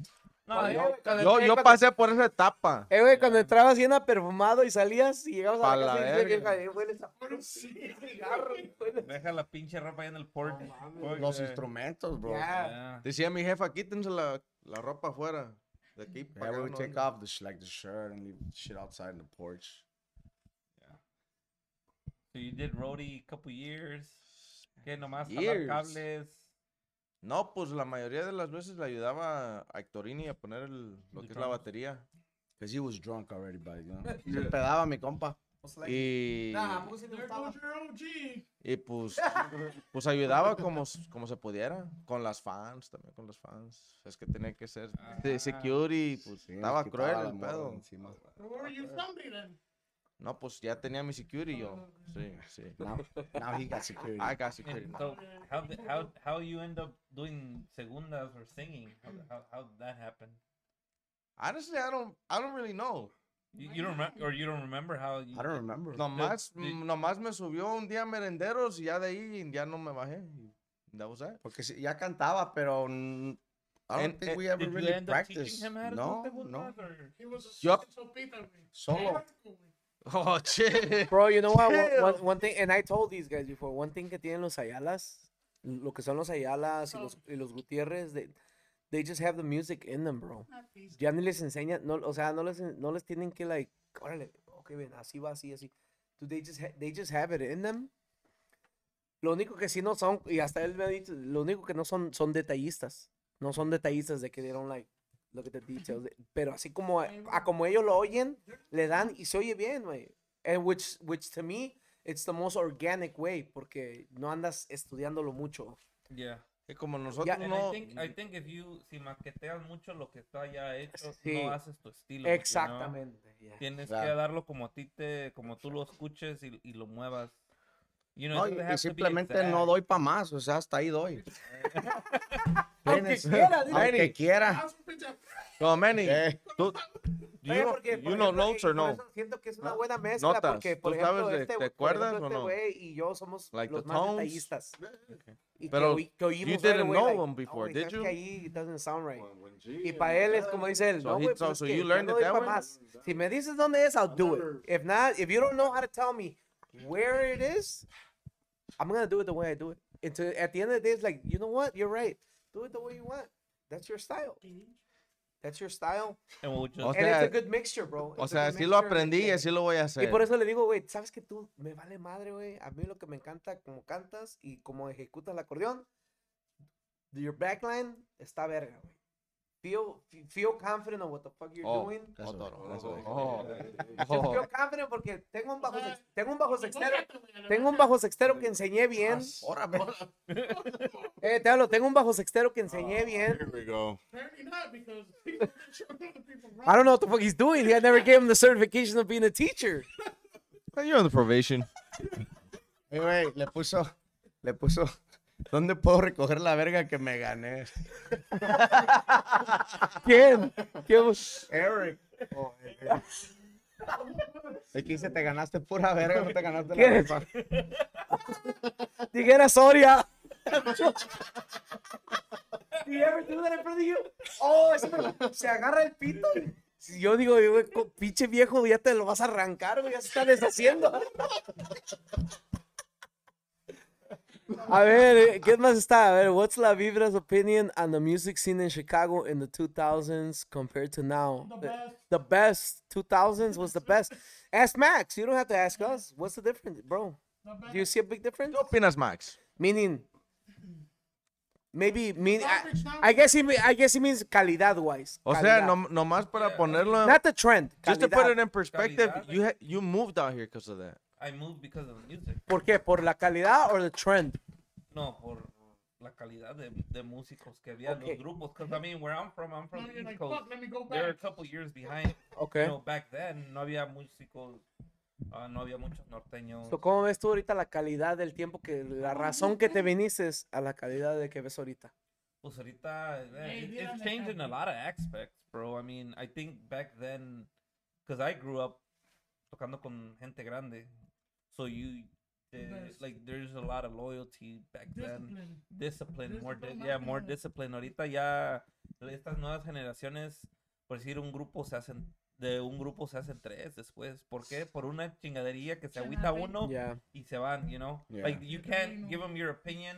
No, yo- yo- cuando- Yo, eh, yo cuando- pasé por esa etapa. Eh, güey, cuando entrabas bien perfumado y salías y llegabas Pa' a la la casa y decías, verga. "Vieja, eh, hueles a puro cigarro, y hueles-". deja la pinche ropa ahí en el porch. Fuck, Los eh, instrumentos, bro. Ya. yeah. Decía mi jefa, quítense la, la ropa afuera. De aquí Yeah, para we acá would no take andan". off the sh- like the shirt and leave the shit outside in the porch. So you did roadie a couple years. Que nomás jalar Years. cables. No, pues la mayoría de las veces le ayudaba a Hectorini a poner el- lo The que es la drums. batería. Cause he was drunk already, by you know. Se pedaba mi compa. Y, There goes your OG. y pues, pues ayudaba como, s- como se pudiera. Con las fans, también con los fans. Es que tenía que ser de Ah. security. Pues Sí, nos quitaba estaba cruel la el morra pedo. de encima. Where were you from then? No, pues ya tenía mi security yo. Sí, sí. Ah, Now, now he got security. I got security. And so how the, how how you end up doing segundas or singing? How how, how did that happen? Honestly, Ah, I don't, I don't really know. You, you don't remember or you don't remember how you I don't remember. Nomás, the- nomás me subió un día a merenderos y ya de ahí ya no me bajé. Y That was it. eh, Porque sí, ya cantaba, pero mm, I don't And- think and we ever did you really end up teaching practiced. him how to No, do no. segundas or He was a Yup. sopita, güey. Solo. Oh, shit. Bro, you know what? One, Damn. one- one thing, and I told these guys before, one thing que tienen los Ayalas, lo que son los Ayalas y los, y los Gutiérrez, they, they just have the music in them, bro. Not these. Ya ni les enseñan, no, o sea, no les, en- no les tienen que, like, órale, ok, ven, así va, así, así. Dude, they just, ha- they just have it in them. Lo único que sí no son, y hasta él me ha dicho, lo único que no son, son detallistas. No son detallistas de que dieron, like, look at the details. Pero así como, a, a como ellos lo oyen, le dan y se oye bien, güey. And which, which to me, it's the most organic way, porque no andas estudiándolo mucho. yeah. Y como nosotros Ya- And I no. think I think if you si maqueteas mucho lo que está ya hecho, Sí. no haces tu estilo. you know? Exactamente. yeah. Tienes que Claro. darlo como a ti te, como tú lo escuches y, y lo muevas. You know, No, it y, doesn't y have to be simplemente no eh. exact. doy pa' más, o sea, hasta ahí doy. Aunque quiera, dile. Aunque quiera. How's pizza? No, Manny. Eh. Tú, you, Oye, know- porque, por you know ejemplo, notes eh, or por no? eso Siento que es una buena mezcla Notas. porque, por ¿Tú ejemplo, sabes de- este, te por acuerdas ejemplo, o este no? güey y yo somos Like the los más tones. detallistas. Y Pero que, oí- que oímos, you güey, didn't güey, know like, them before, "No, güey, did ¿sabes you?" que ahí it doesn't sound right. When- when Y G para and él es that- como dice él, So no, he- güey, pues so- es so que you yo learned no doy it that pa' way? más. Si me dices dónde es, I'll do it. If not, if you don't know how to tell me where it is, I'm gonna do it the way I do it. And to- at the end of the day, it's like, you know what? You're right. Do it the way you want. That's your style. That's your style. And we'll just- Oh. O And sea, it's a good mixture, bro. O It's a sea, good sí lo mixture aprendí y Pues, que- así lo voy a y hacer. por eso le digo, güey, sabes que tú me vale madre, güey. A mí lo que me encanta como cantas y como ejecutas el acordeón, your backline está verga, güey. Feel, fe- feel confident on what the fuck you're Oh, doing. That's what- Otoro. that's what- Oh, Just oh. feel confident porque tengo un bajo, sea, sex- tengo un bajo sextero, Bócate, güey, a la tengo un bajo sextero que enseñé bien. Órame. Eh, te hablo, tengo un bajo sextero que enseñé Ah. bien. Here we go. Apparently not because people that show other people I don't know what the fuck he's doing. I never gave him the certification of being a teacher. You're on the probation. Eh, güey, le puso, le puso, ¿dónde puedo recoger la verga que me gané? ¿Quién? ¿Quién? Eric. Aquí dice, te ganaste pura verga, no te ganaste la ¿Quién es? verga. Tiguera Soria. Do you ever do that in front of you? Oh, es que se agarra el pito. y- Si Yo digo, yo, güey, co- pinche viejo, ya te lo vas a arrancar, güey, ya se está deshaciendo. A ver, eh, ¿qué más está? A ver, what's La Vibra's opinion on the music scene in Chicago in the 2000s compared to now? The best. The best 2000s was the best. Ask Max, you don't have to ask us. What's the difference, bro? The best. Do you see a big difference? ¿Qué opinas, Max? Meaning, maybe mean. I, Average now. I guess he me- I guess he means calidad wise. O sea, calidad. nom- nomás para ponerlo. en- not the trend. Just to calidad. put it in perspective, Calidad. you ha- you moved out here because of that. I moved because of the music. ¿Por qué? Por la calidad or the trend. No, por la calidad de, de músicos que había los Okay. grupos. Because I mean, where I'm from, I'm from Now the you're East like, Coast. fuck, let me go They're a back. couple years behind. Okay. You know, back then no había músicos Ah, no había muchos norteños. So, ¿Cómo ves tú ahorita la calidad del tiempo que la razón que te viniste es a la calidad de que ves ahorita? Pues ahorita, eh, Hey, it- mira it's la changed in a calle. lot of aspects, bro. I mean, I think back then, because I grew up tocando con gente grande, so you, eh, There's- like, there's a lot of loyalty back then. Discipline. Discipline, more, Discipline, di- más yeah, que more nada. discipline. Ahorita ya estas nuevas generaciones, por decir un grupo se hacen, de un grupo se hacen tres después. ¿Por qué? Por una chingadería que se agüita Chanabe. uno Ya. y se van, you know? Yeah. Like, you Yo can't también, give them your opinion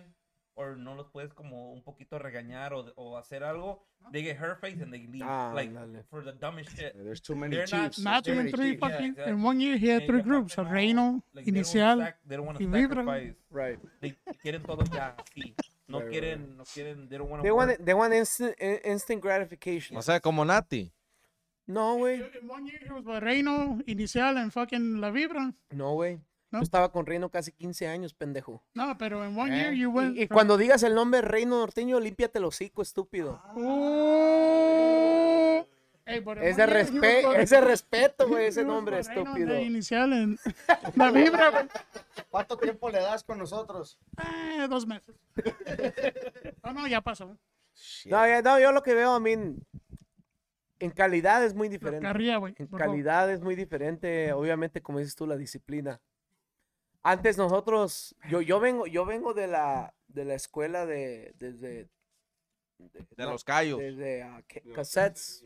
or no los puedes como un poquito regañar o, o hacer algo. They get her face and they leave. Ah, like, ándale. for the dumbest shit. There's too many They're not- chiefs. there's Nacho too in many three chiefs. yeah, fucking exactly. in one year he had And three aparte groups, no, Reino, Like, they don't Inicial. sac- they don't wanna y Vibra. sacrifice. Right. They quieren todo ya así. No Right, right, quieren, no quieren, they don't wanna They work. want, they want instant, in- instant gratification. pues. O sea, como Nati. No, güey. In one year it was with Reino, Inicial, and fucking La Vibra. No, güey. ¿No? Yo estaba con Reino casi 15 años, pendejo. No, pero en one Eh, year you went. Y, y from- cuando digas el nombre Reino Norteño, límpiate el hocico, estúpido. Oh. Hey, but in Es de, one year he was respe- with- es de respeto, güey, he ese was nombre, with Reino, estúpido. de Inicial, en La Vibra. güey. ¿Cuánto tiempo le das con nosotros? Eh, dos meses. No, no, ya pasó. No, ya- no, yo lo que veo, a mí, en calidad es muy diferente. Carría, güey. En por favor. calidad es muy diferente, obviamente, como dices tú, la disciplina. Antes nosotros, yo, yo vengo, yo vengo de la, de la escuela de, desde, de- De no, los callos. desde ah, ca- Yo- cassettes,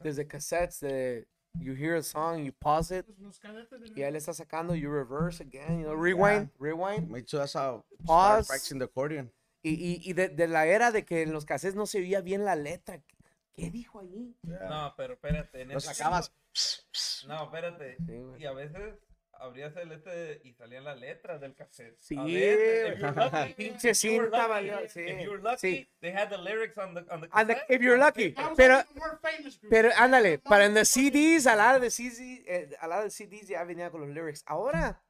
desde cassettes, de you hear a song, you pause it, Los cadetes del- y ahí le está sacando, you reverse again, you know, rewind, rewind. Me too, that's how I started Pause. practicing the accordion. Y, y, y de, de la era de que en los cassettes no se oía bien la letra. ¿Qué dijo ahí? No, pero espérate. En Lo esa- sacabas. No, espérate. Sí, güey. Y a veces abrías el este y salían las letras del cassette. Sí, A veces, if güey. you were lucky, Pinche if you were cinta lucky, valiosa, sí, If you were sí. lucky, they had the lyrics on the on the And the- cassette. if you're lucky. I was Pero, like the more famous group. Pero ándale, para en the CDs, a la de CDs, eh, a la de CDs ya venía con los lyrics. Ahora,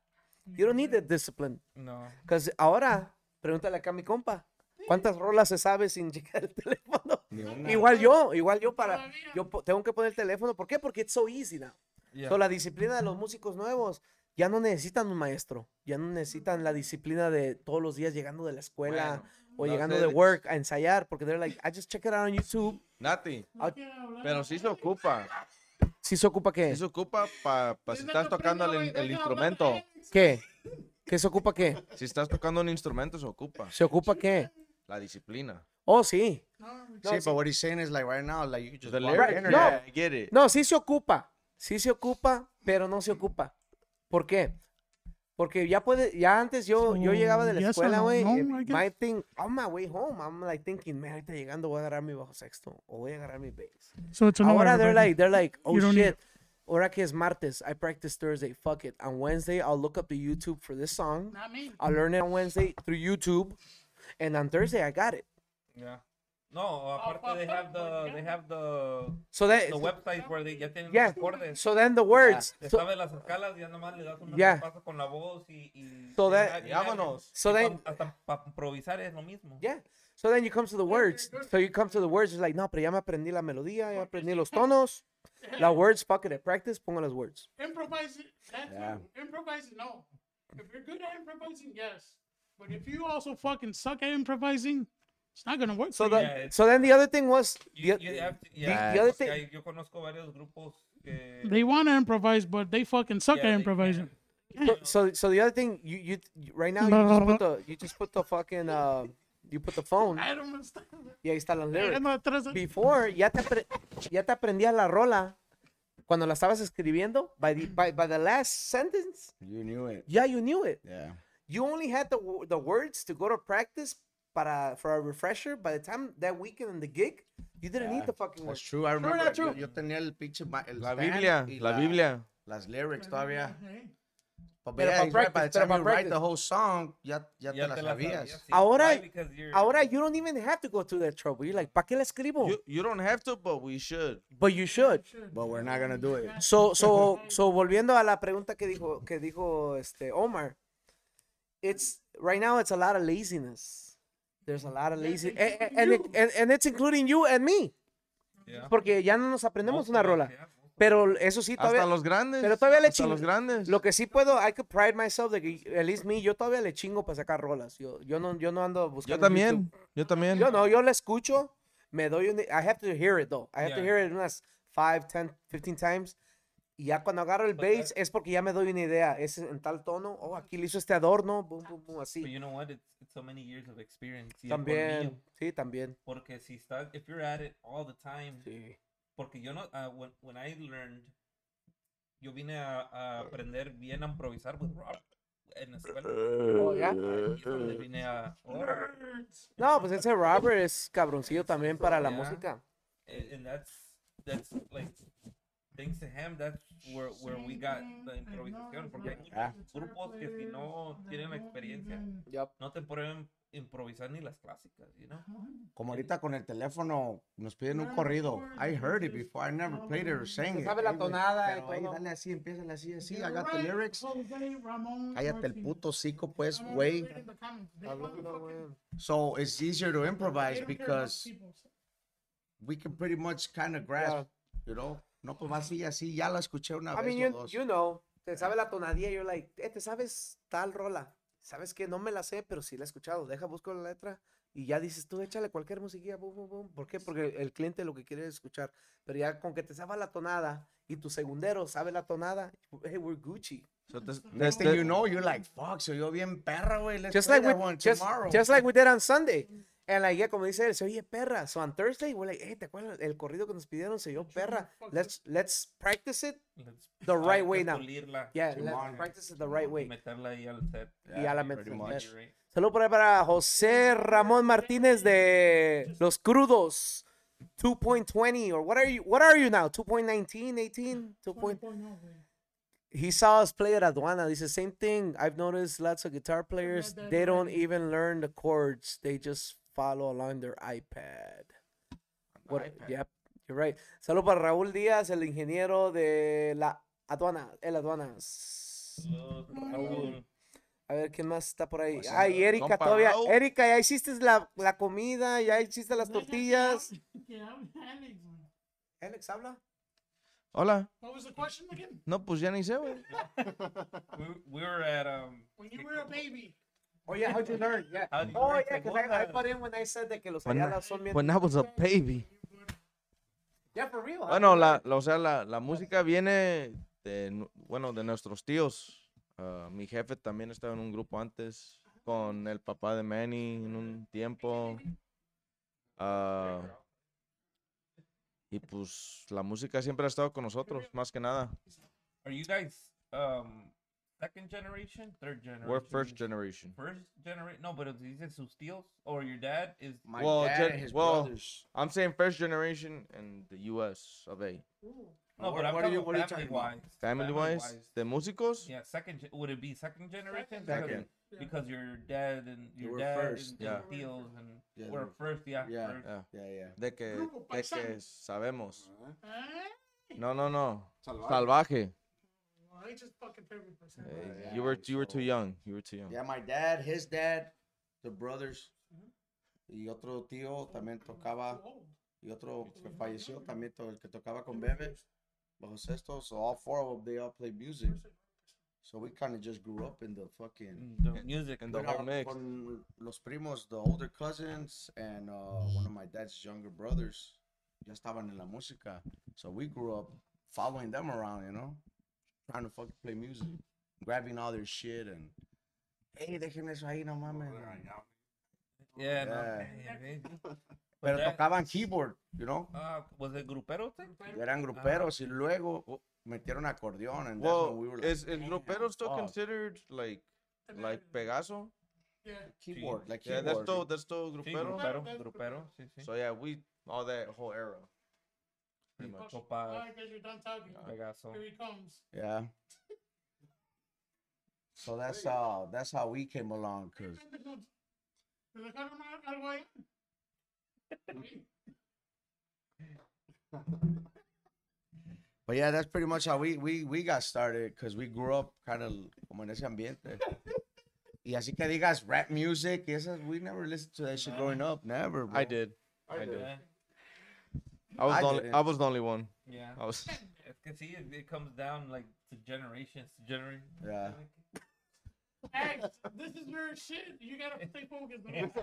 you don't need the discipline. No. Because ahora, pregúntale acá a mi compa, ¿cuántas rolas se sabe sin llegar el teléfono? Igual yo, igual yo para, Todavía. yo po- tengo que poner el teléfono. ¿Por qué? Porque it's so easy now. Yeah. So, la disciplina de los músicos nuevos, ya no necesitan un maestro, ya no necesitan la disciplina de todos los días llegando de la escuela o no llegando sé, de de- work a ensayar, porque they're like, I just check it out on YouTube. Nati. No quiero hablar. Pero sí se ocupa. Si se ocupa qué? Sí se ocupa para Pues si Dile a estás tu tocando primo, el, güey, el deja hablar a instrumento. Alex. ¿Qué? ¿Qué se ocupa qué? Si estás tocando un instrumento, se ocupa. ¿Se ocupa qué? La disciplina. Oh, sí. No, Sí, but what he's saying is like right now, like you could just The go on lyrics, Right, internet. yeah, I get it. No, sí se ocupa. Sí se ocupa, pero no se ocupa. ¿Por qué? Porque ya puede, ya antes yo, yo So, llegaba de la yes or escuela, no? güey. No, eh, I guess. my thing, on my way home, I'm like thinking, man, ahorita llegando voy a agarrar mi bajo sexto o voy a agarrar mi bass. So it's another Ahora they're version. like, they're like, oh You don't need- shit. Ahora que es martes, I practice Thursday. Fuck it. On Wednesday, I'll look up the YouTube for this song. Not me. I'll learn it on Wednesday through YouTube, and on Thursday I got it. Yeah. No, pa- aparte they have the they have the So that the websites where they ya tienen yeah. los acordes. So then the words. Te So, sabes las escalas, ya nomás le das un Yeah. paso con la voz y, y So y that- ya- Y ya- vámonos. so y pa- then hasta para improvisar es lo mismo. yeah. So then you come to the words. So you come to the words. It's like no, pero ya me aprendí la melodía, ya aprendí los tonos. La words, fuck it. I practice. Pongo las words. Improvise. That's Yeah. it. Improvise. No. If you're good at improvising, yes. But if you also fucking suck at improvising, it's not gonna work. So for that- you. Yeah, then, it's- so then the other thing was You, the, you have to- the, yeah, the Ah, other porque thing. hay- yo conozco varios grupos que they want to improvise, but they fucking suck Yeah, at they improvising. So, so so the other thing you you you- right now you just put the you just put the fucking uh you put the phone. I don't understand. Y ahí están las lyrics. Llegando atrás, eh. Before ya te apre- ya te aprendías la rola cuando la estabas escribiendo. By the by, by the last sentence, You knew it. yeah, you knew it. Yeah. you only had the wo- the words to go to practice para for a refresher. By the time that weekend and the gig, you didn't need Yeah, the fucking That's words. true. I remember. not yo- true? Yo, tenía el pinche ma- el La stand Biblia, y la Biblia. Las lyrics todavía. Hey, But, Pero yeah, pa' he's right, by the practice, pero time pa' you write the practice. whole song, ya, ya, ya te te las la sabías. sabías, sí. Ahora- Why? Because you're- Ahora you don't even have to go through that trouble. You're like, ¿para qué la escribo? You, you don't have to, but we should. But you should. But we're not gonna do it. So, so, so volviendo a la pregunta que dijo, que dijo este Omar, it's right now it's a lot of laziness. There's a lot of eh, That's laziness, including and, it- and, and it's including you and me, Yeah. porque ya no nos Most aprendemos una of us, rola. yeah, most Pero eso sí, Hasta todavía. los grandes. pero todavía le Hasta ching- los grandes. Lo que sí puedo, I could pride myself de que, at least me, yo todavía le chingo para sacar rolas. Yo, yo, no, yo no ando buscando. Yo en también. YouTube. Yo también. Yo no, yo la escucho, me doy un. I have to hear it though. I have to Yeah. hear it unas 5, 10, 15 times. Y ya cuando agarro el But that- bass es porque ya me doy una idea. Es en tal tono. Oh, aquí le hizo este adorno. Boom, boom, boom, But así. you know what? It's, it's so many years of experience. y el También. colmillo, Sí, también. Porque si estás, if you're at it all the time, Sí. porque yo no, uh, when, when I learned, yo vine a, a aprender bien a improvisar with Rob en la escuela. Oh, ya. Ahí es donde vine a, No, pues ese Robert es cabroncillo también para la Ya. música. and, and that's that's like thanks to him that's where where we got the improvisación porque hay muchos grupos que si no tienen la experiencia Yup. no te pueden improvisar ni las clásicas you know Como ahorita con el teléfono nos piden un corrido. I heard it before, I never played it or sang it. sabe la Ay, güey, tonada y pero ahí todo. dale así, empieza así, Sí, así, I got the lyrics. Cállate el puto cico, pues, güey. Hablando, güey. So it's easier to improvise because we can pretty much kind of grasp, you know. No, pues va así, así, ya la escuché una I mean, vez o you, dos. you know, te sabe la tonadilla, you're like, eh, te sabes tal rola. Sabes que no me la sé, pero sí la he escuchado. Deja, busco la letra y ya dices tú, échale cualquier musiquilla, boom, boom, boom. ¿Por qué? Porque el cliente lo que quiere es escuchar. Pero ya con que te sabes la tonada y tu segundero sabe la tonada, hey, we're Gucci. So te- te- Next te- thing you know, you're like, fuck, soy yo bien perra, güey. Let's Just play like, that we, one just, tomorrow. just like we did on Sunday. And like, yeah, como dice él, se oye perra. So on Thursday, we're like, hey, ¿te acuerdas? El corrido que nos pidieron se oyó perra. Let's, let's practice it. Let's- The hay right way que now. pulirla Yeah, Simón. let's practice it the right y way. meterla ahí al set y a la pretty metro- much. You're right. Saludos por ahí para José Ramón Martínez de Los Crudos. 2.20 or what are you what are you now 2.19 18 2. point- he saw us play at Aduana This is same thing I've noticed lots of guitar players that they don't already. even learn the chords they just follow along their iPad what yep you're right Saludos para Raúl Díaz el ingeniero de la aduana el aduanas Los- Raúl, a ver, ¿quién más está por ahí? Pues, Ay, eh, Erika compa todavía. Raúl. Erika, ya hiciste la, la comida, ya hiciste las tortillas. Alex, habla. Hola. What was the question again? No, pues ya ni sé, güey. we, we were at um When you were a baby. Oh, yeah, how'd you learn? Yeah. How do you Oh, learn yeah, because I, I put in when I said de que los When I- Ayala son bien. When I was a baby. Yeah, for real. Bueno, la, la- o sea, la, la música viene de, nu- bueno, de nuestros tíos. Ah, mi jefe también estaba en un grupo antes con el papá de Manny en un tiempo. Ah, y pues la música siempre ha estado con nosotros, más que nada. are you guys um second generation third generation We're first generation. first generation no but dicen sus tíos or your dad is My Well, dad gen- and his well, brothers. I'm saying first generation in the US of A. No, What- but I'm what are talking you- what are you about talking family about? wise. Family wise, de músicos. Yeah, second. gen- Would it be second generation? Second. Because, because your dad and your were dad first, and yeah. and deals and Yeah, we're they- first. Yeah. yeah. first. yeah, Yeah, yeah. Ah, de que, Grupo de paisano. que sabemos. Eh? No, no, no. Salvaje. Salvaje. Well, I just fucking paid me for Eh, something. you were you were too young. You were too young. Yeah, my dad, his dad, the brothers. Y otro tío también Oh, tocaba, y otro que falleció también, to- el que tocaba con Bebe, bajo sexto. So all four of them, they all play music. So we kind of just grew up in the fucking. And The music. and the Con whole our- mix. Con los primos, the older cousins, and uh, one of my dad's younger brothers. Ya estaban en la música. So we grew up following them around, you know? Trying to fucking play music. Grabbing all their shit and. Hey, déjenme eso ahí, no mames. yeah. No, Yeah. yeah, they- but Pero that- tocaban keyboard, you know? uh, was it grupero thing? Y eran gruperos y luego metieron acordeón. And that's when Well, we were like, is is "Damn, grupero still fuck." considered like like Pegaso? Yeah. Keyboard, like Yeah, keyboard. that's still that's Sí, still grupero. grupero, Grupero. grupero, sí, sí. So yeah, we all that whole era. Pretty much. All Copas, Uh, right, guys, you're done talking. Pegaso. Here he comes. Yeah. So that's uh that's how we came along, cause ¿Te dejaron algo ahí? But yeah, that's pretty much how we we we got started because we grew up kind of como en ese ambiente. y así que digas rap music, y esas, we never listened to that shit growing up, never. Bro. I did. I did. Yeah. I was I the only didn't. I was the only one. yeah. I was Es can see it, it comes down like to generations to generation. Yeah. Hey, this is your shit. You gotta stay focused. man.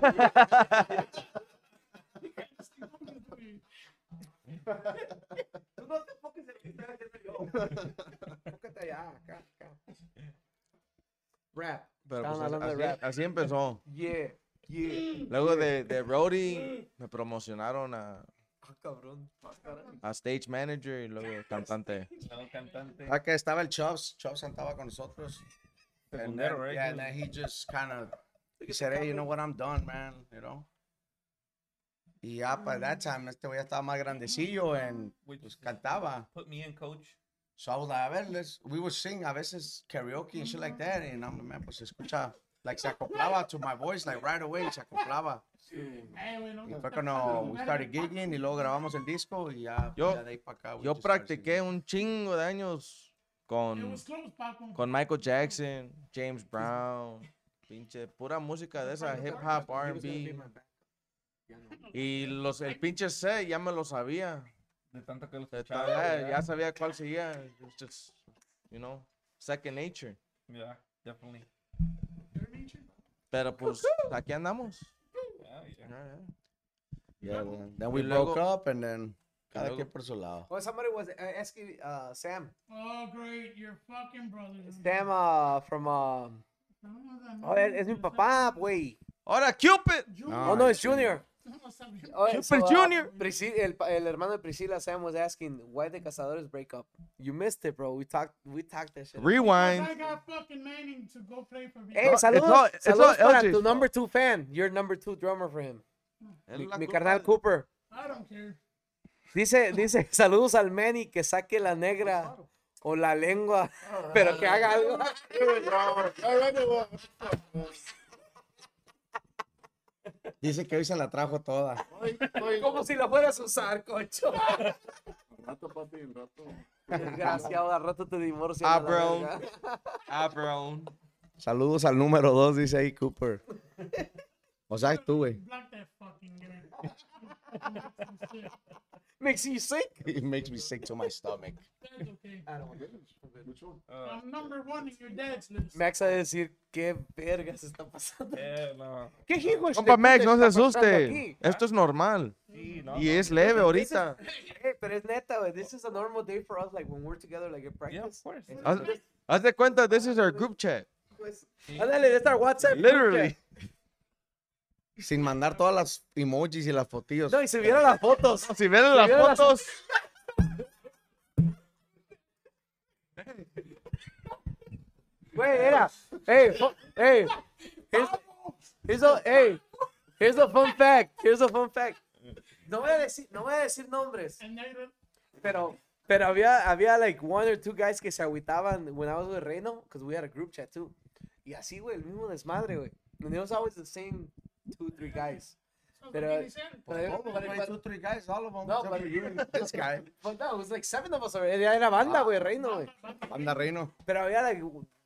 You gotta stay focused, dude. Tócate allá, ah, acá, acá. Rap. Pero Estaban pues, hablando de así, rap. así empezó. Yeah, yeah. Luego de, de Roadie me promocionaron a, Ah, cabrón. Ah, caray. a stage manager y luego cantante. Luego cantante. Ah, que estaba el Chubbs. Chubbs cantaba con nosotros. And then, Segundero, right? yeah, and then he just kind of he said, hey, you know what? I'm done, man. You know? Y ya by that time, este güey ya estaba más grandecillo and Which pues is- cantaba. Put me in, coach. So I was like, a ver, let's, we would sing a veces karaoke and shit like that. And I'm like, man, pues se escucha, like se acoplaba to my voice, like right away, se acoplaba. Hey, güey, no Y te fue estás cuando we haciendo started nada. gigging y luego grabamos el disco y ya, Yo- ya de ahí para acá. we Yo just started practiqué un chingo de años It con, was close, Paco. con Michael Jackson, James Brown, pinche pura música de esa hip hop, He was gonna be R&B. my back. Ya no. Y los, el pinche C ya me lo sabía. De tanto que lo Ya, escuchaba, ya- ya ¿verdad? sabía cuál seguía. It's just, you know, second nature. Yeah, definitely. Pero pues aquí andamos. Yeah, yeah. Yeah, yeah. singing. Yeah, well, then we Y broke luego- up and then cada luego- quien por su lado. Oh, somebody was uh, asking uh, Sam. Oh, great, your fucking brother. Sam uh, from. Uh... Oh, es, es mi papá, güey. Ahora Cupid. Oh, no, it's Junior. Oh, Super uh, Junior. Prisci- el, pa- el hermano de Priscila, Sam, was asking why the Cazadores break up. You missed it, bro. We talked, we talked that shit. Rewind. I got fucking Manning to go play for me. Hey, No, it's Eh, saludos, not- it's saludos not para LJ's tu number fault. two fan. You're number two drummer for him. Es Mi, la mi culpa carnal de- Cooper. I don't care. Dice, dice, saludos al Manny que saque la negra o la lengua, pero que haga algo. Dice que hoy se la trajo toda. Como si la fueras a usar, cocho. Rato, papi, rato. Desgraciado, al rato te divorcian. Ah, a la bro. verga. Ah, bro. Saludos al número 2, dice ahí Cooper. O sea, tú, güey. Block that fucking game. Makes you sick. It makes me sick to my stomach. That's okay. Which one? Uh, I'm number one in your dad's list. Max va a decir, qué verga se está pasando. yeah, Eh, no. ¿Qué hijo de Compa puta Max, no se está pasando asuste. aquí? Esto es normal. Sí, no, Y no. es leve ahorita. Eh, pero es neta, güey. This is a normal day for us, like when we're together, like in Yeah, of practice. course. Haz, haz de cuenta, this is our group chat. Pues, ándale, de estar WhatsApp. Literally. Sin mandar todas las emojis y las fotillos. No, y subieron las fotos. Si ven las vieron las- fotos. Güey, era. Hey, fu- hey. Here's, here's a, hey. Here's a fun fact. Here's a fun fact. No voy a decir, no voy a decir nombres, And negative. pero pero había había like one or two guys que se agüitaban when I was with Reno, because we had a group chat too. Y así, güey, el mismo desmadre, güey. And it was always the same two, three guys. Pero, Pues, pero, Oh, but I- pero, two, three guys, all of them. No, Except but- for you and this guy. but no, it was like seven of us already. Era Ah, banda, güey, Reino, güey. Anda, Reino. Pero había, like,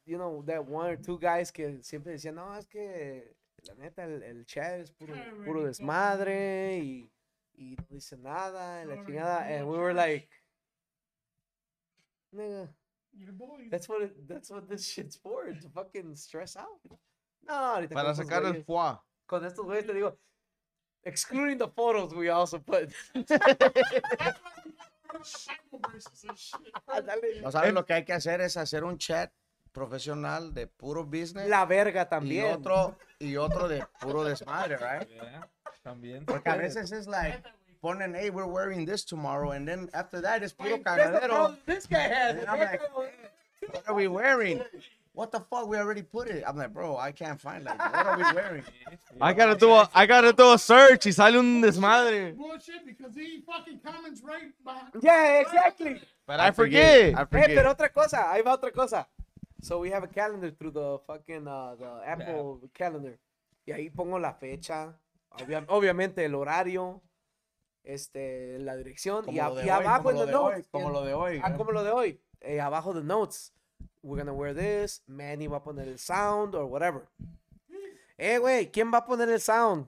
you know, that one or two guys que siempre decían, no, es que la neta, el, el chat es puro, Ay, güey, puro no. desmadre y, y no dice nada, y la Sorry, chingada. no, And we were trash. like, nigga, Your boy. that's what, it- that's what this shit's for, to fucking stress out. No, ahorita Para con estos sacar el güeyes- foie. Con estos güeyes te digo, excluding the photos we also put. Ándale. No sabes lo que hay que hacer es hacer un chat profesional de puro business. la verga y también. otro, y otro de puro desmadre, right? Yeah, también. Porque a veces es like, ponen, hey, we're wearing this tomorrow. And then after that, es puro cagadero. Bro, this guy has And I'm like, What are we wearing? What the fuck? We already put it. I'm like, bro, I can't find like what are we wearing? I gotta do a, I gotta do a search y sale un desmadre. Bullshit because he fucking comments right behind. Yeah, exactly. But I forget. I Hey, forget. pero otra cosa, ahí va otra cosa. So we have a calendar through the fucking uh, the Apple calendar. Y ahí pongo la fecha, obvia- obviamente el horario, este, la dirección y, a- como lo de y hoy, abajo como en lo the de hoy, notes. como lo de hoy. Ah, como lo de hoy. Eh, abajo the notes. We're gonna wear this. Manny va a poner el sound or whatever. Eh, güey, ¿quién va a poner el sound?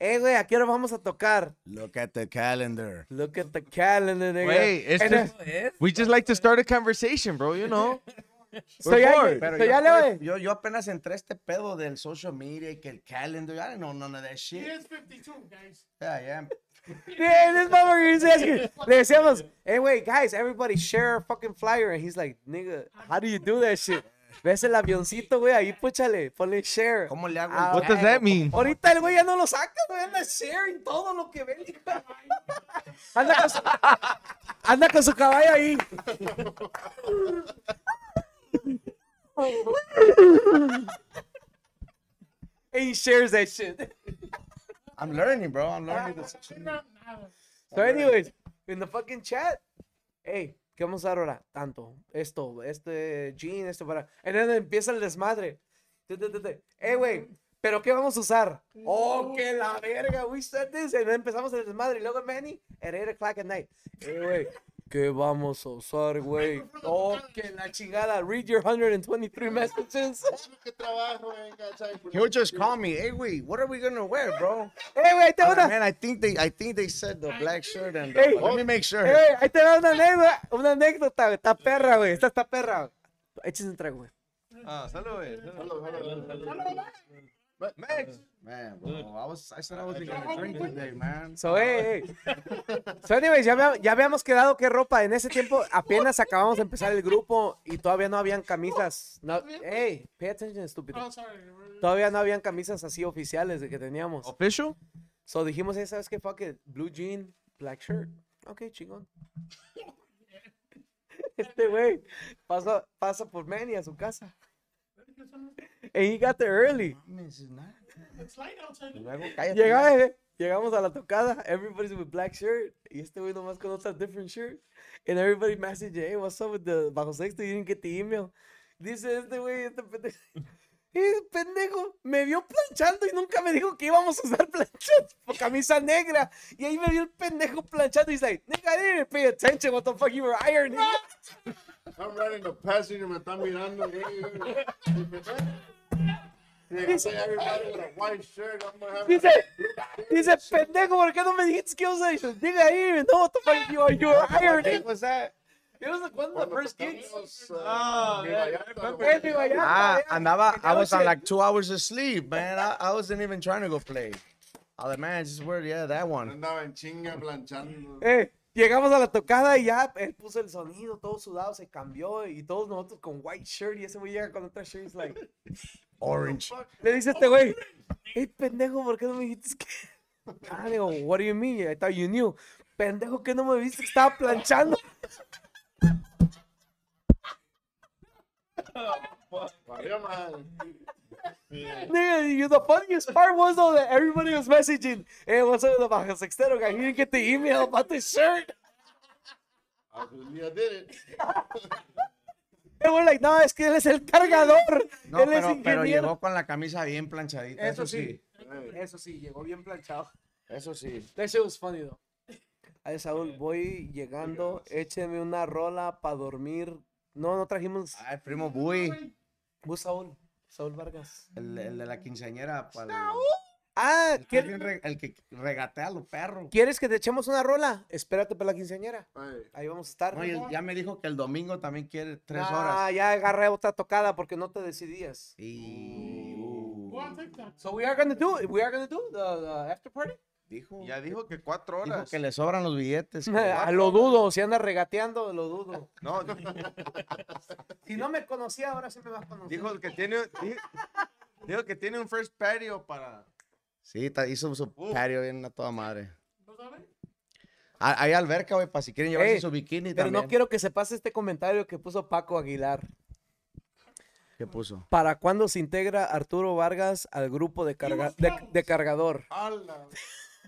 eh, güey, ¿a qué hora vamos a tocar? Look at the calendar. Look at the calendar, nigga. Wait, it's And, just, uh, es? we just like to start a conversation, bro. You know. so ya, bored. so ya le yo, voy. yo, yo apenas entré a este pedo del social media y que el calendar. I don't know none of that shit. He is 52, guys. Yeah, yeah. Yeah, this motherfucker is asking. Le decíamos, hey, wait, guys, everybody share a fucking flyer. And he's like, nigga, how do you do that shit? Ves el avioncito, güey, ahí púchale, ponle share. ¿Cómo le hago? Ah, What does that mean? Ahorita el güey ya no lo saca, güey, anda sharing todo lo que ve. el hijo. Anda con su, anda con su caballo ahí. And he shares that shit. I'm learning, bro. I'm learning the social media. Nada. So, anyways, in the fucking chat, hey, ¿qué vamos a dar ahora? Tanto, esto, este jean, esto para. And then empieza el desmadre. Tu, tu, tu, tu. Hey, güey, ¿pero qué vamos a usar? Oh, que la verga, we said this. And then empezamos el desmadre. Y luego Manny, at 8 o'clock at night. Hey, güey, ¿qué vamos a usar, güey? Oh, que la chingada. Read your 123 messages. He'll just call me. Hey, wait, what are we gonna wear, bro? Hey, güey, ahí te va Ah, una. man, I think they, I think they said the black shirt and. The, Hey. let me make sure. Ey, ahí te va una anécdota, una anécdota, güey. Está perra, güey. Esta está perra. Échese un trago, güey. Ah, eh, Man, bro, I was, I said I wasn't gonna drink today, man. So, hey, hey. So, anyways, eh. ya, había- ya habíamos quedado qué ropa. En ese tiempo apenas acabamos de empezar el grupo y todavía no habían camisas. No, hey, pay attention, estúpido. Oh, sorry. Todavía no habían camisas así oficiales de que teníamos. Official? So dijimos, "Hey, ¿sabes qué? Fuck it. Blue jean, black shirt. Ok, chingón. Este güey pasa, pasa por Manny a su casa. And he got there early. It's light outside. Luego, cállate. Llegaba, eh, llegamos a la tocada, everybody's with black shirt, y este güey nomás con otra different shirt, and everybody messaged, hey, what's up with the bajo sexto, you didn't get the email. Dice este güey, este pendejo, "Eh, pendejo, me vio planchando y nunca me dijo que íbamos a usar planchas por camisa negra, y ahí me vio el pendejo planchando, y he's like, nigga, I didn't pay attention, what the fuck, you were ironing. I'm riding the passenger, me están mirando. eh. güey. Dice, everybody with a white shirt, I'm gonna have Dice, dice, pendejo, ¿por qué no me dijiste que íbamos a usar? Nigga, I didn't even know what the fuck, you, you were ironing. What was that? It was like one of the first gigs. Ah, Güey, mi Vallarta, Ah, eh. andaba, I that was was on it. like two hours of sleep, man. I, I wasn't even trying to go play. I was like, man, just wear, yeah, that one. Andaba en chinga planchando. Eh, llegamos a la tocada y ya él puso el sonido, todo sudado, se cambió y todos nosotros con white shirt y ese güey llega con otra shirt y es like, Orange. le dice a este güey, hey pendejo, ¿por qué no me dijiste que? Ah, digo, what do you mean? I thought you knew. Pendejo, ¿qué no me viste? Estaba planchando. Valió madre. Nigga, you- the funniest part was though that everybody was messaging, hey, what's up with the baja sextero guy? You didn't get the email about this shirt. Obviously, I did it. And we're like, no, es que él es el cargador. No, él es pero, pero ingeniero." llegó con la camisa bien planchadita. Eso, Eso sí. sí. Eh, Eso sí, llegó bien planchado. Eso sí. That shit was funny though. Ay, Saúl, voy llegando, écheme una rola para dormir. No, no trajimos. Ay, primo Bui, Bus Saúl, Saúl Vargas. el, el de la quinceañera. Para el- Ah, el, que ¿quie- bien re- el que regatea a los perros. ¿quieres que te echemos una rola? Espérate para la quinceañera. Hey, Ahí vamos a estar. No, y él ya me dijo que el domingo también quiere tres Ah, horas. ya agarré otra tocada porque no te decidías. Y. uh, Go on TikTok. So we are gonna do it. We are gonna do the, the after party. dijo, Ya dijo que cuatro dijo horas. que le sobran los billetes. que- Ah, lo dudo, si anda regateando, lo dudo. No, Si no me conocía, ahora sí me vas a conocer. dijo que tiene. di- Dijo que tiene un first patio para. Sí, ta- hizo su Uh. patio bien a toda madre. ¿Lo saben? Ah, Hay alberca, güey, para si quieren llevarse Ey, su bikini Pero también. no quiero que se pase este comentario que puso Paco Aguilar. ¿Qué puso? ¿Para cuándo se integra Arturo Vargas al grupo de, carga- de, de cargador? hola.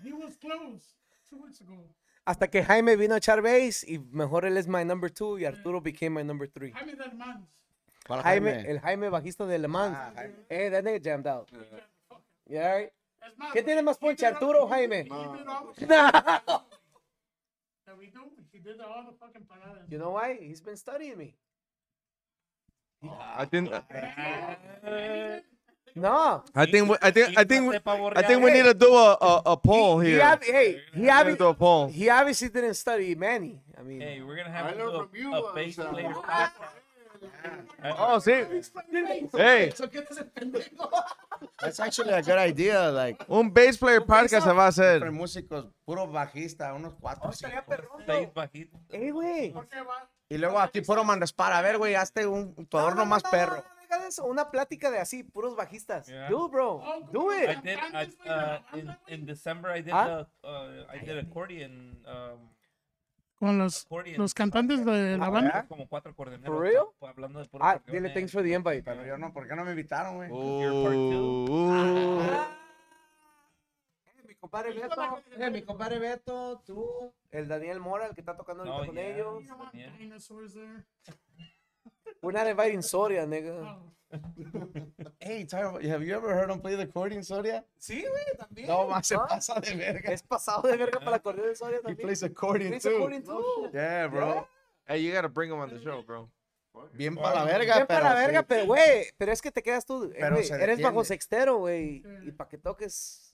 He was close two weeks ago. Hasta que Jaime vino a echar base y mejor él es my number two y Arturo became my number three. Jaime del Mans. ¿Cuál Mm. Jaime, el Jaime bajista de Le Mans. Ah, Jaime. Eh, that nigga jammed out. You alright? Es más, ¿Qué tiene más he did ponche, all- Arturo o he did- Jaime? he did all- No. that we do, he did all the fucking paradas. You know why? He's been studying me. I didn't- And he did- No. I think we- I think I think we, I think we Hey. need to do a a, a poll He, here. he, obvi- hey, he, We need to do a obvi- poll. he obviously didn't study Manny. I mean, Hey, we're gonna have I to know do from you. a, a uh, bass Sam. player. Oh, sí. Hey, That's actually a good idea. Like, un bass player podcast se va a eh, siempre hacer. músicos, puro bajista, unos cuatro. cinco. Bass bajito. Hey, güey. Y luego aquí puro mandas para. A ver, güey, hazte un tu adorno No, no, más no, perro. no, no, deja de eso. Una plática de así, puros bajistas. Yeah. Do, it, bro. Do I it. did. I, uh, in, in December, I did Ah. the, uh, I did accordion. Um, Con los, accordion. los cantantes de la banda. Como cuatro acordeoneros. For real? o sea, Hablando de puros Ah, acordeones. dile thanks for the invite. Pero yo no, ¿por qué no me invitaron, güey? Uh, uh. Mi compadre Beto, eh, mi compadre Beto, tú, el Daniel Mora, el que está tocando ahorita Oh, con yeah. ellos. Yeah. Dinosaurs there. We're not inviting Soria, nigga. Oh. Hey, Tyro, have you ever heard him play the accordion, Soria? Sí, güey, también. No, más se Ah, pasa de verga. Es pasado de verga para la corrida de Soria He también. plays accordion Plays too. according to. Yeah, bro. Hey, you gotta bring him on the show, bro. Bien para la verga, Bien pero para la sí. verga, pero güey, pero es que te quedas tú, eh, Pero güey, se eres defiende. bajo sextero, güey, Sí. y para que toques.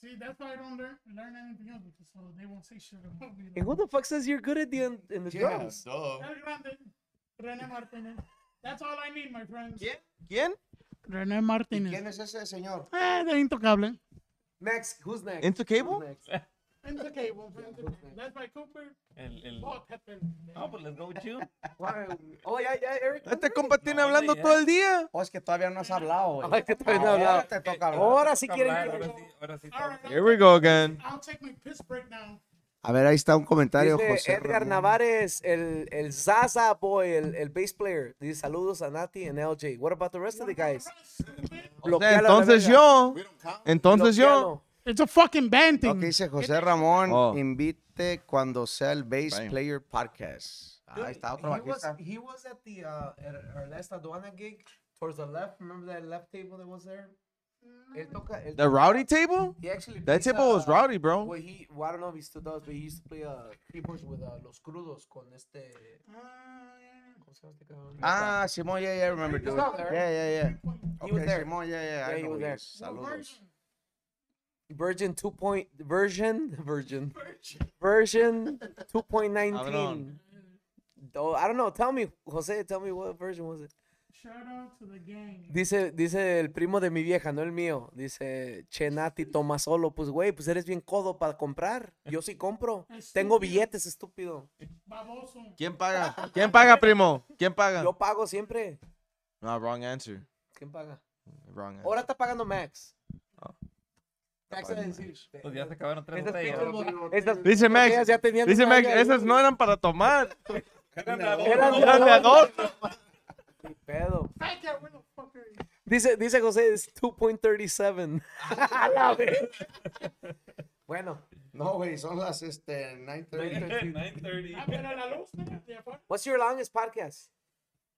See, that's why I don't learn, learn anything else because so they won't say shit about me. And who the fuck says you're good at the in the Yeah, drums? duh. El grande, René Martínez. That's all I need, my friends. ¿Quién? René ¿Y Martínez. quién es ese señor? Eh, de intocable. Max, who's next? Into Who's cable? next? Intocable. That's by Cooper. El, el... Bob Hepburn. Oh, No, pues let's go with you. Why- Oh, ya, ya, Eric. Este compa tiene No, hablando hombre, todo el día. Oh, es que todavía no has hablado, güey. Ay, Ah, que todavía no he Ahora hablado. Eh, te toca hablar. Ahora sí quieren Hablar, que- ahora sí, ahora sí. All right, I'll Here we go again. I'll take my piss break now. A ver, ahí está un comentario, Dice José. Edgar Ramón. Navares, el, el Zaza Boy, el, el bass player. Dice saludos a Nati and LJ. What about the rest of the guys? O sea, Bloquealo a la entonces verga. yo, We don't count. entonces yo. Bloquealo. It's a fucking band Lo thing. que dice José Ramón, Oh. invite cuando sea el Bass Bam. Player Podcast. Ah, ahí está otro he was, bajista. he was at the uh, at our last Aduana gig towards the left. Remember that left table that was there? Él toca- él The toca- rowdy table? He actually That plays, table was uh, rowdy, bro. Well, he, well, I don't know if he still does, but he used to play uh, keyboards with uh, Los Crudos con este. Uh, ¿Cómo se llama este cabrón? Ah, Simón, yeah, yeah, I remember He was dude. there. Yeah, yeah, yeah. He was Okay, there. Simón, yeah, yeah, I Yeah, he know was who he there. is. Saludos. Virgin 2. Point, version, version, version 2.19. Cabrón. Oh, I don't know. Tell me, Jose, tell me what version was it. Shout out to the gang. Dice, dice el primo de mi vieja, no el mío. Dice, Chenati, toma solo. Pues, güey, pues eres bien codo para comprar. Yo Ah, sí compro. Tengo Estúpido. billetes, estúpido. Baboso. ¿Quién paga? ¿Quién paga, primo? ¿Quién paga? Yo pago siempre. No, wrong answer. ¿Quién paga? Wrong answer. Ahora está pagando Max. Ah. Max pagando debe decir, Pues ya se acabaron tres Esas botellas. pinches ahora sí. Estas Dice botellas Max, ya tenían dice un Max, año ahí. esas no eran para tomar. Eran de Eran de adorno. adorno. Pedo. Fat cat, where the fuck are you? Dice, dice José, es 2.37. A la vez. Bueno, No, güey, son las este, 9:30. 9:30. Ah, pero la luz, ¿no? De afuera. what's your longest podcast?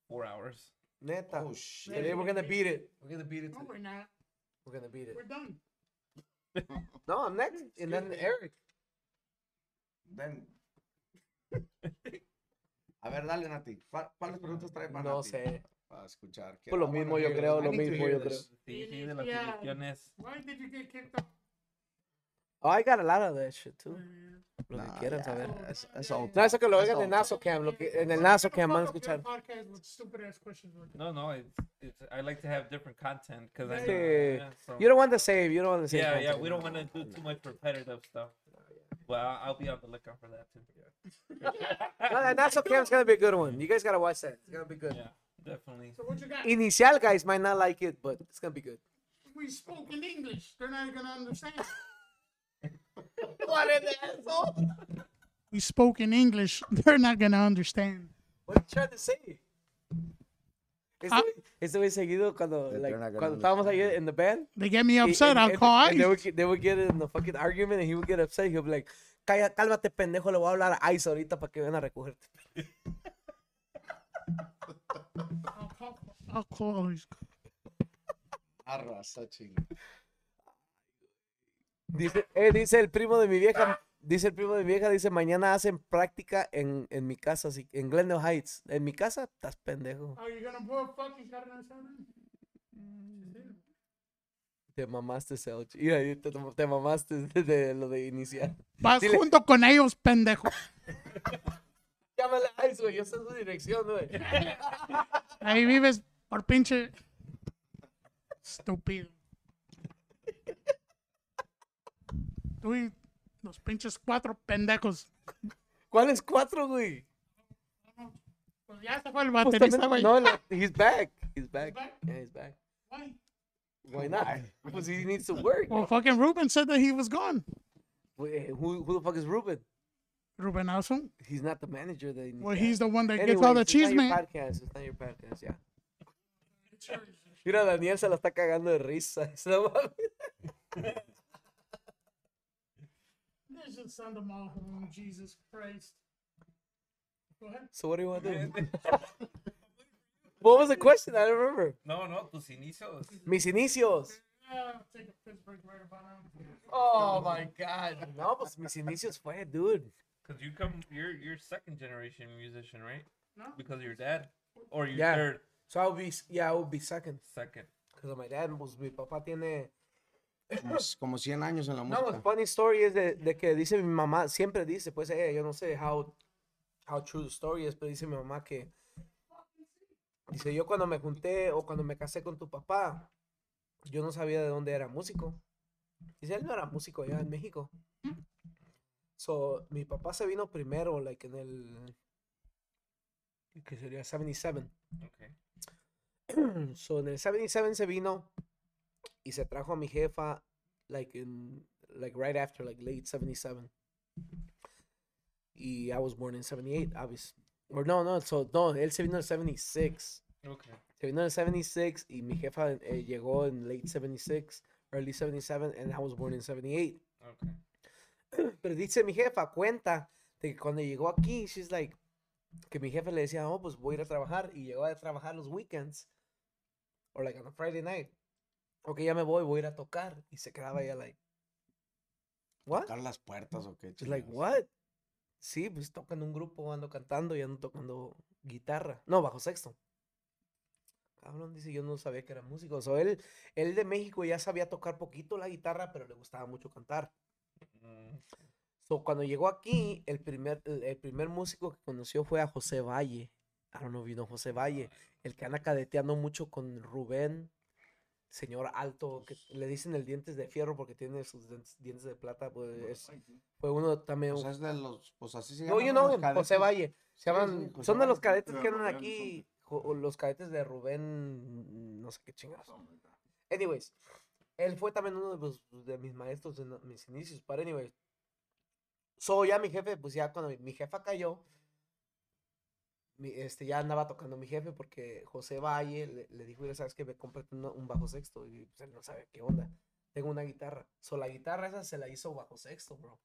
Four hours. Neta. Oh, shit. Today we're gonna beat it. We're gonna beat it. No, today. we're not. We're gonna beat it. We're done. No, I'm next. And then Eric. Ven. A ver, dale, Nati. ¿Cuál- ¿Cuáles preguntas trae para No Nati? sé. Para escuchar. Pues lo mismo, yo creo, lo mismo, yo creo. Sí, sí, de las elecciones. Why did you get kicked out? Oh, I got a lot of that shit too. Lo que quieran saber. No, eso que lo oigan en Naso Cam. Lo que, en el Naso Cam van Fuck a up your escuchar. podcast with stupid ass questions like that. No, no, it's, it's I like to have different content because I know, Este, yeah, so- You don't want to save. You don't want to save. yeah, yeah, content. we don't want to do too much repetitive stuff. But I'll, I'll be on the lookout for that too. No, that Naso Cam's gonna be a good one. You guys gotta watch that. It's gonna be good. Yeah, definitely. So what you got? Inicial guys might not like it, but it's gonna be good. We spoke in English. They're not gonna understand. What an asshole! We spoke in English. They're not gonna understand. What are you trying to say? Este Ah. güey- este güey seguido cuando, They're like, not gonna cuando estábamos ahí en the band. They get me he- upset. and- I'll and- call and they ICE. would, get- they would get in the fucking argument and he would get upset. He'll be like, Calla, cálmate, pendejo, le voy a hablar a Ice ahorita para que vengan a recogerte. I'll call. I'll call ICE. Arrasa, chinga. Dice, eh, dice el primo de mi vieja, dice el primo de mi vieja, dice, mañana hacen práctica en, en mi casa, así, en Glendale Heights. En mi casa, estás pendejo. Are you gonna put a fucking shot in our center? Te mamaste, Selch. Mira, ahí te, te mamaste de, de lo de iniciar. Vas Dile. junto con ellos, pendejo. Llámale a Ice, güey. Yo sé su dirección, güey. Ahí vives por pinche. Estúpido. Tú y los pinches cuatro pendejos. ¿Cuáles cuatro, güey? Pues ya se fue el Pues baterista, también- güey. No, la- he's back. He's back. back? Yeah, he's back. Why? Why not? Because he needs to work. Well, fucking Ruben said that he was gone. Wait, who, who the fuck is Ruben? Ruben Alsum. He's not the manager that he needs. Well, to he's the one that have. gets all the Anyways, it's cheese, not your man. podcast. It's not your podcast, yeah. Mira, Daniel se la está cagando de risa. No Let's mames. just send them all home, Jesus Christ. Go ahead. So what do you want to do? What was the question? I don't remember. No, no, tus inicios. Mis inicios. Uh, take a Pittsburgh right about now. Oh my god. No, pues mis inicios fue, dude. Cause you come, you're you're second generation musician, right? No. Because of your dad, or your Yeah. third, So I would be, yeah, I would be second. second. Because of my dad, pues mi papá tiene. Como, como 100 años en la No, música. pues funny story es de, de que dice mi mamá, siempre dice, pues ella, yo no sé how, how true the story is, pero dice mi mamá que. Dice, yo cuando me junté o cuando me casé con tu papá, yo no sabía de dónde era músico. Dice, él no era músico allá en México. So, mi papá se vino primero, like en el. que sería 77. Okay. So, en el 77 se vino y se trajo a mi jefa, like, in, like right after, like late 77. Y I was born in 78, obviously. Or no, no, so, no, él se vino en 76. Okay. Se vino en 76 y mi jefa eh, llegó en late 76, early 77, and I was born in 78. Okay. Pero dice mi jefa, cuenta de que cuando llegó aquí, she's like, que mi jefe le decía, oh, pues voy a ir a trabajar. Y llegó a trabajar los weekends. O like on a Friday night. Ok, ya me voy, voy a ir a tocar. Y se quedaba ya like, what? Tocar las puertas o qué. She's like, chingados. what? Sí, pues tocan un grupo, ando cantando y ando tocando guitarra. No, bajo sexto. Cabrón, dice, yo no sabía que era músico. O sea, él, él de México ya sabía tocar poquito la guitarra, pero le gustaba mucho cantar. Mm, So, cuando llegó aquí, el primer, el el primer músico que conoció fue a José Valle. I don't know if you know José Valle, el que anda cadeteando mucho con Rubén, señor alto, que le dicen el dientes de fierro porque tiene sus dentes, dientes de plata. Pues, es- fue uno también. O sea, es de los. Pues así se no, llaman, you ¿no? know Los him, José cadetes. Valle. Sí, Se llaman, sí, José son de los Valle. cadetes de que andan Rubén, aquí, jo- o los cadetes de Rubén, no sé qué chingados. Anyways, él fue también uno de, los- de mis maestros en mis inicios, pero anyways. So ya mi jefe, pues ya cuando mi, mi jefa cayó, mi- este, ya andaba tocando mi jefe porque José Valle le, le dijo, "Mira, sabes que me compraste una- un bajo sexto y pues, él no sabe qué onda. Tengo una guitarra. So la guitarra esa se la hizo bajo sexto, bro.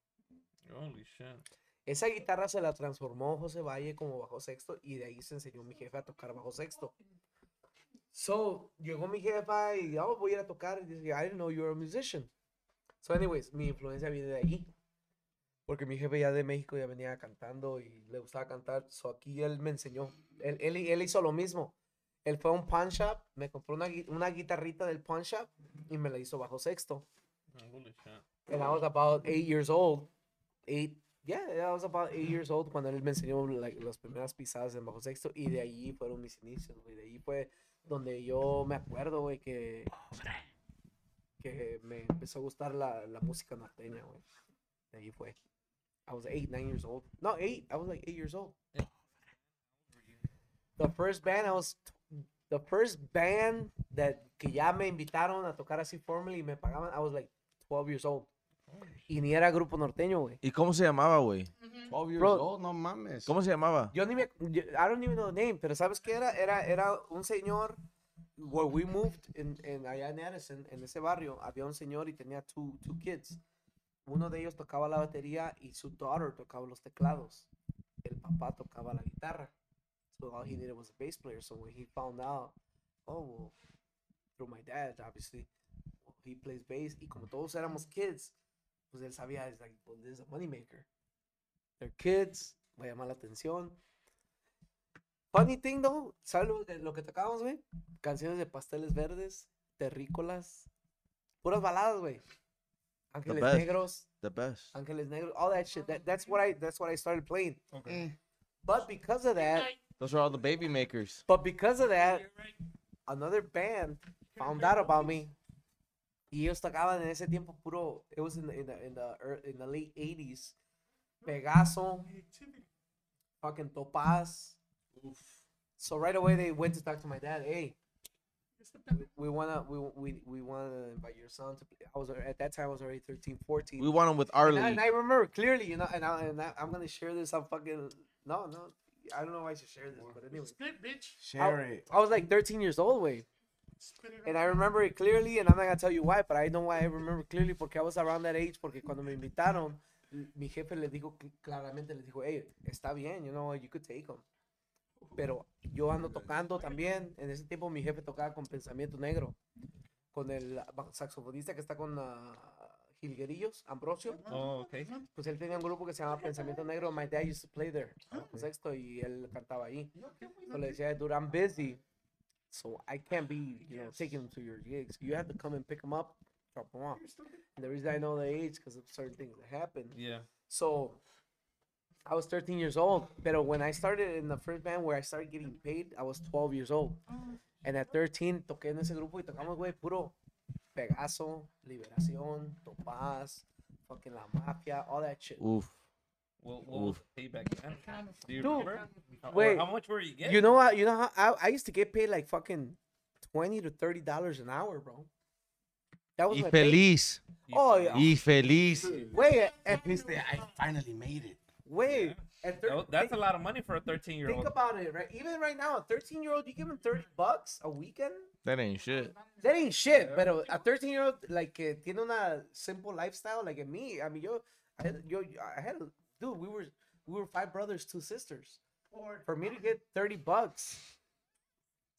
Holy shit. Esa guitarra se la transformó José Valle como bajo sexto y de ahí se enseñó mi jefe a tocar bajo sexto. So, llegó mi jefa y oh, voy a ir a tocar. Y dice, I didn't know you were a musician. So, anyways, mi influencia viene de ahí. Porque mi jefe ya de México ya venía cantando y le gustaba cantar. So, aquí él me enseñó. Él, él, él hizo lo mismo. Él fue a un pawn shop, me compró una, gui- una guitarrita del pawn shop y me la hizo bajo sexto. Holy shit. And I was about eight years old. Eight, yeah, I was about eight years old cuando él me enseñó like, las primeras pisadas en bajo sexto. Y de ahí fueron mis inicios, güey. De ahí fue donde yo me acuerdo, güey, que, que me empezó a gustar la, la música norteña, güey. De ahí fue. I was eight, nine years old. No, eight. I was like eight years old. The first band I was the first band that que ya me invitaron a tocar así formally y me pagaban, I was like 12 years old. Y ni era grupo norteño, güey. ¿Y cómo se llamaba, güey? 12 years Bro. old, no mames. ¿Cómo se llamaba? Yo ni me yo- I don't even know the name, pero ¿sabes qué era? Era era un señor where we moved en en allá en Edison, en ese barrio, había un señor y tenía two two kids. Uno de ellos tocaba la batería y su daughter tocaba los teclados. El papá tocaba la guitarra. So all he needed was a bass player. So when he found out, oh, well, through my dad, obviously, he plays bass. Y como todos éramos kids, pues él sabía, es like, well, this is a moneymaker. They're kids, va a llamar la atención. Funny thing, though, ¿sabes lo, que- lo que tocábamos, güey? Canciones de pasteles verdes, terrícolas, Puras baladas, güey. Ángeles best. Negros. The best. Ángeles Negros, all that shit. That, that's what I that's what I started playing. Okay. But because of that, Those are all the baby makers. but because of that, another band found out about me. Y ellos tocaban en ese tiempo puro. It was in the in the in the, ear- in the late 80s. Pegaso, fucking Topaz. So right away they went to talk to my dad. Hey, we wanna we we we wanna invite your son to play. I was at that time I was already 13, 14. We want them with our And I, league. and I remember clearly, you know, and, I, and I, I'm gonna share this. I'm fucking no, no. I don't know why I should share this, but anyway, Split, bitch. Share it. I was like 13 years old, way, Split it and I remember it clearly, and I'm not gonna tell you why, but I know why I remember clearly porque I was around that age. Porque cuando me invitaron, mi jefe le dijo cl- claramente, le dijo, hey, está bien, you know, you could take him. Pero yo ando tocando también. En ese tiempo mi jefe tocaba con Pensamiento Negro, con el ah, saxofonista que está con ah, Gilguerillos, Ambrosio. Oh, okay. pues él tenía un grupo que se llamaba Pensamiento Negro. My dad used to play there, en sexto, y él cantaba ahí. Yo le decía, dude, I'm busy, so I can't be, you know, taking him to your gigs. You have to come and pick him up, drop him off. And the reason I know the age, because of certain things that happened. Yeah. So I was 13 years old, but when I started in the first band where I started getting paid, I was 12 years old. Oh. And at 13, toqué en ese grupo y tocamos, güey, puro Pegaso, Liberación, Topaz, fucking La Mafia, all that shit. Oof. What, what was the payback then? Do you Dude, remember? Or wait. How much were you getting? You know what? You know how I, I used to get paid like fucking 20 to 30 dollars an hour, bro. That was Y my pay. feliz. Oh, yeah. Y feliz. Wait, at, I finally made it. wait. At thir- That- that's a lot of money for a 13 year think old. about it, right? Even right now, a 13 year old, you give him 30 bucks a weekend? That ain't shit. That ain't shit, but a, a 13 year old, like, que tiene una simple lifestyle, like at me, I mean, yo, I, had- yo, I had, a- dude, we were, we were five brothers, two sisters. For me to get 30 bucks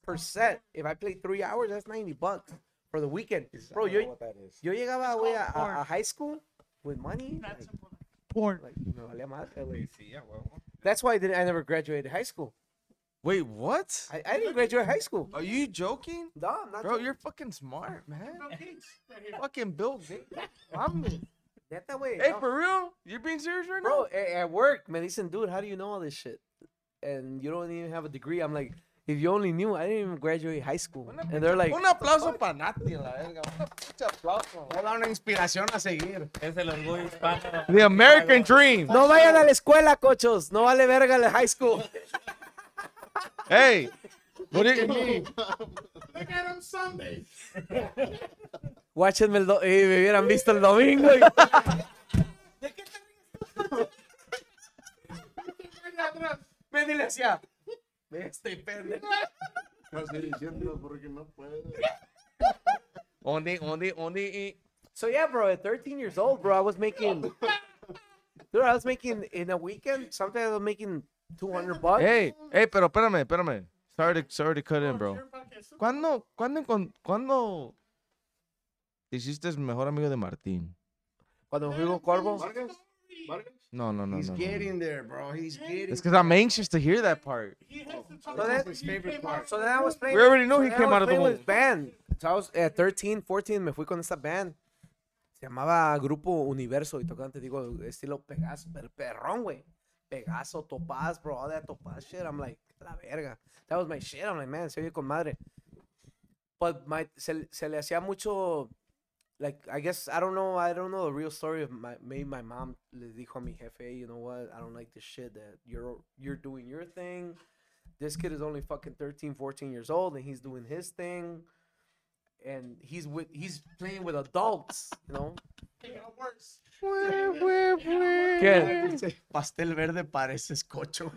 per set, if I play three hours, that's 90 bucks for the weekend. Bro, yo, that is. yo llegaba, güey, a, porn. a- a high school with money. That's Like, important. Poor. like, me valía madre, güey. See, yeah, well, That's why I, didn't, I never graduated high school. Wait, what? I, I didn't graduate high school. Are you joking? No, I'm not. Bro, joking. you're fucking smart, man. Right here. Fucking Bill Gates. I'm- Neta, güey, Hey, no. for real? You're being serious right bro now? a- at work man they said dude how do you know all this shit and you don't even have a degree i'm like if you only knew i didn't even graduate high school and they're like Un aplauso para Nati, la verga. Un pinche aplauso. Voy a dar una inspiración a seguir. es el orgullo hispano. The American dream. no vayan a la escuela cochos no vale verga la high school Hey. What do you, Look at him Sunday. guáchenme el do- Ey, me hubieran visto el domingo y- me dile así a- este pendejo Casi diciendo porque no puede. only, only, only. So yeah, bro, at 13 years old, bro, I was making, dude, I was making in a weekend. Sometimes I was making 200 bucks. Hey, hey, pero espérame, espérame. Sorry to, sorry to cut in, bro. ¿Cuándo, cuándo, encon- cuándo te hiciste mejor amigo de Martín? Cuando juego corvo, ¿Vargas? ¿Vargas? No, no, no, He's no, no. no. getting there, bro. He's getting It's because I'm anxious to hear that part. He has to talk So about that- it. He favorite came part. out- so then I was playing. We already know so he then I came was out of the playing with womb. band. So I was at 13, 14, me fui con esta band. Se llamaba Grupo Universo y tocaban, te digo, estilo Pegaso, per perrón, güey. Pegaso, Topaz, bro, all that Topaz shit. I'm like, la verga. That was my shit. I'm like, man, se oye con madre. But my, se, se le hacía mucho, like, I guess, I don't know, I don't know the real story of my, maybe my mom le dijo a mi jefe, "Hey, you know what, I don't like this shit that you're, you're doing your thing. This kid is only fucking 13, 14 years old and he's doing his thing. And he's with, he's playing with adults, you know? It got worse. Oh, ¿Qué? Dice, Pastel verde parece escocho.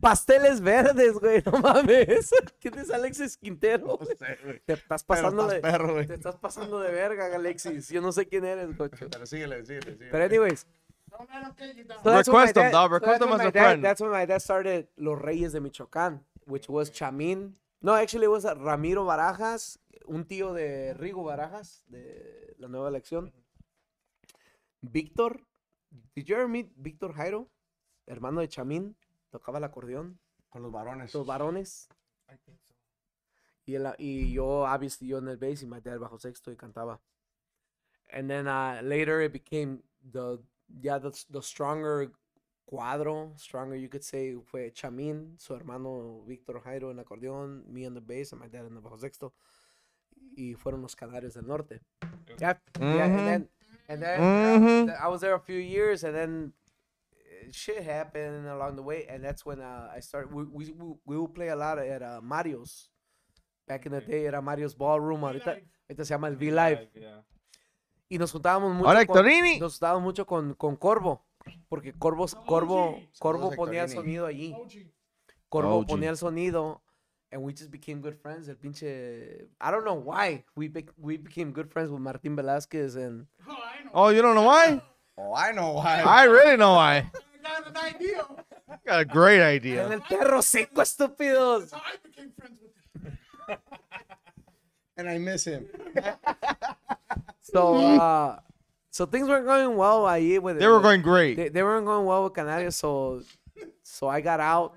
Pasteles verdes, güey, no mames. ¿Quién es Alexis Quintero? No sé, güey. Te estás Pero pasando estás de, perro, güey. te estás pasando de verga, Alexis. Yo no sé quién eres, cocho. Pero síguele, síguele, síguele. Pero anyways, Don't let him take you down. so that's when Request my dad- 'em, dog. so Request that's 'em when as my a dad- friend. That's when my dad started Los Reyes de Michoacán, which was Chamín. No, actually it was uh, Ramiro Barajas, un tío de Rigo Barajas, de la nueva elección. Víctor, did you ever meet Víctor Jairo? Hermano de Chamín, tocaba el acordeón, Con los varones. los varones. I think so. Y, el- y yo, obviously, yo en el bass y my dad bajo sexto y cantaba. And then uh, later it became the, yeah, the, the stronger cuadro, stronger you could say, fue Chamin, su hermano Víctor Jairo en acordeón, me on the bass and my dad en el bajo sexto. Y fueron los Canarios del Norte. Yeah, yeah, and Ujú. then, and then Mhm. uh, I was there a few years, and then uh, shit happened along the way, and that's when uh, I started. We, we we we would play a lot at uh, Mario's. Back in the day era Mario's Ballroom, ahorita, ahorita se llama el V Live. Yeah. Y nos juntábamos mucho. Ahora, con- Hectorini. nos juntábamos mucho con, con Corvo, porque Corvo, Corvo, Corvo Saludos, ponía el Hectorini. sonido allí. Corvo OG. ponía el sonido, and we just became good friends. El pinche, I don't know why we bec- we became good friends with Martín Velázquez and Oh, I know. Oh, you don't know why? Oh, I know why. I really know why. I got an idea. Got a great en idea. el perro seco estúpidos. That's how I became friends with him. and I miss him. So uh, so things weren't going well ahí with They were with- going great. they, they weren't going well with Canarias, so so I got out,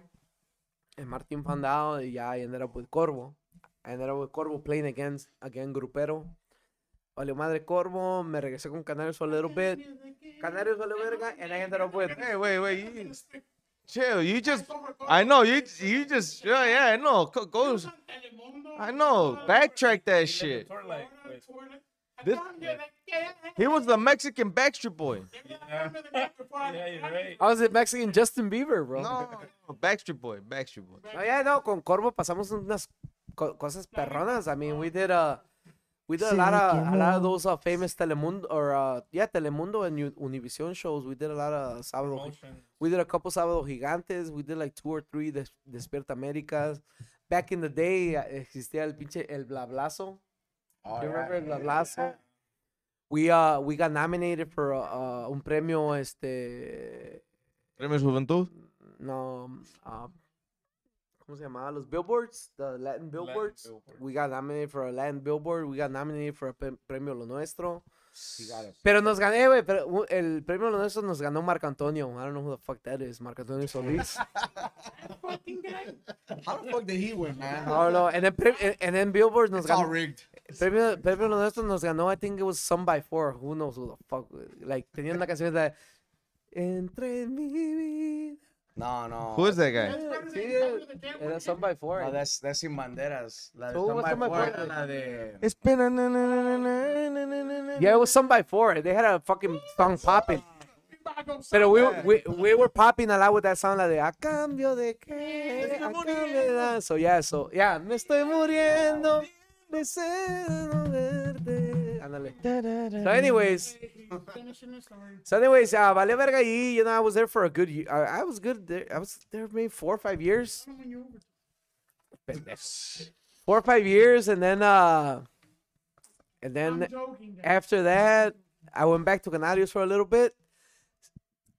and Martin found out. Yeah, I ended up with Corvo. I ended up with Corvo playing against again Grupero. Valió madre Corvo, me regresé con Canarios for a little bit. Canarios valió verga, and I ended up with. Hey, wait, wait. You, chill. You just. I know. You you just. Yeah, yeah. I know. Go, go- I know. Backtrack that shit. Sort of like, like, This- He was the Mexican Backstreet Boy. yeah, you're right. I was at Mexican Justin Bieber, bro. No, Backstreet Boy. Backstreet Boy. No, yeah, no, con Corvo pasamos unas co- cosas perronas. I mean, we did a, we did a lot of, a lot of those uh, famous Telemundo or uh, yeah, Telemundo and U- Univision shows. We did a lot of sábado. Gi- Motion. We did a couple sábado gigantes. We did like two or three Des- Despierta Américas. Back in the day uh, existía el pinche el blablazo. Oh, Do you yeah. remember el blablazo? We uh we got nominated for uh, uh, un premio este Premios Juventud. no, um, ¿cómo se llamaba? Los billboards, the Latin billboards. billboard. We got nominated for a Latin billboard. We got nominated for a pe- premio Lo Nuestro. He got it. Pero nos gané, güey. Pero u- el premio Lo Nuestro nos ganó Marco Antonio. I don't know who the fuck that is. Marco Antonio Solís. How the fuck did he win, man? I don't know. And then, pre- and- and then billboards nos It's all ganó. rigged. Premio, premio Lo Nuestro nos ganó. I think it was some by four. Who knows who the fuck. Like, tenía una canción de. Entre mi vida. No, no. Who is that guy? Eh, Sí, era some by four. No, that's that's in Banderas. La de Oh, Stand what's by Stand by Four Four? and la de- It's been a na- na- na- na- na- na- na- na- Yeah, it was some by four. They had a fucking song popping. Pero we, were- we, we were popping a lot with that song, la de a cambio de que, a cambio de nada. So yeah, so yeah, me estoy muriendo de sed no verte. Ándale. So anyways, so anyways, uh, vale verga y you know I was there for a good year. I, I was good there. I was there maybe four or five years. Pendejo. Four or five years, and then uh, and then I'm joking. guys. after that, I went back to Canarios for a little bit.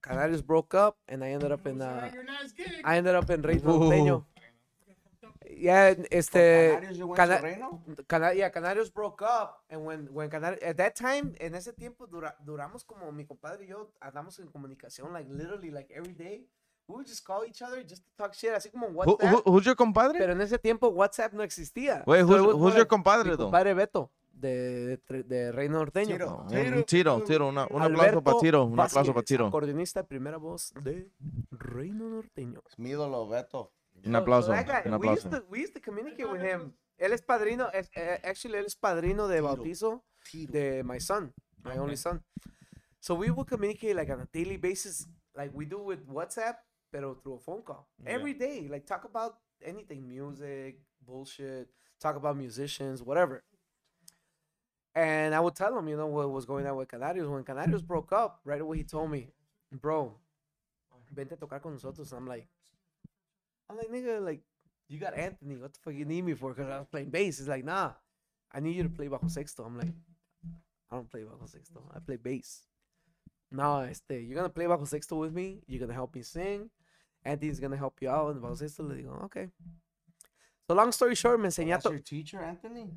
Canarios broke up, and I ended up in uh, Your last gig. I ended up in Reino Norteño. Yeah, and Eh, este Canarios, you went Cana- to Reno? Cana- yeah, Canarios broke up, and when when Canarios at that time, en ese tiempo dura, duramos como mi compadre y yo andamos en comunicación like literally like every day. We would just call each other just to talk shit, así como Who, WhatsApp. who, who's your compadre? pero en ese tiempo WhatsApp no existía. Wait, So who's, it was who's more your like compadre mi though? compadre Beto de, de, de Reino Norteño. Tiro. Oh, un Tiro, Tiro, una- un aplauso Alberto para Tiro, un Vázquez, aplauso para Tiro. Acordeonista de primera voz de Reino Norteño. Mi ídolo, Beto. Un aplauso, So that guy, un we used aplauso. to- We used to communicate with him. Él es padrino, es- eh, actually él es padrino de bautizo de my son, my only son. So we would communicate like on a daily basis, like we do with WhatsApp, pero through a phone call every day. Like talk about anything, music, bullshit, talk about musicians, whatever. And I would tell him, you know, what was going on with Canarios. When Canarios broke up, right away he told me, bro, vente a tocar con nosotros. And I'm like, I'm like, nigga, like, you got Anthony. What the fuck you need me for? Because I was playing bass. He's like, nah, I need you to play bajo sexto. I'm like, I don't play bajo sexto. I play bass. No, este, you're gonna play bajo sexto with me. You're gonna help me sing. Anthony's gonna help you out. And bajo sexto le digo, okay. So long story short, me enseñó a That's to- your teacher, Anthony?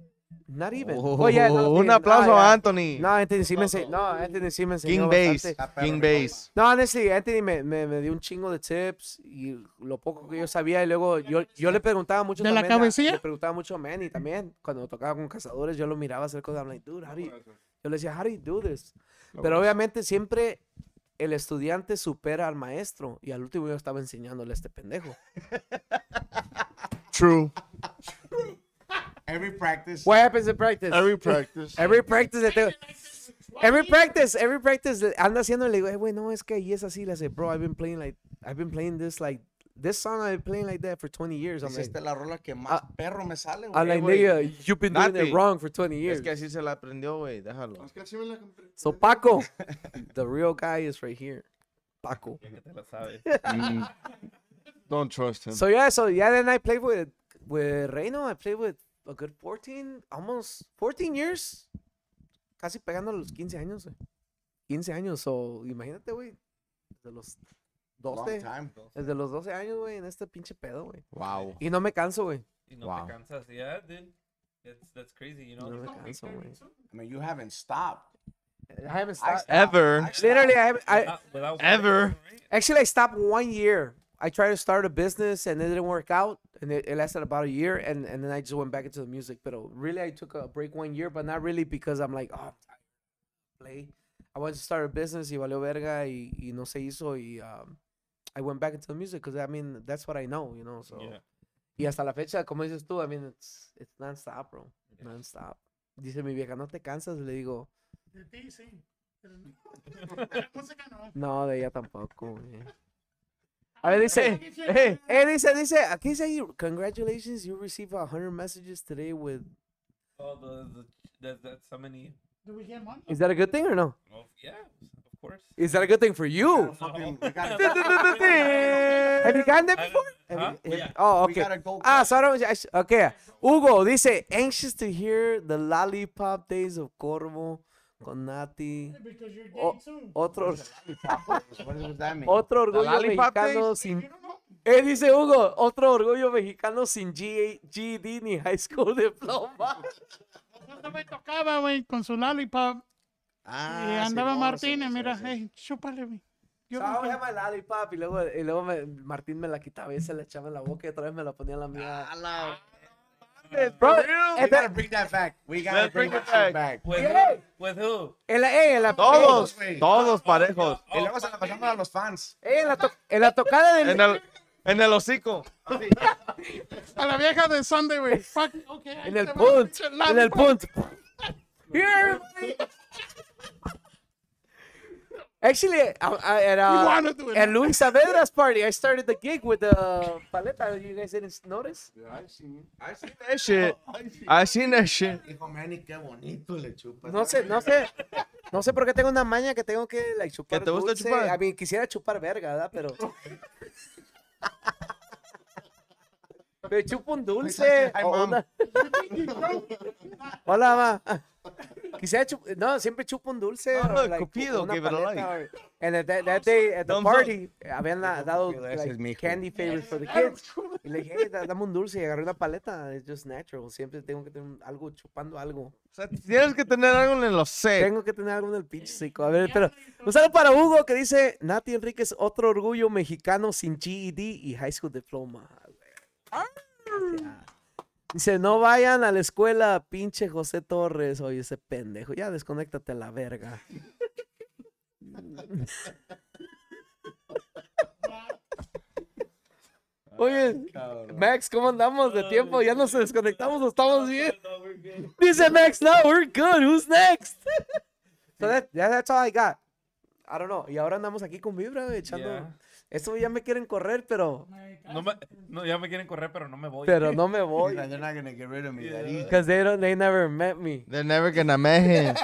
Not even. Oh, Well, yeah, no, un yeah, no, aplauso yeah. a Anthony. No, Anthony sí me enseñó. No, Anthony sí me enseñó. King base Base. King Base. No, honestly, Anthony me, me, me dio un chingo de tips y lo poco que yo sabía. Y luego yo, yo le preguntaba mucho ¿De la también a- cabecilla? Le preguntaba mucho a Manny también. Cuando tocaba con cazadores, yo lo miraba hacer cosas. I'm like, dude, how do you-" Yo le decía, how do you do this? Pero obviamente siempre el estudiante supera al maestro. Y al último yo estaba enseñándole a este pendejo. True. Every practice. What happens in practice? Every practice. Every practice le tengo- Every practice, every practice le- anda haciendo y le digo, eh, güey, no, es que ahí es así. Le dice, bro, I've been playing like, I've been playing this like, this song I've been playing like that for 20 years. I'm Dice, esta like, es la rola que más Ah. perro me sale, güey. I'm like, Eh, güey. nigga, you've been doing Nati. it wrong for 20 years. Es que así se la aprendió, güey. Déjalo. Es que así me la compré. So Paco, the real guy is right here. Paco. Ya que te la sabes. Mm, Don't trust him. So yeah, so yeah, then I played with, with Reino, I played with a good 14, almost 14 years. Casi pegando a los 15 años, güey. 15 años, so imagínate, güey, de los 12. Long time. Desde los 12 años, güey, en este pinche pedo, güey. Wow. Y no me canso, güey. Y no Wow. te cansas. Yeah, dude. That's, that's crazy, you know? No me canso, güey. I mean, you haven't stopped. I haven't I stopped. stopped. Ever. I stopped. Literally, I haven't. I, Without- without Ever. fail, right? actually, I stopped one year. I tried to start a business and it didn't work out. And it, it lasted about a year. And, and then I just went back into the music. But uh, really, I took a break one year, but not really because I'm like, oh, I'm tired of play. I wanted to start a business. Y valió verga. Y, y no se hizo. Y um, I went back into the music because, I mean, that's what I know, you know? So. Yeah. Y hasta la fecha, como dices tú, I mean, it's, it's non-stop, bro. Non-stop. Dice mi vieja, ¿no te cansas? Le digo, De ti, sí. Pero no. De la música no. no, de ella tampoco, güey. A ver, dice, Ay, eh, eh, dice, dice, aquí dice, ahí, congratulations, you received 100 messages today with, Oh, the, the, that, that's how many. Do we get money? is that a good thing or no? Oh, yeah, of course. Is that a good thing for you? Fucking- No. we gotta- Have you gotten that I- before? Have huh? you- have- Yeah. Oh, We okay. gotta go. Ah, so I don't, I sh- okay. Hugo dice, anxious to hear the lollipop days of Corvo con Nati. Because you're gay Oh, too. Otros. what does what does that mean? Otro orgullo Lollipop mexicano You Days? sin. don't know. Eh, dice Hugo, otro orgullo mexicano sin G- GED ni high school diploma. Nosotros me tocaba, güey, con su lollipop. Ah, Y andaba Simón, Martínez, Simón, mira, Simón, Simón. hey, chúpale, güey. Yo So, I no would sé. have my lollipop, y luego, y luego me- Martín me la quitaba y se la echaba en la boca y otra vez me la ponía en la mía. Ah, no. Ah, eh, Bro, We en gotta la, bring that back. We gotta Este Let's bring bring that it shit back. back. With Yeah. who? With who? en la, eh, en la, Todos. güey. Todos parejos. Y luego se la pasamos a los fans. eh, en la, to- en la tocada del. En el, en el hocico. A la vieja de Sunday, güey. Fuck, ok. ahí En el te va la punt. pinche En el lollipop. punt. Here, everybody. Actually, I, I, at, uh, wanna do it. at Luis Saavedra's party, I started the gig with the paleta. You guys didn't notice? Yeah, I've seen it. I seen that shit. I seen that shit. Dijo, Manny, qué bonito le chupas. No sé, no sé. No sé por qué tengo una maña que tengo que like, chupar. ¿Que te gusta dulce. chupar? I mean, quisiera chupar verga, ¿verdad? Pero. Me chupo un dulce. Hi, o mom. una- Hola, ma. Quisiera chup- No, siempre chupo un dulce. No, o, no, Cupido, una give it a paleta, like. or- And at that, that day at the Thumbs up. party, habían la- dado Cupido, ese like, es mi hijo. candy favorites for the kids. Y le dije, hey, da- dame un dulce. Y agarré una paleta. It's just natural. Siempre tengo que tener un- algo chupando algo. O sea, tienes que tener algo en el hocico. Tengo que tener algo en el pinche hocico. A ver, pero un saludo para Hugo que dice, Nati Enríquez, otro orgullo mexicano sin GED y high school diploma. Gracias. Dice, no vayan a la escuela, pinche José Torres. Oye, ese pendejo. Ya desconéctate a la verga. Oye, Max, ¿cómo andamos de tiempo? ¿Ya nos desconectamos o estamos bien? Dice Max, no, we're good. Who's next? so that, yeah, that's all I got. I don't know. Y ahora andamos aquí con Vibra, güey, echando. Yeah. Esto ya me quieren correr, pero, No, me, no, ya me quieren correr, pero no me voy. pero no me voy. They're not gonna get rid of me that easy. Because they, don't- they never met me. They're never gonna make him.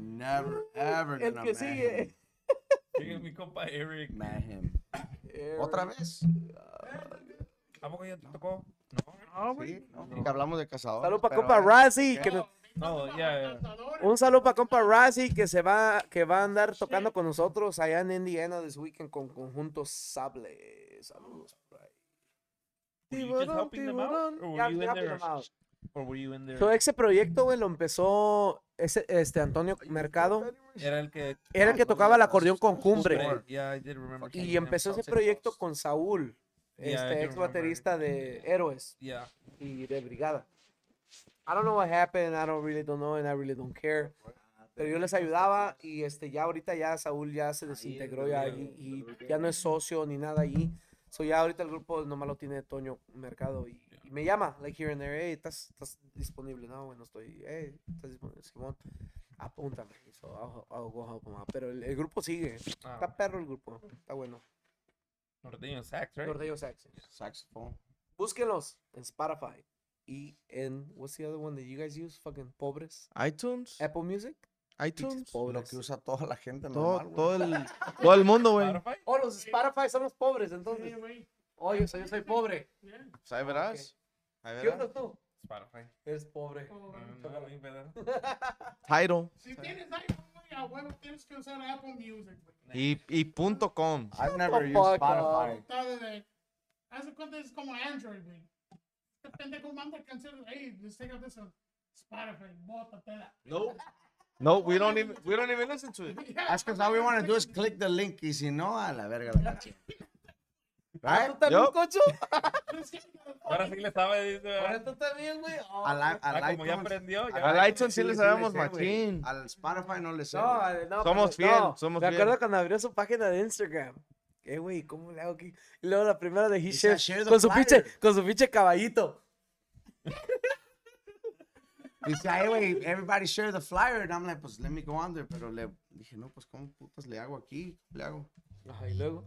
Never, ever El gonna que man sigue. him. Llega mi compa Eric. Man him. ¿Otra vez? ¿A poco ya te tocó? Ah, güey. Sí, no, que hablamos de cazadores. Saludo para pero compa ahora- Razzy. que nos- No, ya. Un saludo para compa Razzy que se va, que va a andar tocando con nosotros allá en Indiana this weekend con conjunto Sable. Saludos por ahí. Were you just helping them out, tiburón. or Ya, were you in helping there? them out. Or were you in there? So, ese proyecto, güey, lo empezó ese, este Antonio Mercado. Era el que. Era el que tocaba el acordeón Ah, con Hombre, Cumbre. Yeah, I did remember. seeing Y him empezó ese outside. proyecto con Saúl, Yeah, I este do ex baterista de Héroes Yeah. y de Brigada. I don't know what happened, I don't really don't know and I really don't care. Pero yo les ayudaba y este ya ahorita ya Saúl ya se desintegró ya y, y ya no es socio ni nada allí. So ya ahorita el grupo nomás lo tiene Toño Mercado y, y me llama, like here and there, hey, ¿estás, estás disponible? No, güey, no estoy, hey, ¿estás disponible? Simón, apúntame. So I'll- I'll go help him out. Pero el, el grupo sigue, Ah, está perro el grupo, está bueno. Norteño Sax, right? Norteño Saxon. Saxophone. Búsquenlos en Spotify y en what's the other one that you guys use? Fucking pobres. iTunes. Apple Music. Pinches iTunes. Lo Pobres. que usa toda la gente Todo, normal, güey. todo, el, todo el mundo, güey. Spotify? Oh, los Spotify son los pobres, entonces. Oye, yo soy, yo soy pobre. Pues ahí verás. Ahí ¿Qué verás. onda tú? Spotify. Eres pobre. No, no, no, ¿verdad? Tidal. Si tienes iPhone, güey, a huevo tienes que usar Apple Music, güey. Y, y punto com. I've never the used fuck Spotify. Está desde- Haz de cuenta es como Android, güey. Este pendejo manda canciones. Hey, just take out this one. Spotify, bótatela. No. No, we don't even we don't even listen to it. That's because all we want to do is click the link y si no, a la verga la canción. ¿Ah, tú Right? también, Yo. cocho? Ahora sí le estaba Ahora diciendo. tú también, güey. Oh. Al, al, Ah, como ya iTunes- aprendió, ya. Al iTunes sí le sabemos sé, güey. machín. Al Spotify no le sé. No, güey. ale- no, Somos pero- fiel, no. somos Me acuerdo fiel. cuando abrió su página de Instagram. Eh, güey, ¿cómo le hago aquí? Y luego la primera de He Dice, Chef, "Share the con su flyer". pinche, con su pinche caballito. Dice, "Ay, güey, everybody share the flyer. And I'm like, pues let me go on there. Pero le dije, no, pues ¿cómo putas le hago aquí? ¿Cómo le hago? Ajá, y luego.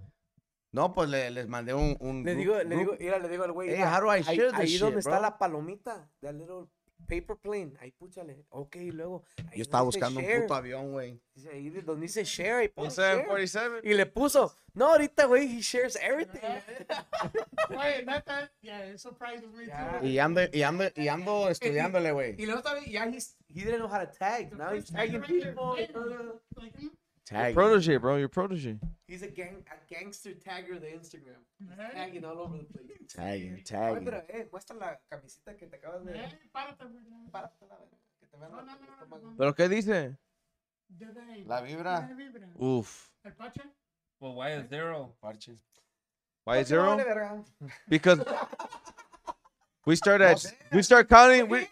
No, pues le, les mandé un. un Le group- digo, le group- digo, mira, le digo al güey. "Ah, Hey, mira, how do I ahí- share this Ahí shit, donde está bro? la palomita, that little paper plane, ahí púchale. Ok, y luego. ahí Yo estaba donde dice buscando un share, puto avión, güey. dice Ahí de donde dice share, ahí pone share. 47. Y le puso, no, ahorita, güey, he shares everything. Güey, neta, yeah, it surprises me Yeah. too. Y ando, y ando, y ando estudiándole, güey. Y luego también, ya he's, he didn't know how to tag. Now pues, he's tagging people. Like, mm, Tag. Protege, bro, your protege. He's a, gang, a gangster tagger de Instagram. He's Hey. tagging all over the place. Tag, Oye, tag. pero, eh, muestra la camisita que te acabas de... eh, párate, güey. no. Párate, la verga, que te vean No, la- no, no, no, no. ¿Pero qué dice? Desde ahí. La vibra. Desde vibra. Uh. Oof. El pache. Well, why is zero? Parche. Why No, zero? vale, verga. Because we start at we start counting we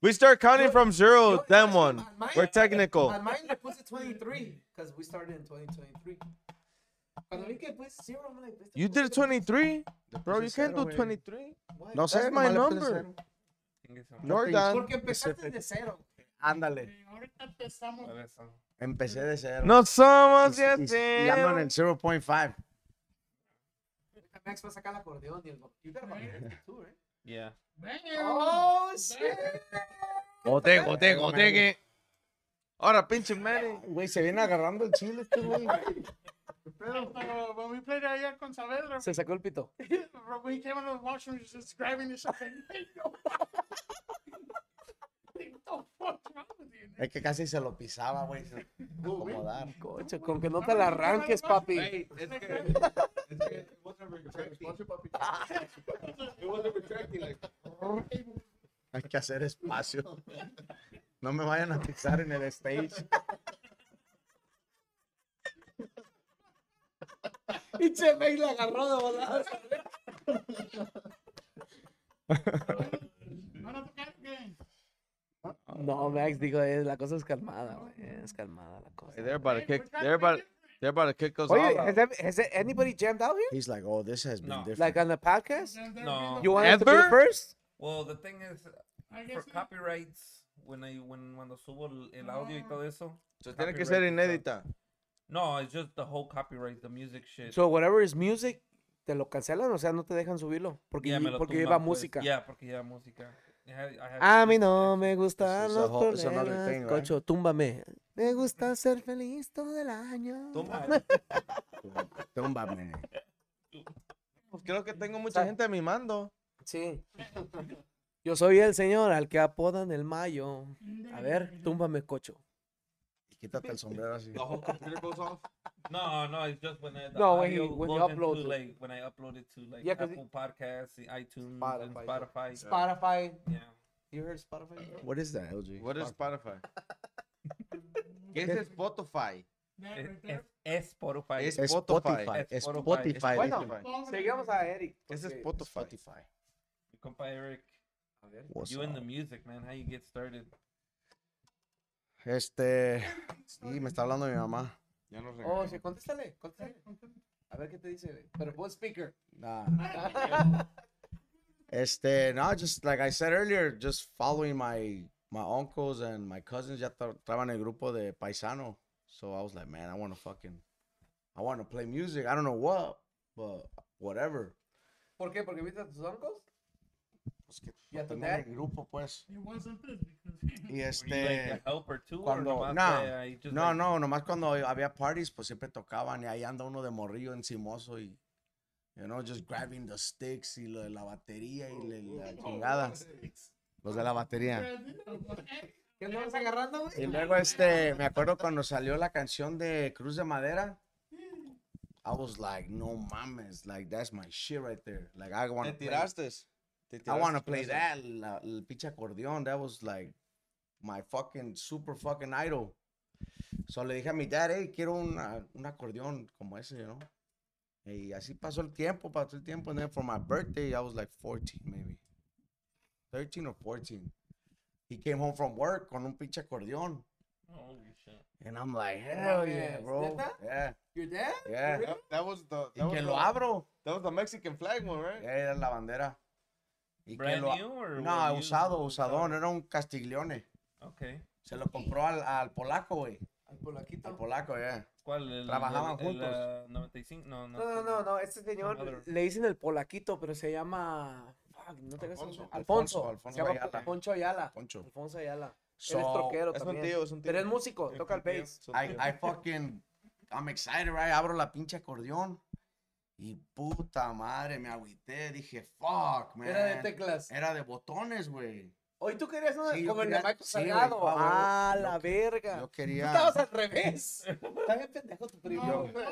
we start counting from zero, then one. We're technical. On mine, I put 23 because we started in 2023. Cuando vi que puse zero, I'm like, You did 23? Bro, you can't do 23. No sé, my number. You're done. Porque empezaste de cero. Ándale. Eh, Ahorita empezamos. A ver, son- Empecé de cero. No somos ya Y- y- y ando en el 0.5. Max va a sacar el acordeón y el bo- You got a violin too, right? Yeah. Damn. Oh, shit. Gote, gote, gote, que. Ahora, pinche Manny. Güey, se viene agarrando el chile este güey. Pero when we played ayer con Saavedra, Se sacó el pito. we came out of the washroom he was just grabbing his shit. Like, what the fuck's wrong with you? Es que casi se lo pisaba, güey. se- Acomodar. Cocho, con que no te la arranques, papi. Hey, it's good. It's good. It wasn't retracting. It wasn't retracting. Like, Hay que hacer espacio. No me vayan a pisar en el stage. Y se ve y la agarró de volada. Van a tocar que No, Max, digo, eh, la cosa es calmada, güey. Es calmada la cosa. They're about to kick. They're about. They're about to kick us Oye, all has, out. ev- has anybody jammed out here? He's like, oh, this has been No. different. Like on the podcast? then they're No. being You the- want us to go Ever? first? Well, the thing is, I for guess it- copyrights, when I when cuando subo el, el audio Ah. y todo eso. So tiene que ser copyright is, uh, inédita. No, it's just the whole copyright, the music shit. So whatever is music, te lo cancelan, o sea, no te dejan subirlo. Porque, Yeah, me lo porque lleva tumban, pues. música. Ah, Yeah, porque lleva música. I had- I had A to- mí no me gustan It's a los whole- it's another problemas, thing, right? cocho, túmbame. Me gusta ser feliz todo el año. uh, Túmbame. Pues creo que tengo mucha gente mimando. Sí. Yo soy el señor al que apodan el mayo. A ver, túmbame, cocho. Y Quítate el sombrero así. the whole computer goes off. No, no, it's just when I, the No, when he- audio when you goes upload into, it. like when I upload it to like Yeah, 'cause Apple Podcasts, the iTunes, and Spotify. Spotify, Spotify. Yeah. You heard Spotify? What is that, LG? What is Spotify? ¿Qué es Spotify? That It, right there. es, es Spotify. Es Es Spotify. Spotify. Spotify. Es Es Spotify. Spotify. Bueno, dice. Seguimos a Ah, Eric. Ese es porque- Spotify. Spotify. Mi compa Eric, What's you in the up? music, man. How you get started? Este. Sí, me está hablando mi mamá. Ya nos Oh, regresamos. sí, contéstale, contéstale. A ver qué te dice. Pero pon speaker. Nah. Este, no, just like I said earlier, just following my my uncles and my cousins ya tra- estaban en el grupo de paisano. So I was like, man, I want to fucking, I want to play music. I don't know what, but whatever. ¿Por qué? ¿Porque viste a tus uncles? Pues que ¿Y a tu tenía dad? el grupo, pues. It wasn't this because Y Were you like este, a helper too? cuando- or nomás, no, eh, ahí just no, like- no, nomás cuando había parties, pues siempre tocaban y ahí anda uno de morrillo encimoso y, you know, just grabbing the sticks y lo de la batería y le- la chingada. Los de la batería. ¿Qué andabas agarrando, güey? Y luego este, me acuerdo cuando salió la canción de Cruz de Madera. I was like, no mames, like that's my shit right there. Like I want Te to play, tiraste. Te I tiraste want to con play eso. that. La, el pinche acordeón, that was like my fucking super fucking idol. So le dije a mi dad, hey, quiero una, un acordeón como ese, you know. Y así pasó el tiempo, pasó el tiempo. And then for my birthday, I was like 14 maybe. 13 or 14. He came home from work con un pinche acordeón. Holy shit. And I'm like, hell yeah, mames, bro. ¿neta? Yeah, ¿Your dad? yeah. really? Y That, that was the that was que the, lo abro. that was the Mexican flag one, right? Yeah, era la bandera. Y que Brand lo new or were No, you- usado, usadón. Era un Castiglione. Okay. Se lo compró al, al polaco, güey. Al polaquito. Al polaco, yeah. ¿Cuál? El, Trabajaban el- el, juntos. ah, 95? No, no. No, no, pues, no, no, este Another. señor le dicen el polaquito, pero se llama. Fuck, no te hagas- Alfonso. Alfonso. Alfonso, Alfonso se llama Ayala. Poncho Ayala. Poncho. Alfonso Ayala. So, Eres troquero Es un también. tío, es un tío. Pero es músico, toca el bass. I, I fucking, I'm excited, right? Abro la pinche acordeón. Y puta madre, me agüité. Dije, fuck, man. Era de teclas. Era de botones, güey. Hoy tú querías una Sí, yo como el de quería- Michael sí, güey, Salgado. pa' huevo. ah, Yo la que- verga. Yo Tú quería. estabas al revés. Está bien pendejo tu primo. No, güey.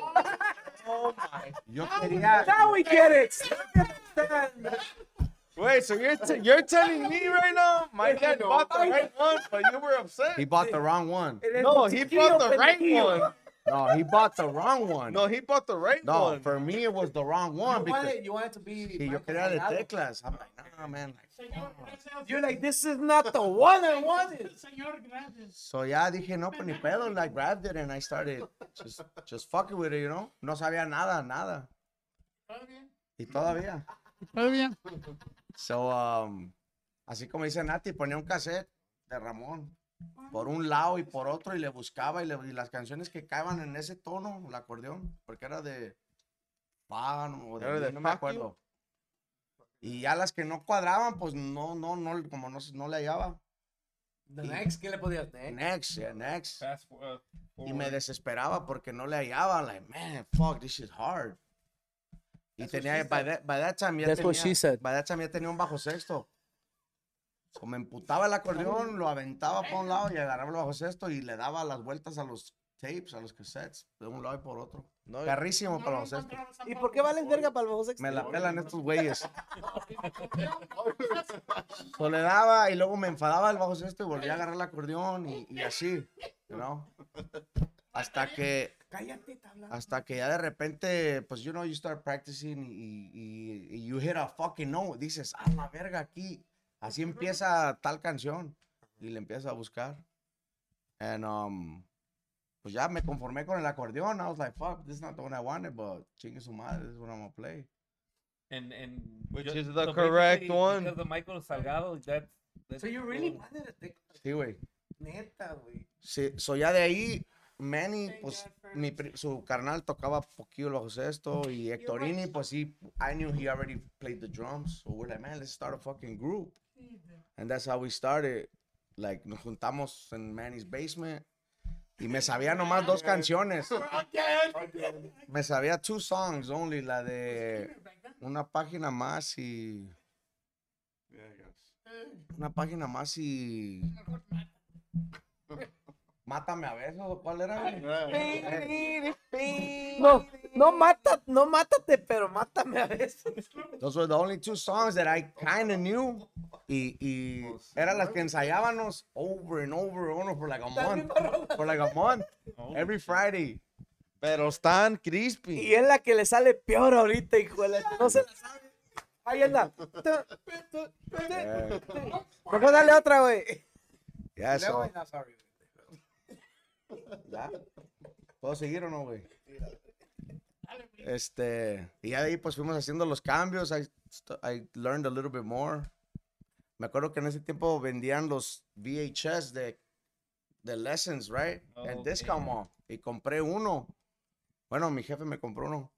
Yo quería. Now we get it. Now we understand. Wait, so you're, t- you're telling me right now my dad No. bought the right one, but you were upset? He bought the wrong one. Eres no, he chiquillo, bought the right pendejillo. one. No, he bought the wrong one. No, he bought the right no, one. for me it was the wrong one You because wanted, you wanted to be. he, yo Michael quería de Salgado. teclas. I'm like, nah, man. You're like, this is not the one I wanted. Señor, gracias. So yeah, dije no, pues ni pedo. And I grabbed it and I started just just fucking with it, you know. No sabía nada, nada. ¿Todo bien? Y todavía. ¿Todo bien? So um, así como dice Nati, ponía un cassette de Ramón por un lado y por otro y le buscaba y, le- y las canciones que caían en ese tono, el acordeón, porque era de pan o de, Era de no me fuck acuerdo. Y ya las que no cuadraban, pues no, no, no, como no, se- no le hallaba. The next, ¿qué le podías? ¿Eh? Next. Next, yeah, next. Fast for- uh, Oh, Y me forward. desesperaba porque no le hallaba. Like, man, fuck, this is hard. Y tenía, by that, by that time ya That's tenía, what she said. by that time ya tenía un bajo sexto. O me emputaba el acordeón, lo aventaba para un lado y agarraba el bajo sexto y le daba las vueltas a los tapes, a los cassettes, de un lado y por otro. No, No Perrísimo para lo los sexto. encontramos ¿Y tampoco. por qué valen verga para el bajo sexto? Me la pelan estos güeyes. So le daba y luego me enfadaba el bajo sexto y volvía a agarrar el acordeón y, y así, you know? Hasta que Cállate, está hablando. hasta que ya de repente, pues, you know, you start practicing y, y- y you hit a fucking note. Dices, a la verga, aquí, así empieza tal canción. Y le empiezas a buscar. And, um, pues ya me conformé con el acordeón. I was like, fuck, this is not the one I wanted, but chingue su madre, this is what I'm gonna play. And, and Which ju- is the so correct basically, one. Because of Michael Salgado, that's. that's So you really cool. wanted a tecla. Sí, güey. Neta, güey. Sí, so ya de ahí, Manny, Thank pues, God for- mi pri- su carnal tocaba poquillo el bajo sexto y Hectorini, pues sí, I knew he already played the drums. So we're like, man, let's start a fucking group. And that's how we started. Like, nos juntamos en Manny's basement. Y me sabía nomás dos canciones. Me sabía two songs only, la Pues, de una página más y una página más y Mátame a besos, ¿o cuál era? güey? No, no mata, no mátate, pero mátame a veces. Those were the only two songs that I kind of knew. Y, y eran las que ensayábamos over and over and over for like a month. For like a month. Every Friday. Pero están Y crispy. es la que le sale peor ahorita, hijo de la- No se la sabe. Ahí anda. Mejor dale otra, güey. Yeah, so. Ya. ¿Puedo seguir o no, güey? Este, y ya de ahí pues fuimos haciendo los cambios. I, st- I learned a little bit more. Me acuerdo que en ese tiempo vendían los VHS de, de Lessons, right? en Oh, Discount ok. Mall. Y compré uno. Bueno, mi jefe me compró uno.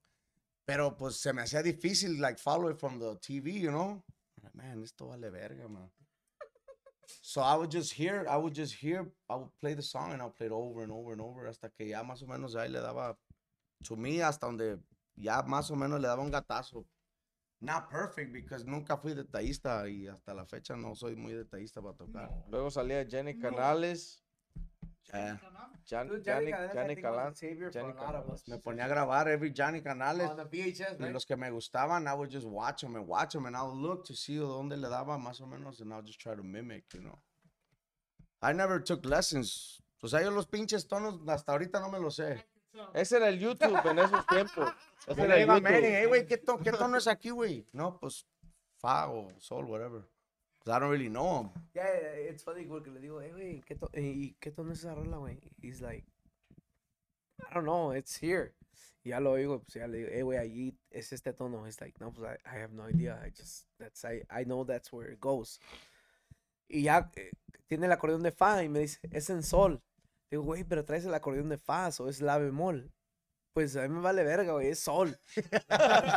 Pero pues se me hacía difícil, like, follow it from the TV, you know? Man, esto vale verga, man. So I would just hear, I would just hear, I would play the song and I'll play it over and over and over hasta que ya más o menos ahí le daba, to me, hasta donde ya más o menos le daba un gatazo. Not perfect because nunca fui detallista y hasta la fecha no soy muy detallista para tocar. Luego salía Jenny Canales. Eh, Jan- Yanni- Yanni Calan- Yanni Canales. me ponía a grabar every Johnny Canales VHS, y los que me gustaban, I would just watch them and watch them and I'll look to see dónde le daba más o menos and I'll just try to mimic, you know. I never took lessons. O sea, yo los pinches tonos hasta ahorita no me los sé. Eh, Ese era el YouTube en esos tiempos. Ese Yo era le el digo a Manny, YouTube. hey, güey, ¿qué, to- qué tono es aquí, güey? No, pues, fa o sol, whatever. 'Cause I don't really know him. Ya, eh, it's funny porque le digo, eh, güey, ¿qué to- eh, ¿y qué tono es esa rola, güey? He's like, I don't know, it's here. Y ya lo oigo, pues ya le digo, eh, güey, allí es este tono. He's like, no, pues I, I have no idea. I just, that's, I, I know that's where it goes. Y ya eh, tiene el acordeón de fa y me dice, es en sol. Digo, güey, pero traes el acordeón de fa o es la bemol. Pues a mí me vale verga, güey, es sol.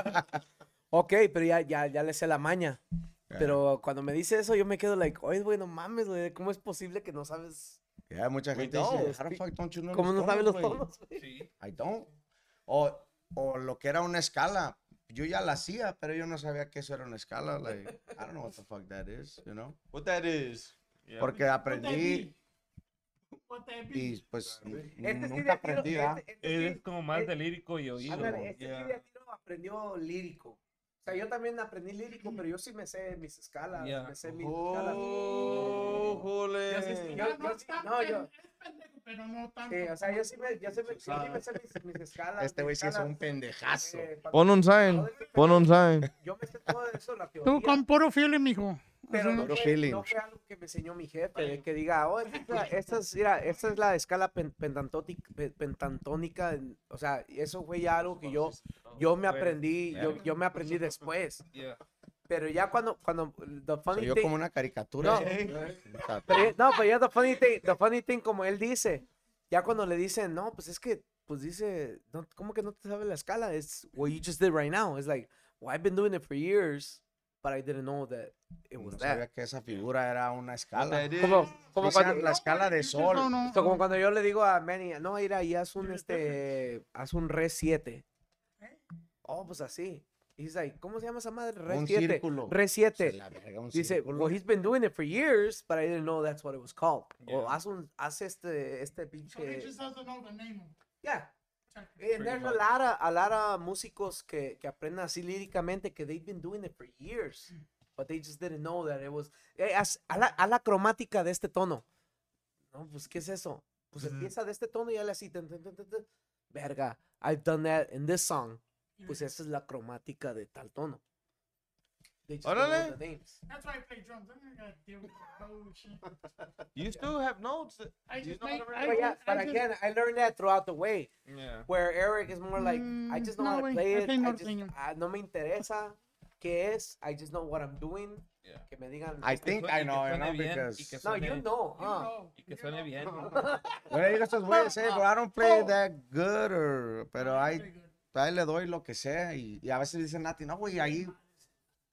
ok, pero ya, ya, ya le sé la maña. Pero cuando me dice eso, yo me quedo like, oye, güey, no mames, güey, ¿cómo es posible que no sabes? Yeah, mucha We gente dice, don't. how the fuck don't you know ¿Cómo no sabes los güey?" tonos? güey?" Sí. I don't. O, o lo que era una escala. Yo ya la hacía, pero yo no sabía que eso era una escala. Like, I don't know what the fuck that is, you know? What that is. Yeah. Porque aprendí What that be? y pues Este sí de nunca a tiro, aprendí, ¿ah? este- este Eres sí- como más eh, de lírico y oído. ándale, este sí Yeah. de a tiro aprendió lírico. O sea, yo también aprendí lírico, pero yo sí me sé mis escalas, Ya. me sé mis escalas. Yo Oh, sí- jole. yo- Ah, yo no, sí- está no, yo, pendejo, es pendejo, pero no tanto. sí, o sea, yo sí me, yo sí me, yo sí me sé mis, mis escalas. Este mis güey sí es escalas, un pendejazo. eh, pa- Pon un sign. Pon un sign. Yo me sé todo eso, la teoría. Tú con puro feeling, mijo. Pero Así- no Puro fue, feeling. no fue algo que me enseñó mi jefe, de que diga, oh, esta es la, esta es, mira, esta es la escala pen- pentantóti- pe- pentantónica, en- o sea, eso fue ya algo que yo, yo me Pues, aprendí, yo, yo me aprendí después, Yeah. pero ya cuando, cuando, uh, the Soy funny yo thing, como una caricatura. pero ya- no, pero ya the funny thing, the funny thing, como él dice, ya cuando le dicen, no, pues es que, pues dice, no, ¿cómo que no te sabes la escala? Es what you just did right now, it's like, well, I've been doing it for years, but I didn't know that it was No that. sabía que esa figura era una escala. Como, como Como cuando, la escala de sol. No, no, So, como no. cuando yo le digo a Manny, no, mira, y haz un, este, haz un re 7. Oh, pues así. He's like, ¿cómo se llama esa madre? Re Un 7. círculo. Re Se 7. la verga, un este, Dice, círculo. well, he's been doing it for years, but I didn't know that's what it was called. O Yeah. haz un, haz este, So este he pinche. just doesn't know the name. Yeah. Exactly. And there's a much. lot of, a lot of músicos que, que aprenden así líricamente que they've been doing it for years, but they just didn't know that it was. Eh, haz- a, la, a la cromática de este tono. No, pues, ¿qué es eso? Pues empieza de este tono y le así. tan, tan, tan, tan, tan. Verga, I've done that in this song. Pues Mm. esa es la cromática de tal tono. They just don't know Órale. the names. That's why I play drums. I don't gotta deal with that bullshit. You still have notes. I Do you just know how make. to I But, yeah, just- but I just- again, I learned that throughout the way. Yeah. Where Eric is more like, I Mm, just know no, how to güey, play I it. think I norteño. just- ah, no me interesa qué es. I just know what I'm doing. Yeah. Que me digan. I este- think Y que I know, you suene know, bien, y because- que no, suene- you know, You huh? know, Y que you suene know. bien. Yo le digo a estos güeyes, eh, bro, I don't play that good, or- pero ahí, Pretty good. ahí le doy lo que sea. Y, y a veces dicen, Nati, no, güey, ahí,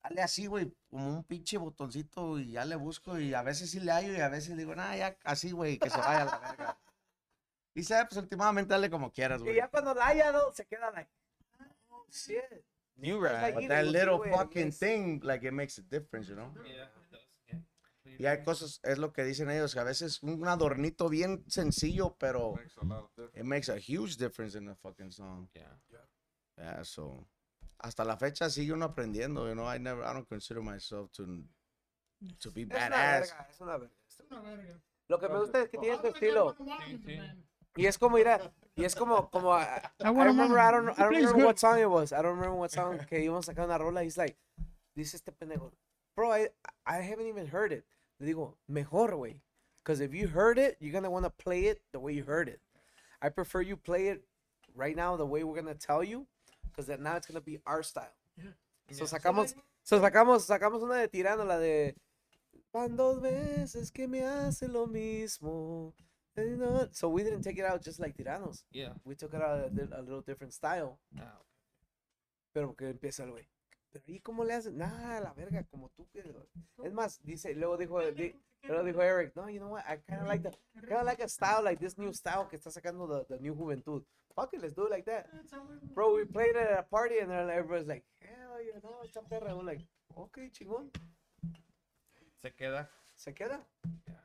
dale así, güey, como un pinche botoncito y ya le busco. Y a veces sí le hallo y a veces digo, nah, ya así, güey, que se vaya a la verga. Dice, "Ah, pues últimamente dale como quieras, Y güey. ya cuando la haya dado, se queda like, oh, shit. You right. right. But that little güey, fucking yes. thing, like, it makes a difference, you know? Yeah, it does, yeah. Y hay cosas, es lo que dicen ellos, que a veces un adornito bien sencillo, pero Makes a lot of difference. it makes a huge difference in a fucking song. Yeah. Yeah, so hasta la fecha sigue uno aprendiendo, you know. I never, I don't consider myself to to be Es una verga, badass. es una verga. Una verga. Lo que me gusta es que tiene su estilo. Sí, sí. Y es como ir a. Y es como. como a- I, wanna remember, I don't, He I don't plays remember good. what song it was. I don't remember what song. Que íbamos a sacar una rola. He's like. Dice este pendejo. Bro, I, I haven't even heard it. Le digo, mejor, güey. Because if you heard it, you're going to want to play it the way you heard it. I prefer you play it right now the way we're going to tell you. Because then now it's going to be our style. So sacamos, so eh. sacamos, sacamos una de tirano, la de Van dos veces que me hace lo mismo. eh, no". So we didn't take it out just like Tiranos. Yeah. We took it out a, di- a little different style. Ah, Pero que empieza el güey. Pero ¿y cómo le hacen? Nada, la verga, como tú. Que... lo-". Es más, dice, luego dijo, di- luego dijo Eric, no, you know what, I kind of like the, kind of like a style, like this new style que está sacando the, the new juventud. Fuck it, let's do it like that. Bro, we played it at a party and then everybody's like, hell yeah, no, esta perra. We're like, okay, chingón, Se queda. se queda.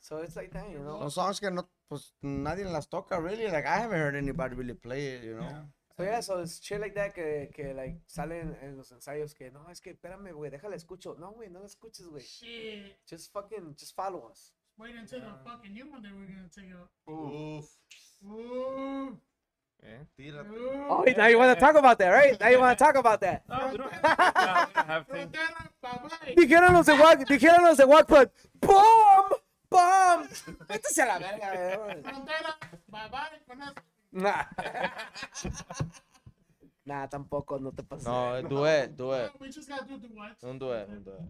So it's like that, you know. Los songs que no, pues nadie las toca, really. Like I haven't heard anybody really play it, you know. So yeah, so it's shit like that que, que like salen en los ensayos que, no, es que espérame, güey, déjala escucho. No, güey, no la escuches, güey. Shit. Just fucking, just follow us. Wait until Ah. the fucking new one that we're gonna take out. Oof. Ooh. Eh? Oh, now you want to talk about that, right? Now you want to talk about that. No, we don't have to. No, we don't have to. Frontera, bye-bye. Dijeron los de Wack, dijeron los de Wackpot, ¡Bum! ¡Bum! Métese a la verga, güey. Frontera, bye-bye. Con eso. Nah. nah, tampoco, no te pases. No, eh, duet, duet. We just gotta do the what. Un duet, un duet.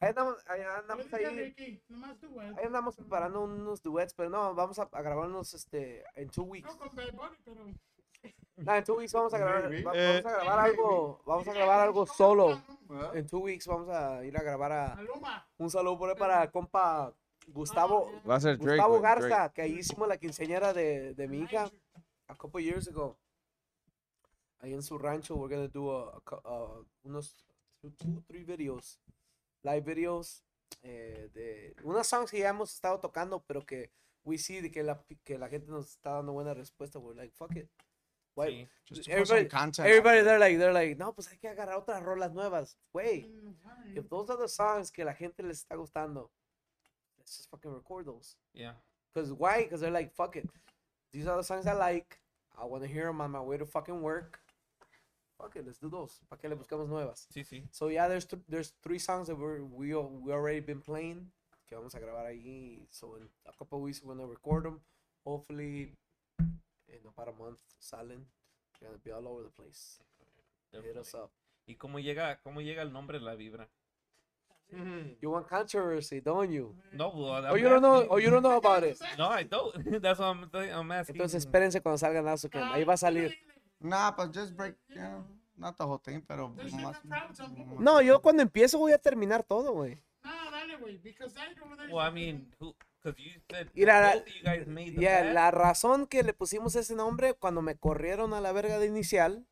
Ahí andamos, ahí andamos, ahí, Ricky, nomás do what. ahí andamos preparando unos duets, pero no, vamos a, a grabarnos este, en two weeks. No con Bad Bunny, pero. Nah, en two weeks vamos a grabar, va- Maybe. Eh. vamos a grabar algo, vamos a grabar algo solo. En two weeks vamos a ir a grabar a Maluma. un saludo por ahí para compa Ah, Gustavo, Va a ser Drake. Gustavo güey, Drake. Garza, que ahí hicimos la quinceañera de, de mi hija a couple years ago. Ahí en su rancho, we're gonna do a, a cou- a- unos two, two, three videos, live videos eh, de unas songs que ya hemos estado tocando, pero que we see de que la que la gente nos está dando buena respuesta. We're like, fuck it. Why? Sí. Just to put some Everybody- content out Everybody, they're like, they're like, no, pues hay que agarrar otras rolas nuevas, güey. Mm. If those are the songs que la gente les está gustando, let's just fucking record those. Yeah. Cause why? Cause they're like, fuck it. These are the songs I like. I want to hear them on my way to fucking work. Fuck it, let's do those. Pa que le buscamos nuevas. Sí, sí. So yeah, there's th- there's three songs that we're we al- we already been playing. Que vamos a grabar ahí. So in a couple of weeks we're gonna record them. Hopefully, in about a month, salen. They're gonna be all over the place. Hit us up. ¿Y cómo llega, cómo llega el nombre de la vibra? You want controversy, don't you? No, well, Oh, I'm you don't know. asking- Oh, you don't know about it. No, I don't. That's what I'm, I'm asking. Entonces espérense cuando salga Nazucan. Ahí va a salir. there. Nah, but just break, you know, not the whole thing, pero There's más. different crowds on board. No, yo cuando empiezo voy a terminar todo, güey. Nah, dale, güey, because that over there is Well, I fucking- mean, who? Because you said Mira, la- both of you guys made the Ya, band. eh, la razón que le pusimos ese nombre, cuando me corrieron a la verga de inicial,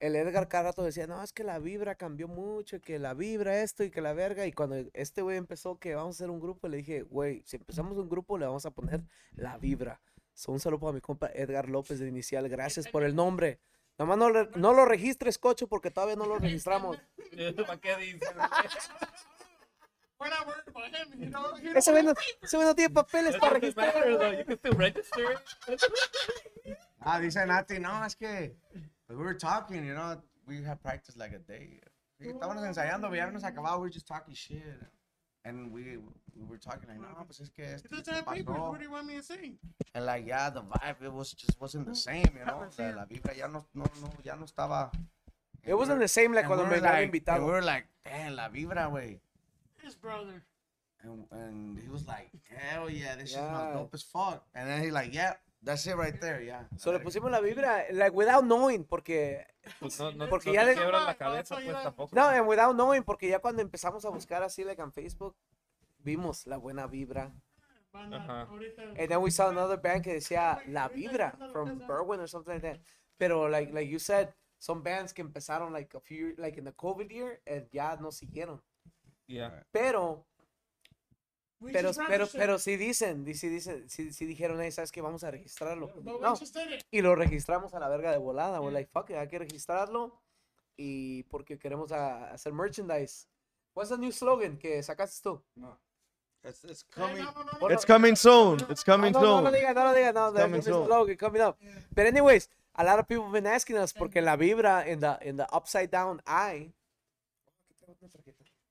el Edgar Carrato decía, no, es que la vibra cambió mucho, y que la vibra esto y que la verga. Y cuando este güey empezó que vamos a hacer un grupo, le dije, güey, si empezamos un grupo le vamos a poner la vibra. So, un saludo para mi compa Edgar López de inicial, gracias por el nombre. Nomás no, le- no lo registres, cocho, porque todavía no lo registramos. Este, ¿Para qué dices? We're not worried about him, you know? He Ese don't- güey no, ese güey no tiene papeles para Doesn't matter, though. registrar. You can still register it. Ah, dice Nati, no, es que we were talking, you know, we had practiced like a day. Y Estábamos ensayando, pero ya nos acababa, we were just talking shit. And we, we were talking like, no, pues es que He esto y doesn't esto have papers. pasó." What do you want me to say? And like, yeah, the vibe, it was just wasn't the same, you know. La, la vibra ya no, no, no, ya no estaba. It wasn't the same like And we cuando me were habían like- and we invitado. were like, damn, la vibra, güey. His brother. And, and he was like, hell yeah, this shit Yeah. smells dope as fuck. And then he like, yeah, that's it right there, yeah. So le pusimos la vibra, like without knowing, porque Pues no, no, Porque no ya te le- quiebras No, la cabeza, no, pues no. tampoco. No, eh, and without knowing, porque ya cuando empezamos a buscar así, like en Facebook, vimos la buena vibra. Van a- Uh-huh. Ajá. ahorita- And then we saw another band que decía La Vibra from Berwyn or something like that. Pero, like, like you said, some bands que empezaron like a few, like in the COVID year, and ya no siguieron. Yeah. Pero We Pero, just brought pero, this shit. pero sí dicen, di- sí, dicen, sí, sí dijeron, hey, ¿sabes qué? Vamos a registrarlo. But we No, just did it. y lo registramos a la verga de volada. We're like, fuck it, hay que registrarlo. Y porque queremos a- hacer merchandise. Pues What's the new slogan que sacaste tú? It's, it's Hey, coming. no, no, no, no. It's coming soon. It's coming Ah, no, no, no soon. lo digas, no lo digas, no, It's coming there's a soon. slogan coming up. But anyways, a lot of people have been asking us porque la vibra in the in the upside down eye.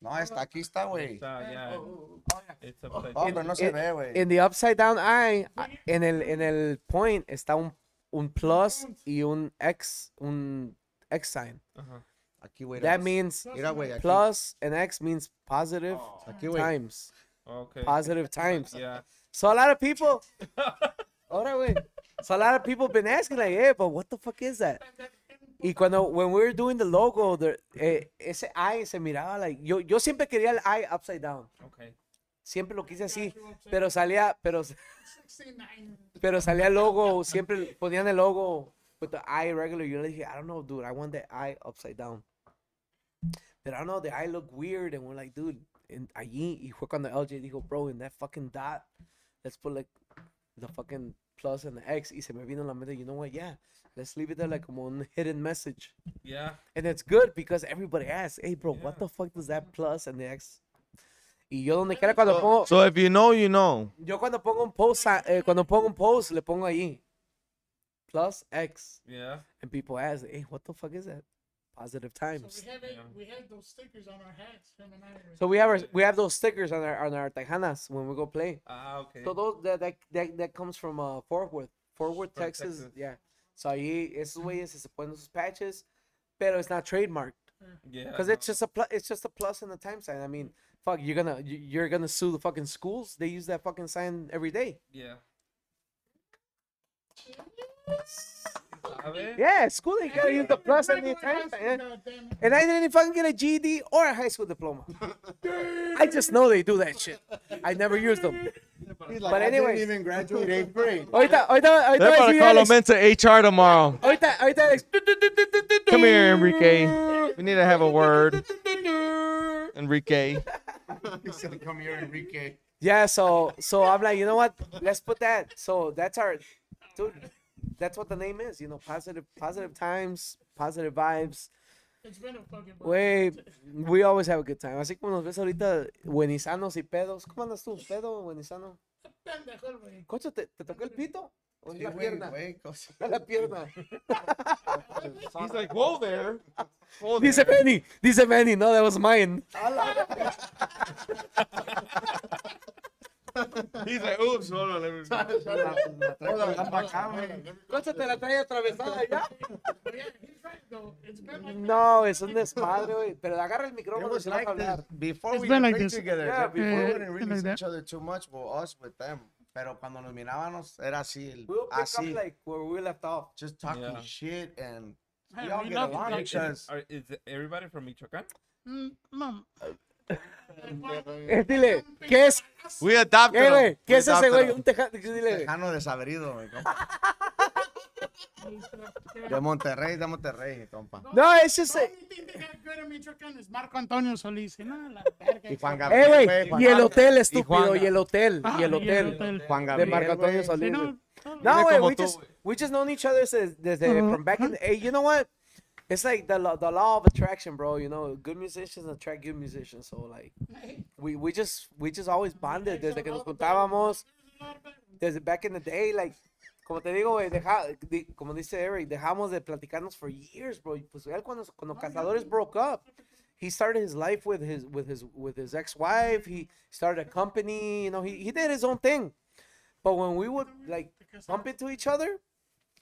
No, está aquí está, güey. Uh, Oh, Oh, yeah, it's upside Oh, down. pero no se eh, ve, güey. In the upside down eye, a- en el en el point está un un plus y un X un X sign. Aquí, güey. That means Mira, güey, aquí. plus and X means positive Aquí, güey. times. Okay. Positive times. Yeah. So a lot of people. Ahora, güey. So a lot of people been asking like, hey, but what the fuck is that? Y cuando when we were doing the logo, the, eh, ese eye se miraba like yo yo siempre quería el eye upside down. Okay. Siempre lo quise así, pero salía pero pero salía el logo, siempre ponían el logo with the eye regular. Yo le dije, I don't know, dude, I want the eye upside down. But I don't know, the eye look weird and we're like, dude, and allí y fue cuando LJ dijo, bro, in that fucking dot, let's put like the fucking plus and the X y se me vino a la mente, you know what? Yeah, let's leave it there like como un hidden message. Yeah. And it's good because everybody asks, hey, bro, what Yeah. the fuck does that plus and the X? Y yo donde quiera cuando pongo, So if you know, you know. yo cuando pongo un post, ah, eh, cuando pongo un post, le pongo ahí, plus X. Yeah. And people ask, hey, what the fuck is that? Positive So times. we have it, Yeah. we have those stickers on our hats. him and I were- So we have our, we have those stickers on our on our tejanas when we go play. Ah, okay. So those that that that, that comes from uh Fort Worth, Fort Worth, From Texas. Texas. Yeah. So ahí esos güeyes se ponen sus patches, pero it's not trademarked Yeah. because no. it's just a plus. It's just a plus and a time sign. I mean, fuck, you're gonna you- you're gonna sue the fucking schools. They use that fucking sign every day. Yeah. Sabe? Yeah, school they gotta use the plus and the time sign. yeah. And I didn't fucking get a GED or a high school diploma. I just know they do that shit. I never used them. He's But I anyways. didn't even graduate eighth grade. Ahorita, ahorita, ahorita, voy a They're about to decir, call Alex. him into HR tomorrow. ahorita, ahorita, Alex. Come here, Enrique. We need to have a word. Enrique. He said, Come here, Enrique. Yeah, so, so I'm like, you know what? Let's put that. So that's our, dude. That's what the name is, you know. Positive, positive times, positive vibes. It's been a fucking Wey, we always have a good time. Así como nos ves ahorita, buenizanos y pedos. ¿Cómo andas tú, pedo, buenizano? pendejo el güey. Cocho, ¿te, te tocó el pito? ¿O es Sí, la güey, pierna? güey. cosa- La pierna. He's like, whoa there. Whoa Dice Penny, dice Penny, no, that was mine. He's like, oops, hold on, let me. Cocho, te la trae atravesada ya. But yeah, he's right though. It's been like No, es un desmadre, güey. Pero agarra el micrófono It y was se va a like this hablar. before It's we been been like like this. together. Yeah, we before. wouldn't Been like really see that. each other too much, well, us with them. Pero cuando nos mirábamos era así, el- We'll pick así, up like where we left off. just talking Yeah. shit and Hey, we all we get love along it. each other. Are, is everybody from Michoacan? Mm, no. Eh, dile, ¿qué es? We adopted ¿Qué, him. güey? We ¿Qué es ese adopted güey? him. Un tejano. Dile, Tejano desaverido, mi compa. De Monterrey, de Monterrey, mi compa. no, es just. The a- only thing they got good in Michoacán is Marco Antonio Solís. Y nada, la verga. Y Juan Eh, Gabriel, güey, Ah, Juan y el Gabriel. hotel, Juanga. estúpido, y el hotel, Ah, y el hotel. hotel. Juan De Gabriel, Marco Antonio güey. Sí, Solís. güey. no, no, No, Dile güey, como we tú, just, güey. we just known each other since, desde Ujú. from back in the, hey, you know what? It's like the, lo- the law of attraction, bro. You know, good musicians attract good musicians. So like, we, we just we just always bonded desde que nos juntábamos. desde back in the day, like, como te digo, güey, deja, di- como dice Eric, dejamos de platicarnos for years, bro. Y Pues él cuando, cuando Cazadores broke up, he started his life with his with his with his ex-wife. He started a company, you know, he, he did his own thing. But when we would like bump into each other,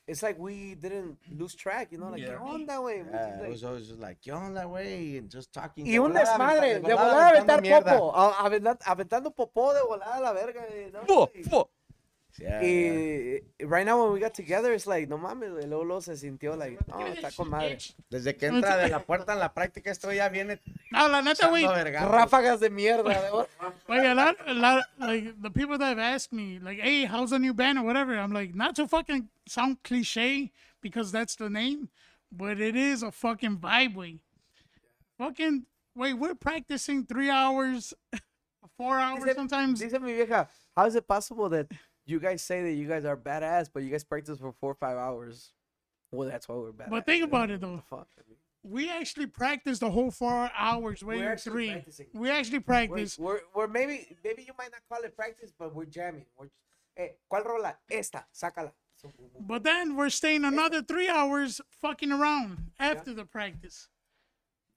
it's like we didn't lose track, you know, like, Yeah. ¿qué onda, güey? We just, Yeah, it like- was always just like, ¿qué onda, güey? And just talking. y un volada, desmadre, de volada, volada a aventando aventar mierda. popo, a- aventa- aventando popó de volada a la verga, güey, ¿no? Whoa, güey? whoa. Yeah, yeah. Y right now when we got together, it's like, no mames, güey, luego, luego se sintió like, no, está con madre. Desde que entra de la puerta en la práctica, esto ya viene No, la neta, güey. echando vergazos. Ráfagas de mierda. güey. Like a lot, a lot, like the people that have asked me, like, "Hey, how's the new band or whatever?" I'm like, not to fucking sound cliche because that's the name, but it is a fucking vibe way. Fucking wait, we're practicing three hours four hours Dice- sometimes. Dice mi vieja, how is it possible that you guys say that you guys are badass, but you guys practice for four or five hours? Well, that's why we're badass. But think dude. about it though. Fuck. We actually practice the whole four hours waiting actually three. practicing. We actually We're, practice. we're, we're maybe maybe you might not call it practice, but we're jamming. We're, eh, ¿Cuál rola? Esta, sácala. So, But then we're staying another three hours fucking around after the practice.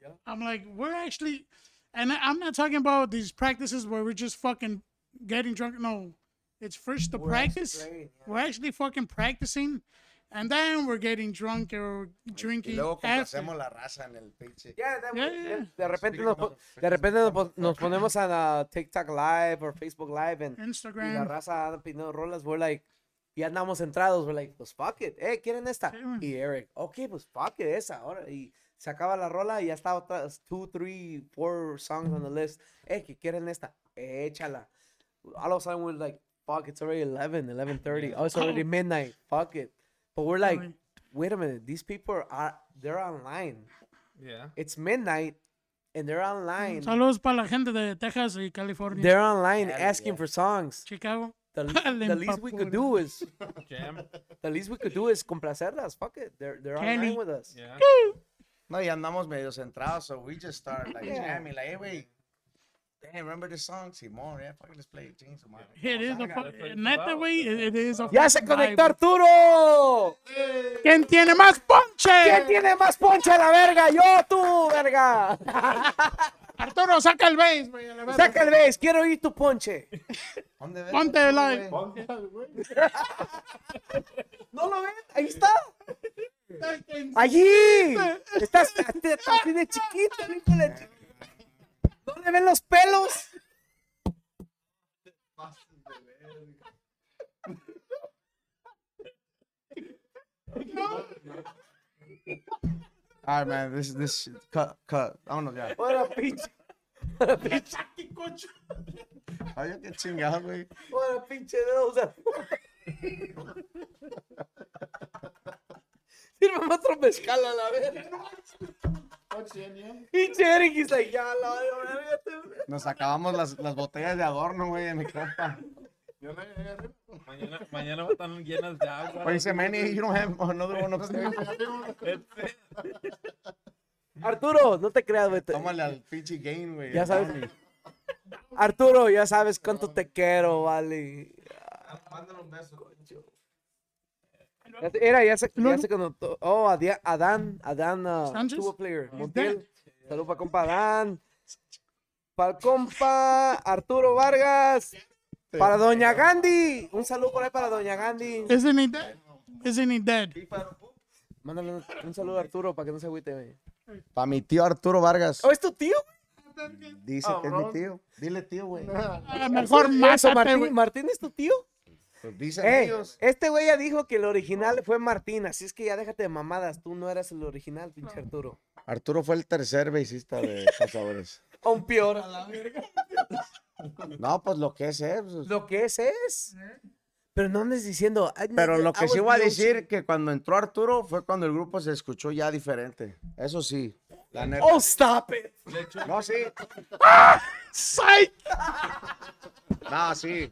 Yeah. I'm like, we're actually, and I- I'm not talking about these practices where we're just fucking getting drunk. No, it's first the We're actually practice. playing, yeah. We're actually fucking practicing, and then we're getting drunk or Y drinking. luego after. complacemos la raza en el pinche. Yeah, that Yeah, we- yeah. de- De repente, nos, po- de repente nos, po- nos ponemos a la TikTok Live or Facebook Live and, y la Instagram. raza anda pidiendo rolas. We're like, ya andamos entrados. We're like, pues fuck it. Eh, ¿quieren esta? Sí, güey. Y Eric, ok, pues fuck it, esa. Ahora, y se acaba la rola y ya está otras two, three, four songs on the list. Eh, ¿qué quieren esta? Échala. All of a sudden, we're like, fuck, it's already 11, 11.30. Oh, it's already midnight. Fuck it. But we're like, Right. wait a minute. These people are, they're online. Yeah. it's midnight and they're online. Saludos para la gente de Texas y California. They're online asking for songs. Chicago. The, le- Al the least we could do is Jam. the least we could do is complacerlas. Fuck it, they're they're Kenny. online with us. Yeah. No, y andamos medio centrados, so we just started like jamming, like, hey, wait. Hey, eh, remember this song? Simón, yeah, fucking let's play it. Chingue su madre. It is a that's what fucking. it's Neta, about. güey. It, it is a Ya se fucking conectó vibe. Arturo. ¿Quién tiene más ponche? ¿Quién tiene más ponche a la verga? Yo tú, verga. Arturo, saca el base, güey. a la verga. Saca el vez, quiero oír tu ponche. ¿Dónde ves? Ponte tú, live. güey? ¿No lo ven? Ahí está. Allí. Estás estás así de chiquito, hijo de chi- ¿No le ven los pelos? All right, man, this is this shit- cut, cut. I don't know, ya. Ahora pinche. Ay, yo qué chingado, güey. Ahora pinche dedo. O sea. Sírvame otro mezcal a la verga. Pinche Eric is like, ya la verga. te- Nos acabamos las, las botellas de adorno, güey, en mi copa. Mañana, mañana van a estar llenas de agua. Oye, dice, Manny, you don't have another one upstairs. Arturo, no te creas, güey. te- Tómale al pinche game, güey. Ya sabes. Arturo, ya sabes cuánto te quiero, vale. Ya se- Era, ya se, ya Luego- se conectó. Oh, a Dia- Adán, Adán, ah, ¿Sánchez? tuvo player. dead. Montiel. Salud para compa Adán. Para compa Arturo Vargas. Para Doña Gandhi. Un saludo por ahí para Doña Gandhi. Isn't he dead? Isn't he dead? Mándale un, un saludo a Arturo para que no se agüite, güey. Para mi tío Arturo Vargas. ¿Oh, es tu tío? Dice que es mi tío. Dile tío, güey. A lo mejor más Eso, Martín, Martín es tu tío. Pues dicen Ey, ellos. este güey ya dijo que el original fue Martín, así es que ya déjate de mamadas, tú no eras el original, pinche Arturo. Arturo fue el tercer beisista de Cazadores. Aún peor. No, pues lo que es, eh. pues, Lo que es es. Pero no andes diciendo. "Ay, Pero neta, lo que I sí was voy a guilty". decir que cuando entró Arturo fue cuando el grupo se escuchó ya diferente. Eso sí. La neta. Oh, stop it. No, sí. Psych! No, sí.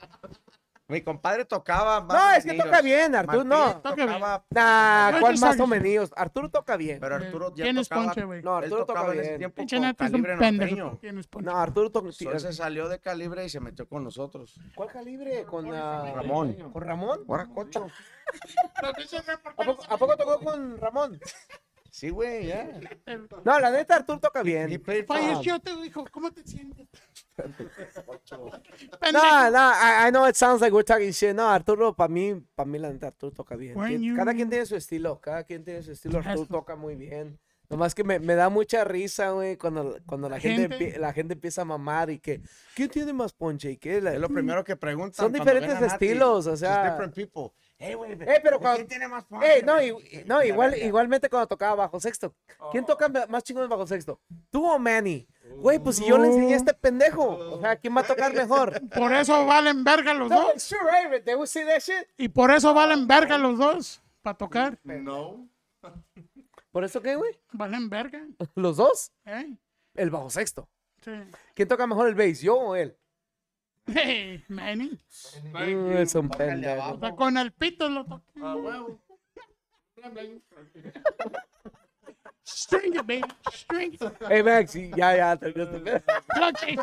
Mi compadre tocaba. más No, es que dominillos. toca bien, Arturo, Martín no. Toca bien. tocaba, Nah, Güey, ¿cuál tú más sabes. o menos? Arturo toca bien. pero Arturo ya ¿Quién es tocaba. Ponche, güey? No, él Arturo toca tocaba en ese bien. tiempo Pinche con Neto es un calibre pendejo. norteño. ¿Quién es Poncho? No, Arturo toca. Entonces se salió de calibre y se metió con nosotros. ¿Cuál calibre? Con ah, Ramón. ¿Con Ramón? Ahora cocho. ¿A poco, a poco tocó con Ramón? Sí, güey, ya. No, la neta, Arturo toca He bien. played for- Falleció, te dijo, ¿cómo te sientes? No, Pendejo. no, I, I know it sounds like we're talking shit. No, Arturo, para mí, para mí la neta, Arturo toca bien. Weren't Tien- you- Cada quien tiene su estilo, cada quien tiene su estilo. Arturo Has- toca muy bien. Nomás que me, me da mucha risa, güey, cuando, cuando la, gente, Gente. empie- la gente empieza a mamar y que, ¿quién tiene más ponche? Y que la- Es lo primero que preguntan. Son cuando ven a diferentes Nati. estilos, o Just sea. different people. Hey, güey, Eh, pero cuando- ¿quién tiene más Ey, punch, no, güey? i- no La igual, verga. Oh. igualmente cuando tocaba bajo sexto. ¿Quién toca ma- más chingón bajo sexto? ¿Tú o Manny? Güey, pues si yo le enseñé a este pendejo. O sea, ¿quién va a tocar mejor? Por eso valen verga los Pues No, dos. it's true, right? But They would say that shit. Y por eso valen verga los dos. Para tocar, No. ¿Por eso qué, güey? valen verga. ¿Los dos? ¿eh? El bajo sexto. Sí. ¿Quién toca mejor el bass, yo o él? Hey, Manny. Uh, es un pendejo. O sea, con el pito lo toqué. Ah, huevo. Blan, blan. String it, baby. String it. Hey, Max, y- ya, ya, terminaste. Clutch it.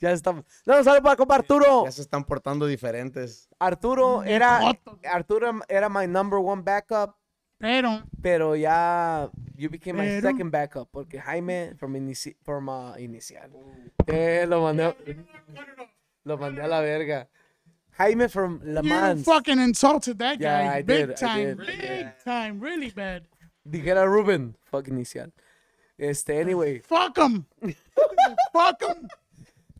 Ya estamos. No, sale para compa Arturo. Ya se están portando diferentes. Arturo era, Joto. Arturo era my number one backup, Pero, pero ya you became my Pero- second backup porque Jaime from, inici from uh, inicial. Eh, lo mandé, lo mandé a la verga. Jaime from Le you Mans. fucking insulted that guy. Yeah, I big did, I time. did, I Big did. time. Really bad. Dijera Ruben, fuck inicial. Este, anyway. Fuck him. Fuck him.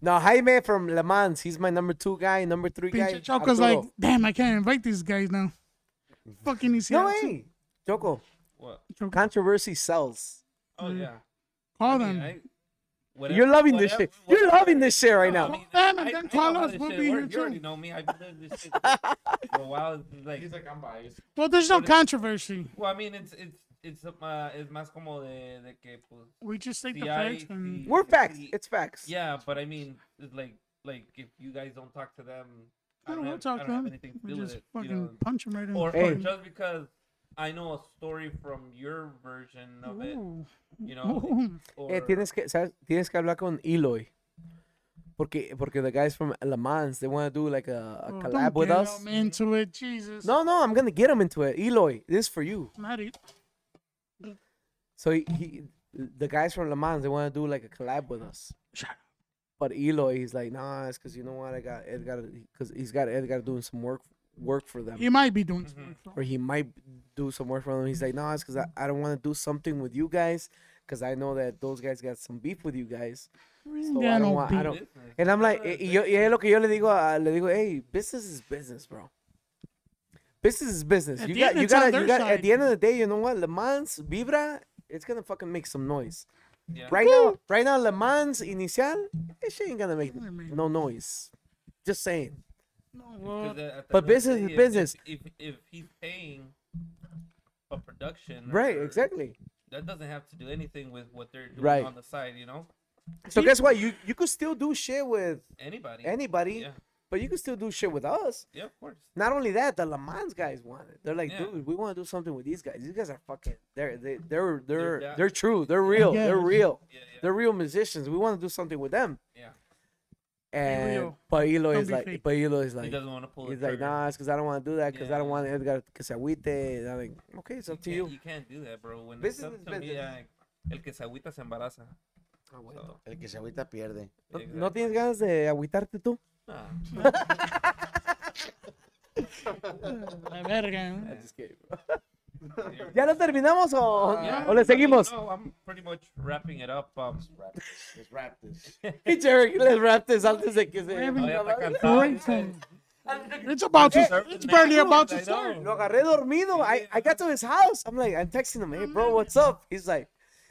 No, Jaime from Le Mans, he's my number two guy, number three guy. Pinche Choco's like, Arturo. damn, I can't invite these guys now. Fucking easy. no way. ah, Choco, What? controversy sells. Oh yeah. Call I mean, them. I- whatever- You're loving this whatever- shit. You're whatever. loving this shit right No, I now. mean, Call them and I- then I call know how us, this we'll shit be here works. You already too. know me. I've been doing this shit for a while. It's He's Like, like, I'm biased. Well, there's no controversy. well, I mean, it's it's it's uh, it's más como de, de que pues. We just take the See, I- facts and see- We're facts. Y- It's facts. Yeah, but I mean, it's like like if you guys don't talk to them, I don't have- want to talk I to don't have him. anything to We do with just it. you fucking know? punch him right in. or, the or Hey. just because I know a story from your version of it, Ooh. you know. Ooh. Or, Eh, tienes que, ¿sabes? Tienes que hablar con Eloy. Porque, porque the guys from Le Mans, they want to do like a, a Well, collab don't with get us. him into it, Jesus. No, no, I'm going to get him into it. Eloy, this is for you. not it. So he, he the guys from Le Mans, they want to do like a collab with us. Shut up. But Eloy, he's like, nah, it's because you know what? I got Edgar, because he's got Edgar doing some work work for them. He might be doing something. or he might do some work for them. He's like, no, it's because I, I don't want to do something with you guys because I know that those guys got some beef with you guys. So Yeah, I don't no want, beef. I don't. business. And I'm like, eh, y, yo, y es lo que yo le digo, a, le digo, hey, business is business, bro. Business is business. At You the got, end, you it's on got, their you got. At side. the end of the day, you know what? Le Mans, Vibra, it's gonna fucking make some noise. Yeah. Right now, right now, Le Mans Inicial, it shit ain't gonna make What do you mean? no noise. Just saying. No, 'Cause well, at- at the end of But the business is day, if- business. If, if if he's paying a production, Right, or- exactly. That doesn't have to do anything with what they're doing Right. on the side, you know. So guess what? You you could still do shit with Anybody. anybody, Yeah. but you can still do shit with us. Yeah, of course. Not only that, the Le Mans guys want it. They're like, Yeah. dude, we want to do something with these guys. These guys are fucking. They're they, they're they're da- they're, true. They're real. Yeah. They're real. Yeah, yeah. They're real musicians. We want to do something with them. Yeah. And real. but Elo Don't is be like, fake. but Elo is he like, doesn't want to pull. the he's like, trigger. nah, it's because I don't want to do that because I don't Yeah. want Edgar que se agüite. And I'm like, okay, it's up to can't- you. You can't do that, bro. When Business it's up is to me, business. I- el que se agüita se embaraza. Ah, bueno. So, El que se agüita pierde. No- exactly. ¿No tienes ganas de agüitarte tú? Nah. la verga. ¿no? Just kidding, bro. ¿Ya lo terminamos o, Yeah, o I mean, le Ah, seguimos? No, I'm pretty much wrapping it up. Um, Let's wrap this. Y Jerry, les rap this antes de que se. Huevo. oh, ya está cansado. Great time. It's about to. Serving It's the barely food, about to I start. know. Lo agarré dormido. I, I got to his house. I'm like, I'm texting him, hey, Mm. bro, what's up? He's like,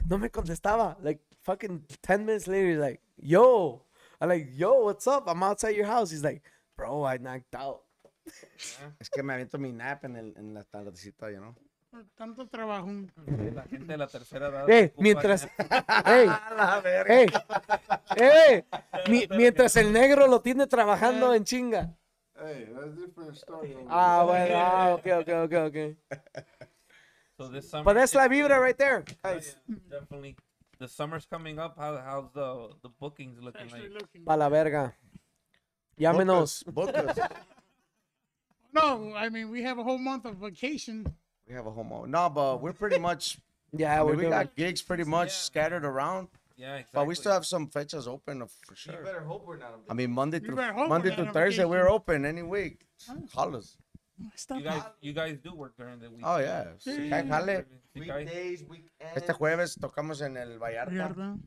no me contestaba. Like, fucking 10 minutes later, he's like, yo. I'm like, yo, what's up? I'm outside your house. He's like, bro, I knocked out. Es que me aviento mi nap en, el, en la tardecita, you know. Tanto trabajo. La gente de la tercera edad. Hey, ocupa mientras. dinero. Hey, la verga. hey, hey. mi- mientras el negro lo tiene trabajando en chinga. Hey, that's a different story. over Ah, bueno, ah, ok, ok, ok, ok. So this summer, But that's yeah, la vibra right there. Oh, guys. Oh, Mm-hmm. definitely. The summer's coming up. How, how's the the bookings looking like? Pa' la verga. Llámenos. Bocas. No, I mean we have a whole month of vacation. We have a homo. No, but we're pretty much. Yeah, I mean, we're we doing. got gigs pretty much scattered around, Yeah, exactly. but we still have some fechas open of- for You sure. better hope we're not on I mean, Monday You through better hope Monday we're through not on Thursday, we're vacation. open any week. Call us. Stop. You guys, you guys do work during the week. Oh yeah. Si cae, jale. You guys- Weekdays, weekends. Este jueves tocamos en el Vallarta. Mierda.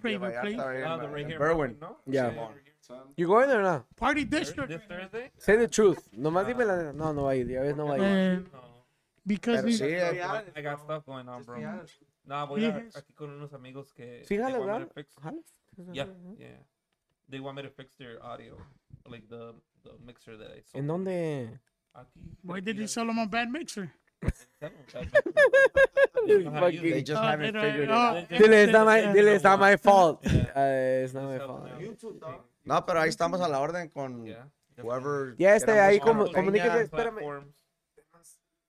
Villa Favorite place. Vallarta, Oh, the en- right en here. Berwyn. No? Yeah. Son- You going or not? Party Thur- This district. Thursday? Say the truth. Nomás dime la neta. No, no va a ir. Ya ves, no va a ir. Eh, No. because Pero we, sí, Be eh, honest, I got bro. stuff going on, Just bro. be honest. Nah, voy a Fijas. aquí con unos amigos que. Sí, they want jala, me to ¿verdad? fix- Jala. Yeah, yeah. They want me to fix their audio, like the the mixer that I sold. ¿En dónde? Aquí, why aquí did you al- sell him a bad mixer? Tell them that mixer. They don't know how to use They it. just Oh, haven't they don't- figured it oh. out. They- they- Dile, they- it's not my, they dile, don't it's not know. my fault. Yeah. Uh, it's not my Just help fault. them out. You too, dog. No, pero ahí estamos a la orden con Yeah. whoever. Ya está ahí queramos como- con- comuníquese, Yeah, espérame. platforms.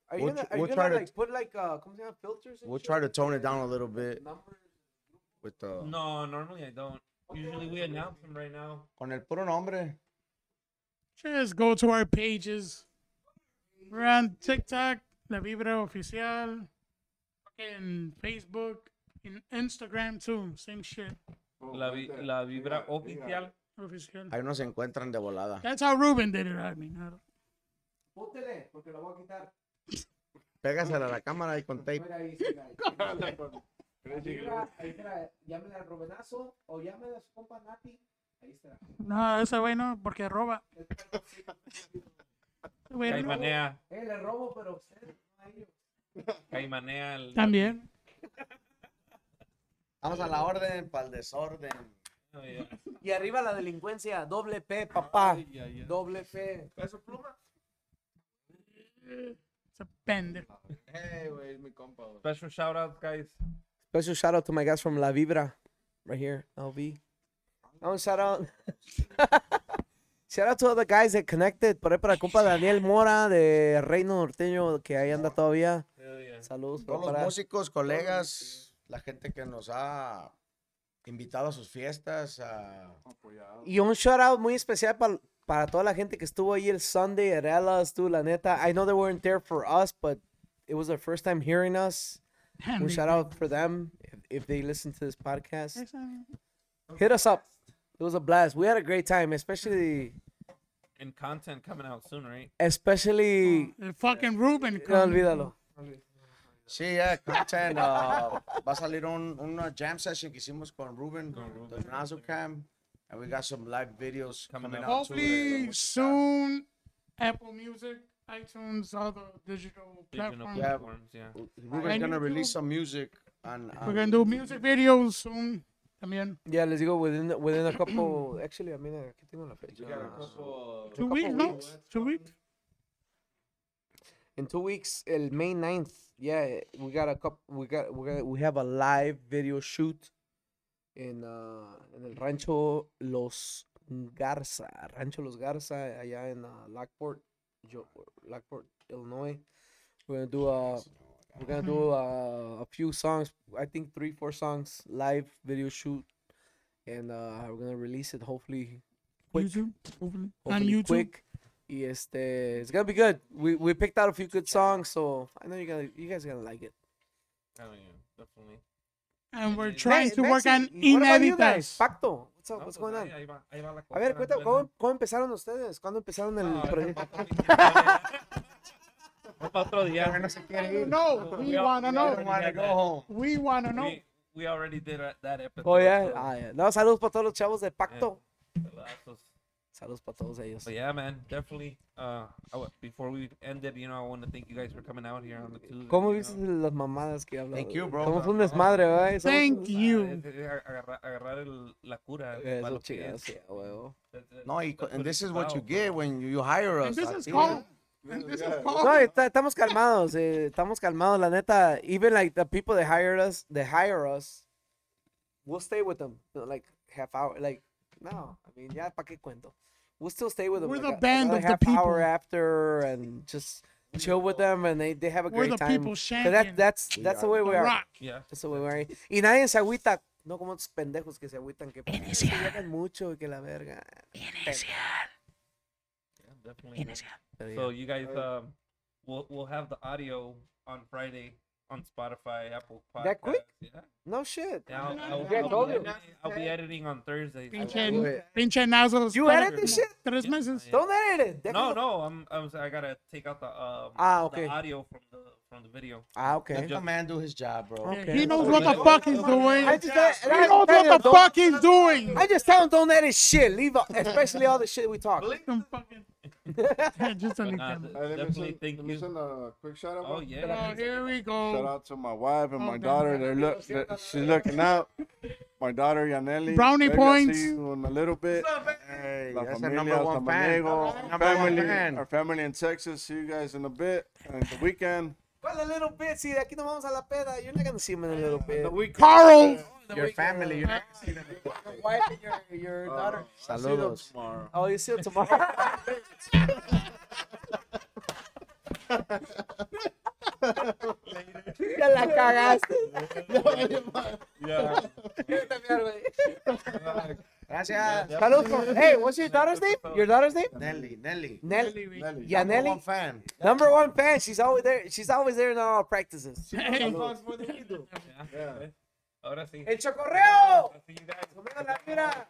Are you We'll gonna, tr- are we'll you try gonna to- like put like uh, ¿cómo se llama? Filters and We'll shit? try to tone it down a little bit Numbers. with the. No, normally I don't. Usually we announce them right now. Con el puro nombre. Just go to our pages. We're on TikTok, La Vibra Oficial, fucking Facebook, and Instagram too. Same shit. La, vi- la vibra oficial. Oficial. Ahí nos encuentran de volada. That's how Ruben did it. I mean, I don't- Póntele, porque lo voy a quitar. Pégasela a la cámara y con tape. Mira ahí, mira ahí. Ahí está, ahí está, llámele al Rubenazo o llámele a su compa Nati. Ahí está. no, ese güey no, porque roba. Ese güey roba. Caimanea. Eh, le robo, pero usted no a ellos. Caimanea. el- También. Vamos a la orden, para el desorden. Oh, yeah. Y arriba la delincuencia, doble P, papá. Doble P. ¿Peso pluma? Ese pendejo. Hey, güey, es mi compa, güey. Special shout outs, guys. Special shout out to my guys from La Vibra, right here, LV. Oh, shout out. shout out to all the guys that connected. Por ahí para compa Daniel Mora de Reino Norteño, que ahí anda todavía. Hell yeah. Saludos. Todos los para- músicos, colegas, la gente que nos ha invitado a sus fiestas. a- Y un shout out muy especial para, para toda la gente que estuvo ahí el Sunday at Ella's, tú, la neta. I know they weren't there for us, but it was their first time hearing us. Handy. Un shout out for them if, if they listen to this podcast. Esa- Hit us up. It was a blast. We had a great time, especially And content coming out soon, right? especially el fucking Ruben. no con- olvídalo. Sí, yeah, content. uh, va a salir un, una jam session que hicimos con Ruben, the Nazo Cam. And we got some live videos Coming coming, up. out. too, de- de Hopefully música. soon, Apple Music, iTunes, all the digital Digital platforms. Yeah. platforms, yeah. Ruben's And gonna YouTube. release some music. On, on, We're gonna do music videos soon. También. Yeah, les digo within within a couple actually, I mean, aquí tengo la fecha. We got a couple of- Two weeks, no? Two weeks. In 2 weeks, el May 9th. Yeah, we got a couple we got we got we have a live video shoot in uh in el Rancho Los Garza, Rancho Los Garza allá en uh, Lockport, Jo- Lockport, Illinois. We're going to do a We're gonna do uh, a few songs. I think three, four songs live video shoot, and uh, we're gonna release it hopefully quick. YouTube. Hopefully. On Hopefully YouTube. quick. Y este, it's gonna be good. We we picked out a few good songs, so I know you gonna you guys are gonna like it. Oh, yeah, definitely. And we're Ne- trying Ne- to work Nexi, on what about you guys? ineditas. Pacto, what's up? No, What's pues going on? ahí- ahí va- ahí va la A cosa, ver, cuenta, plena. ¿cómo, ¿cómo empezaron ustedes? ¿Cuándo empezaron el No, ahorita proyecto? pa' otro día. Va pa' otro día. No, we We all- wanna we know. already had that. We wanna know. We- We already did a- Eh. that episode. Oh, yeah. so- Ah, yeah. No, saludos para todos los chavos de Pacto. that was- Saludos para todos ellos. But yeah, man, definitely. Uh, I wa- before we end it, you know, I want to thank you guys for coming out here on the Tuesday. ¿Cómo you viste know. las mamadas que hablan? Thank you, bro. Somos un desmadre, ¿verdad? Somos un- Thank you. Ah, es- es agarra- agarrar el- la cura. para Eso lo que chingados, es. sí, a huevo. That's it. No, y, co- That's and this it's is what you about. get when you, you hire us. And this a is ti. called. And this is No, called. está- estamos calmados, eh, estamos calmados, la neta. Even like the people that hired us, they hire us, we'll stay with them you know, like half hour, like no, I mean ya pa qué cuento. We'll still stay with them. We're like, the a- band another of the half hour people. after and just chill with them and they, they have a We're great the time. people's So champion. that, that's that's the way we are. Rock. Yeah. That's the way we are. Y nadie se agüita, no como otros pendejos que se agüitan que "Ay, es que llegan mucho y que la verga. yeah, definitely. man. So you guys, um, we'll we'll have the audio on Friday on Spotify, Apple Podcasts. That quick? Yeah. No shit. Now I'll, I'll, Yeah, I'll, told be you. editing, I'll be editing on Thursday. do Pinche, it. pinche nazo. You edit this shit? Tres Yeah, meses. yeah. Don't edit it. No, Déjalo- no, I'm, I'm I gotta take out the um Ah, the okay. audio from the from the video. Ah, okay. Let the man do his job, bro. Yeah, Okay. He knows what the fuck he's doing. I He just, I, I, knows what the don't- fuck he's doing. I just tell him don't edit shit. Leave, out- especially all the shit we talk. Some fucking- Just a But, leak nah, them. th- Hey, let me definitely send- thank let me you. send a quick shout out. Oh bro. yeah. Oh, here we Shout go. out to my wife and Oh, my damn. daughter. They're look, they're- she's looking out. My daughter Yaneli. Brownie Maybe I'll points. See you in a little bit. Hey, La that's the familia, number one San fan. Diego, Number one family, fan. our family in Texas. See you guys in a bit and the weekend. Well, a little bit. Si de aquí nos vamos a la peda, you're not gonna see him in a little bit. The weekend. Carl. Your family, your- Your wife and your, your daughter. Saludos. Tomorrow. Oh, you see it tomorrow. ya la cagaste. Yeah. Gracias. Saludos. por- Hey, what's your daughter's name? Your daughter's name? Nelly, Nelly. Nelly. Nelly. Yeah, Number one Nelly. fan. Number one fan. She's always there. She's always there in all our practices. Saludos. more than we do. Ahora sí. ¡El chocorreo! Ahora sí, guys. ¡Comiendo la mira!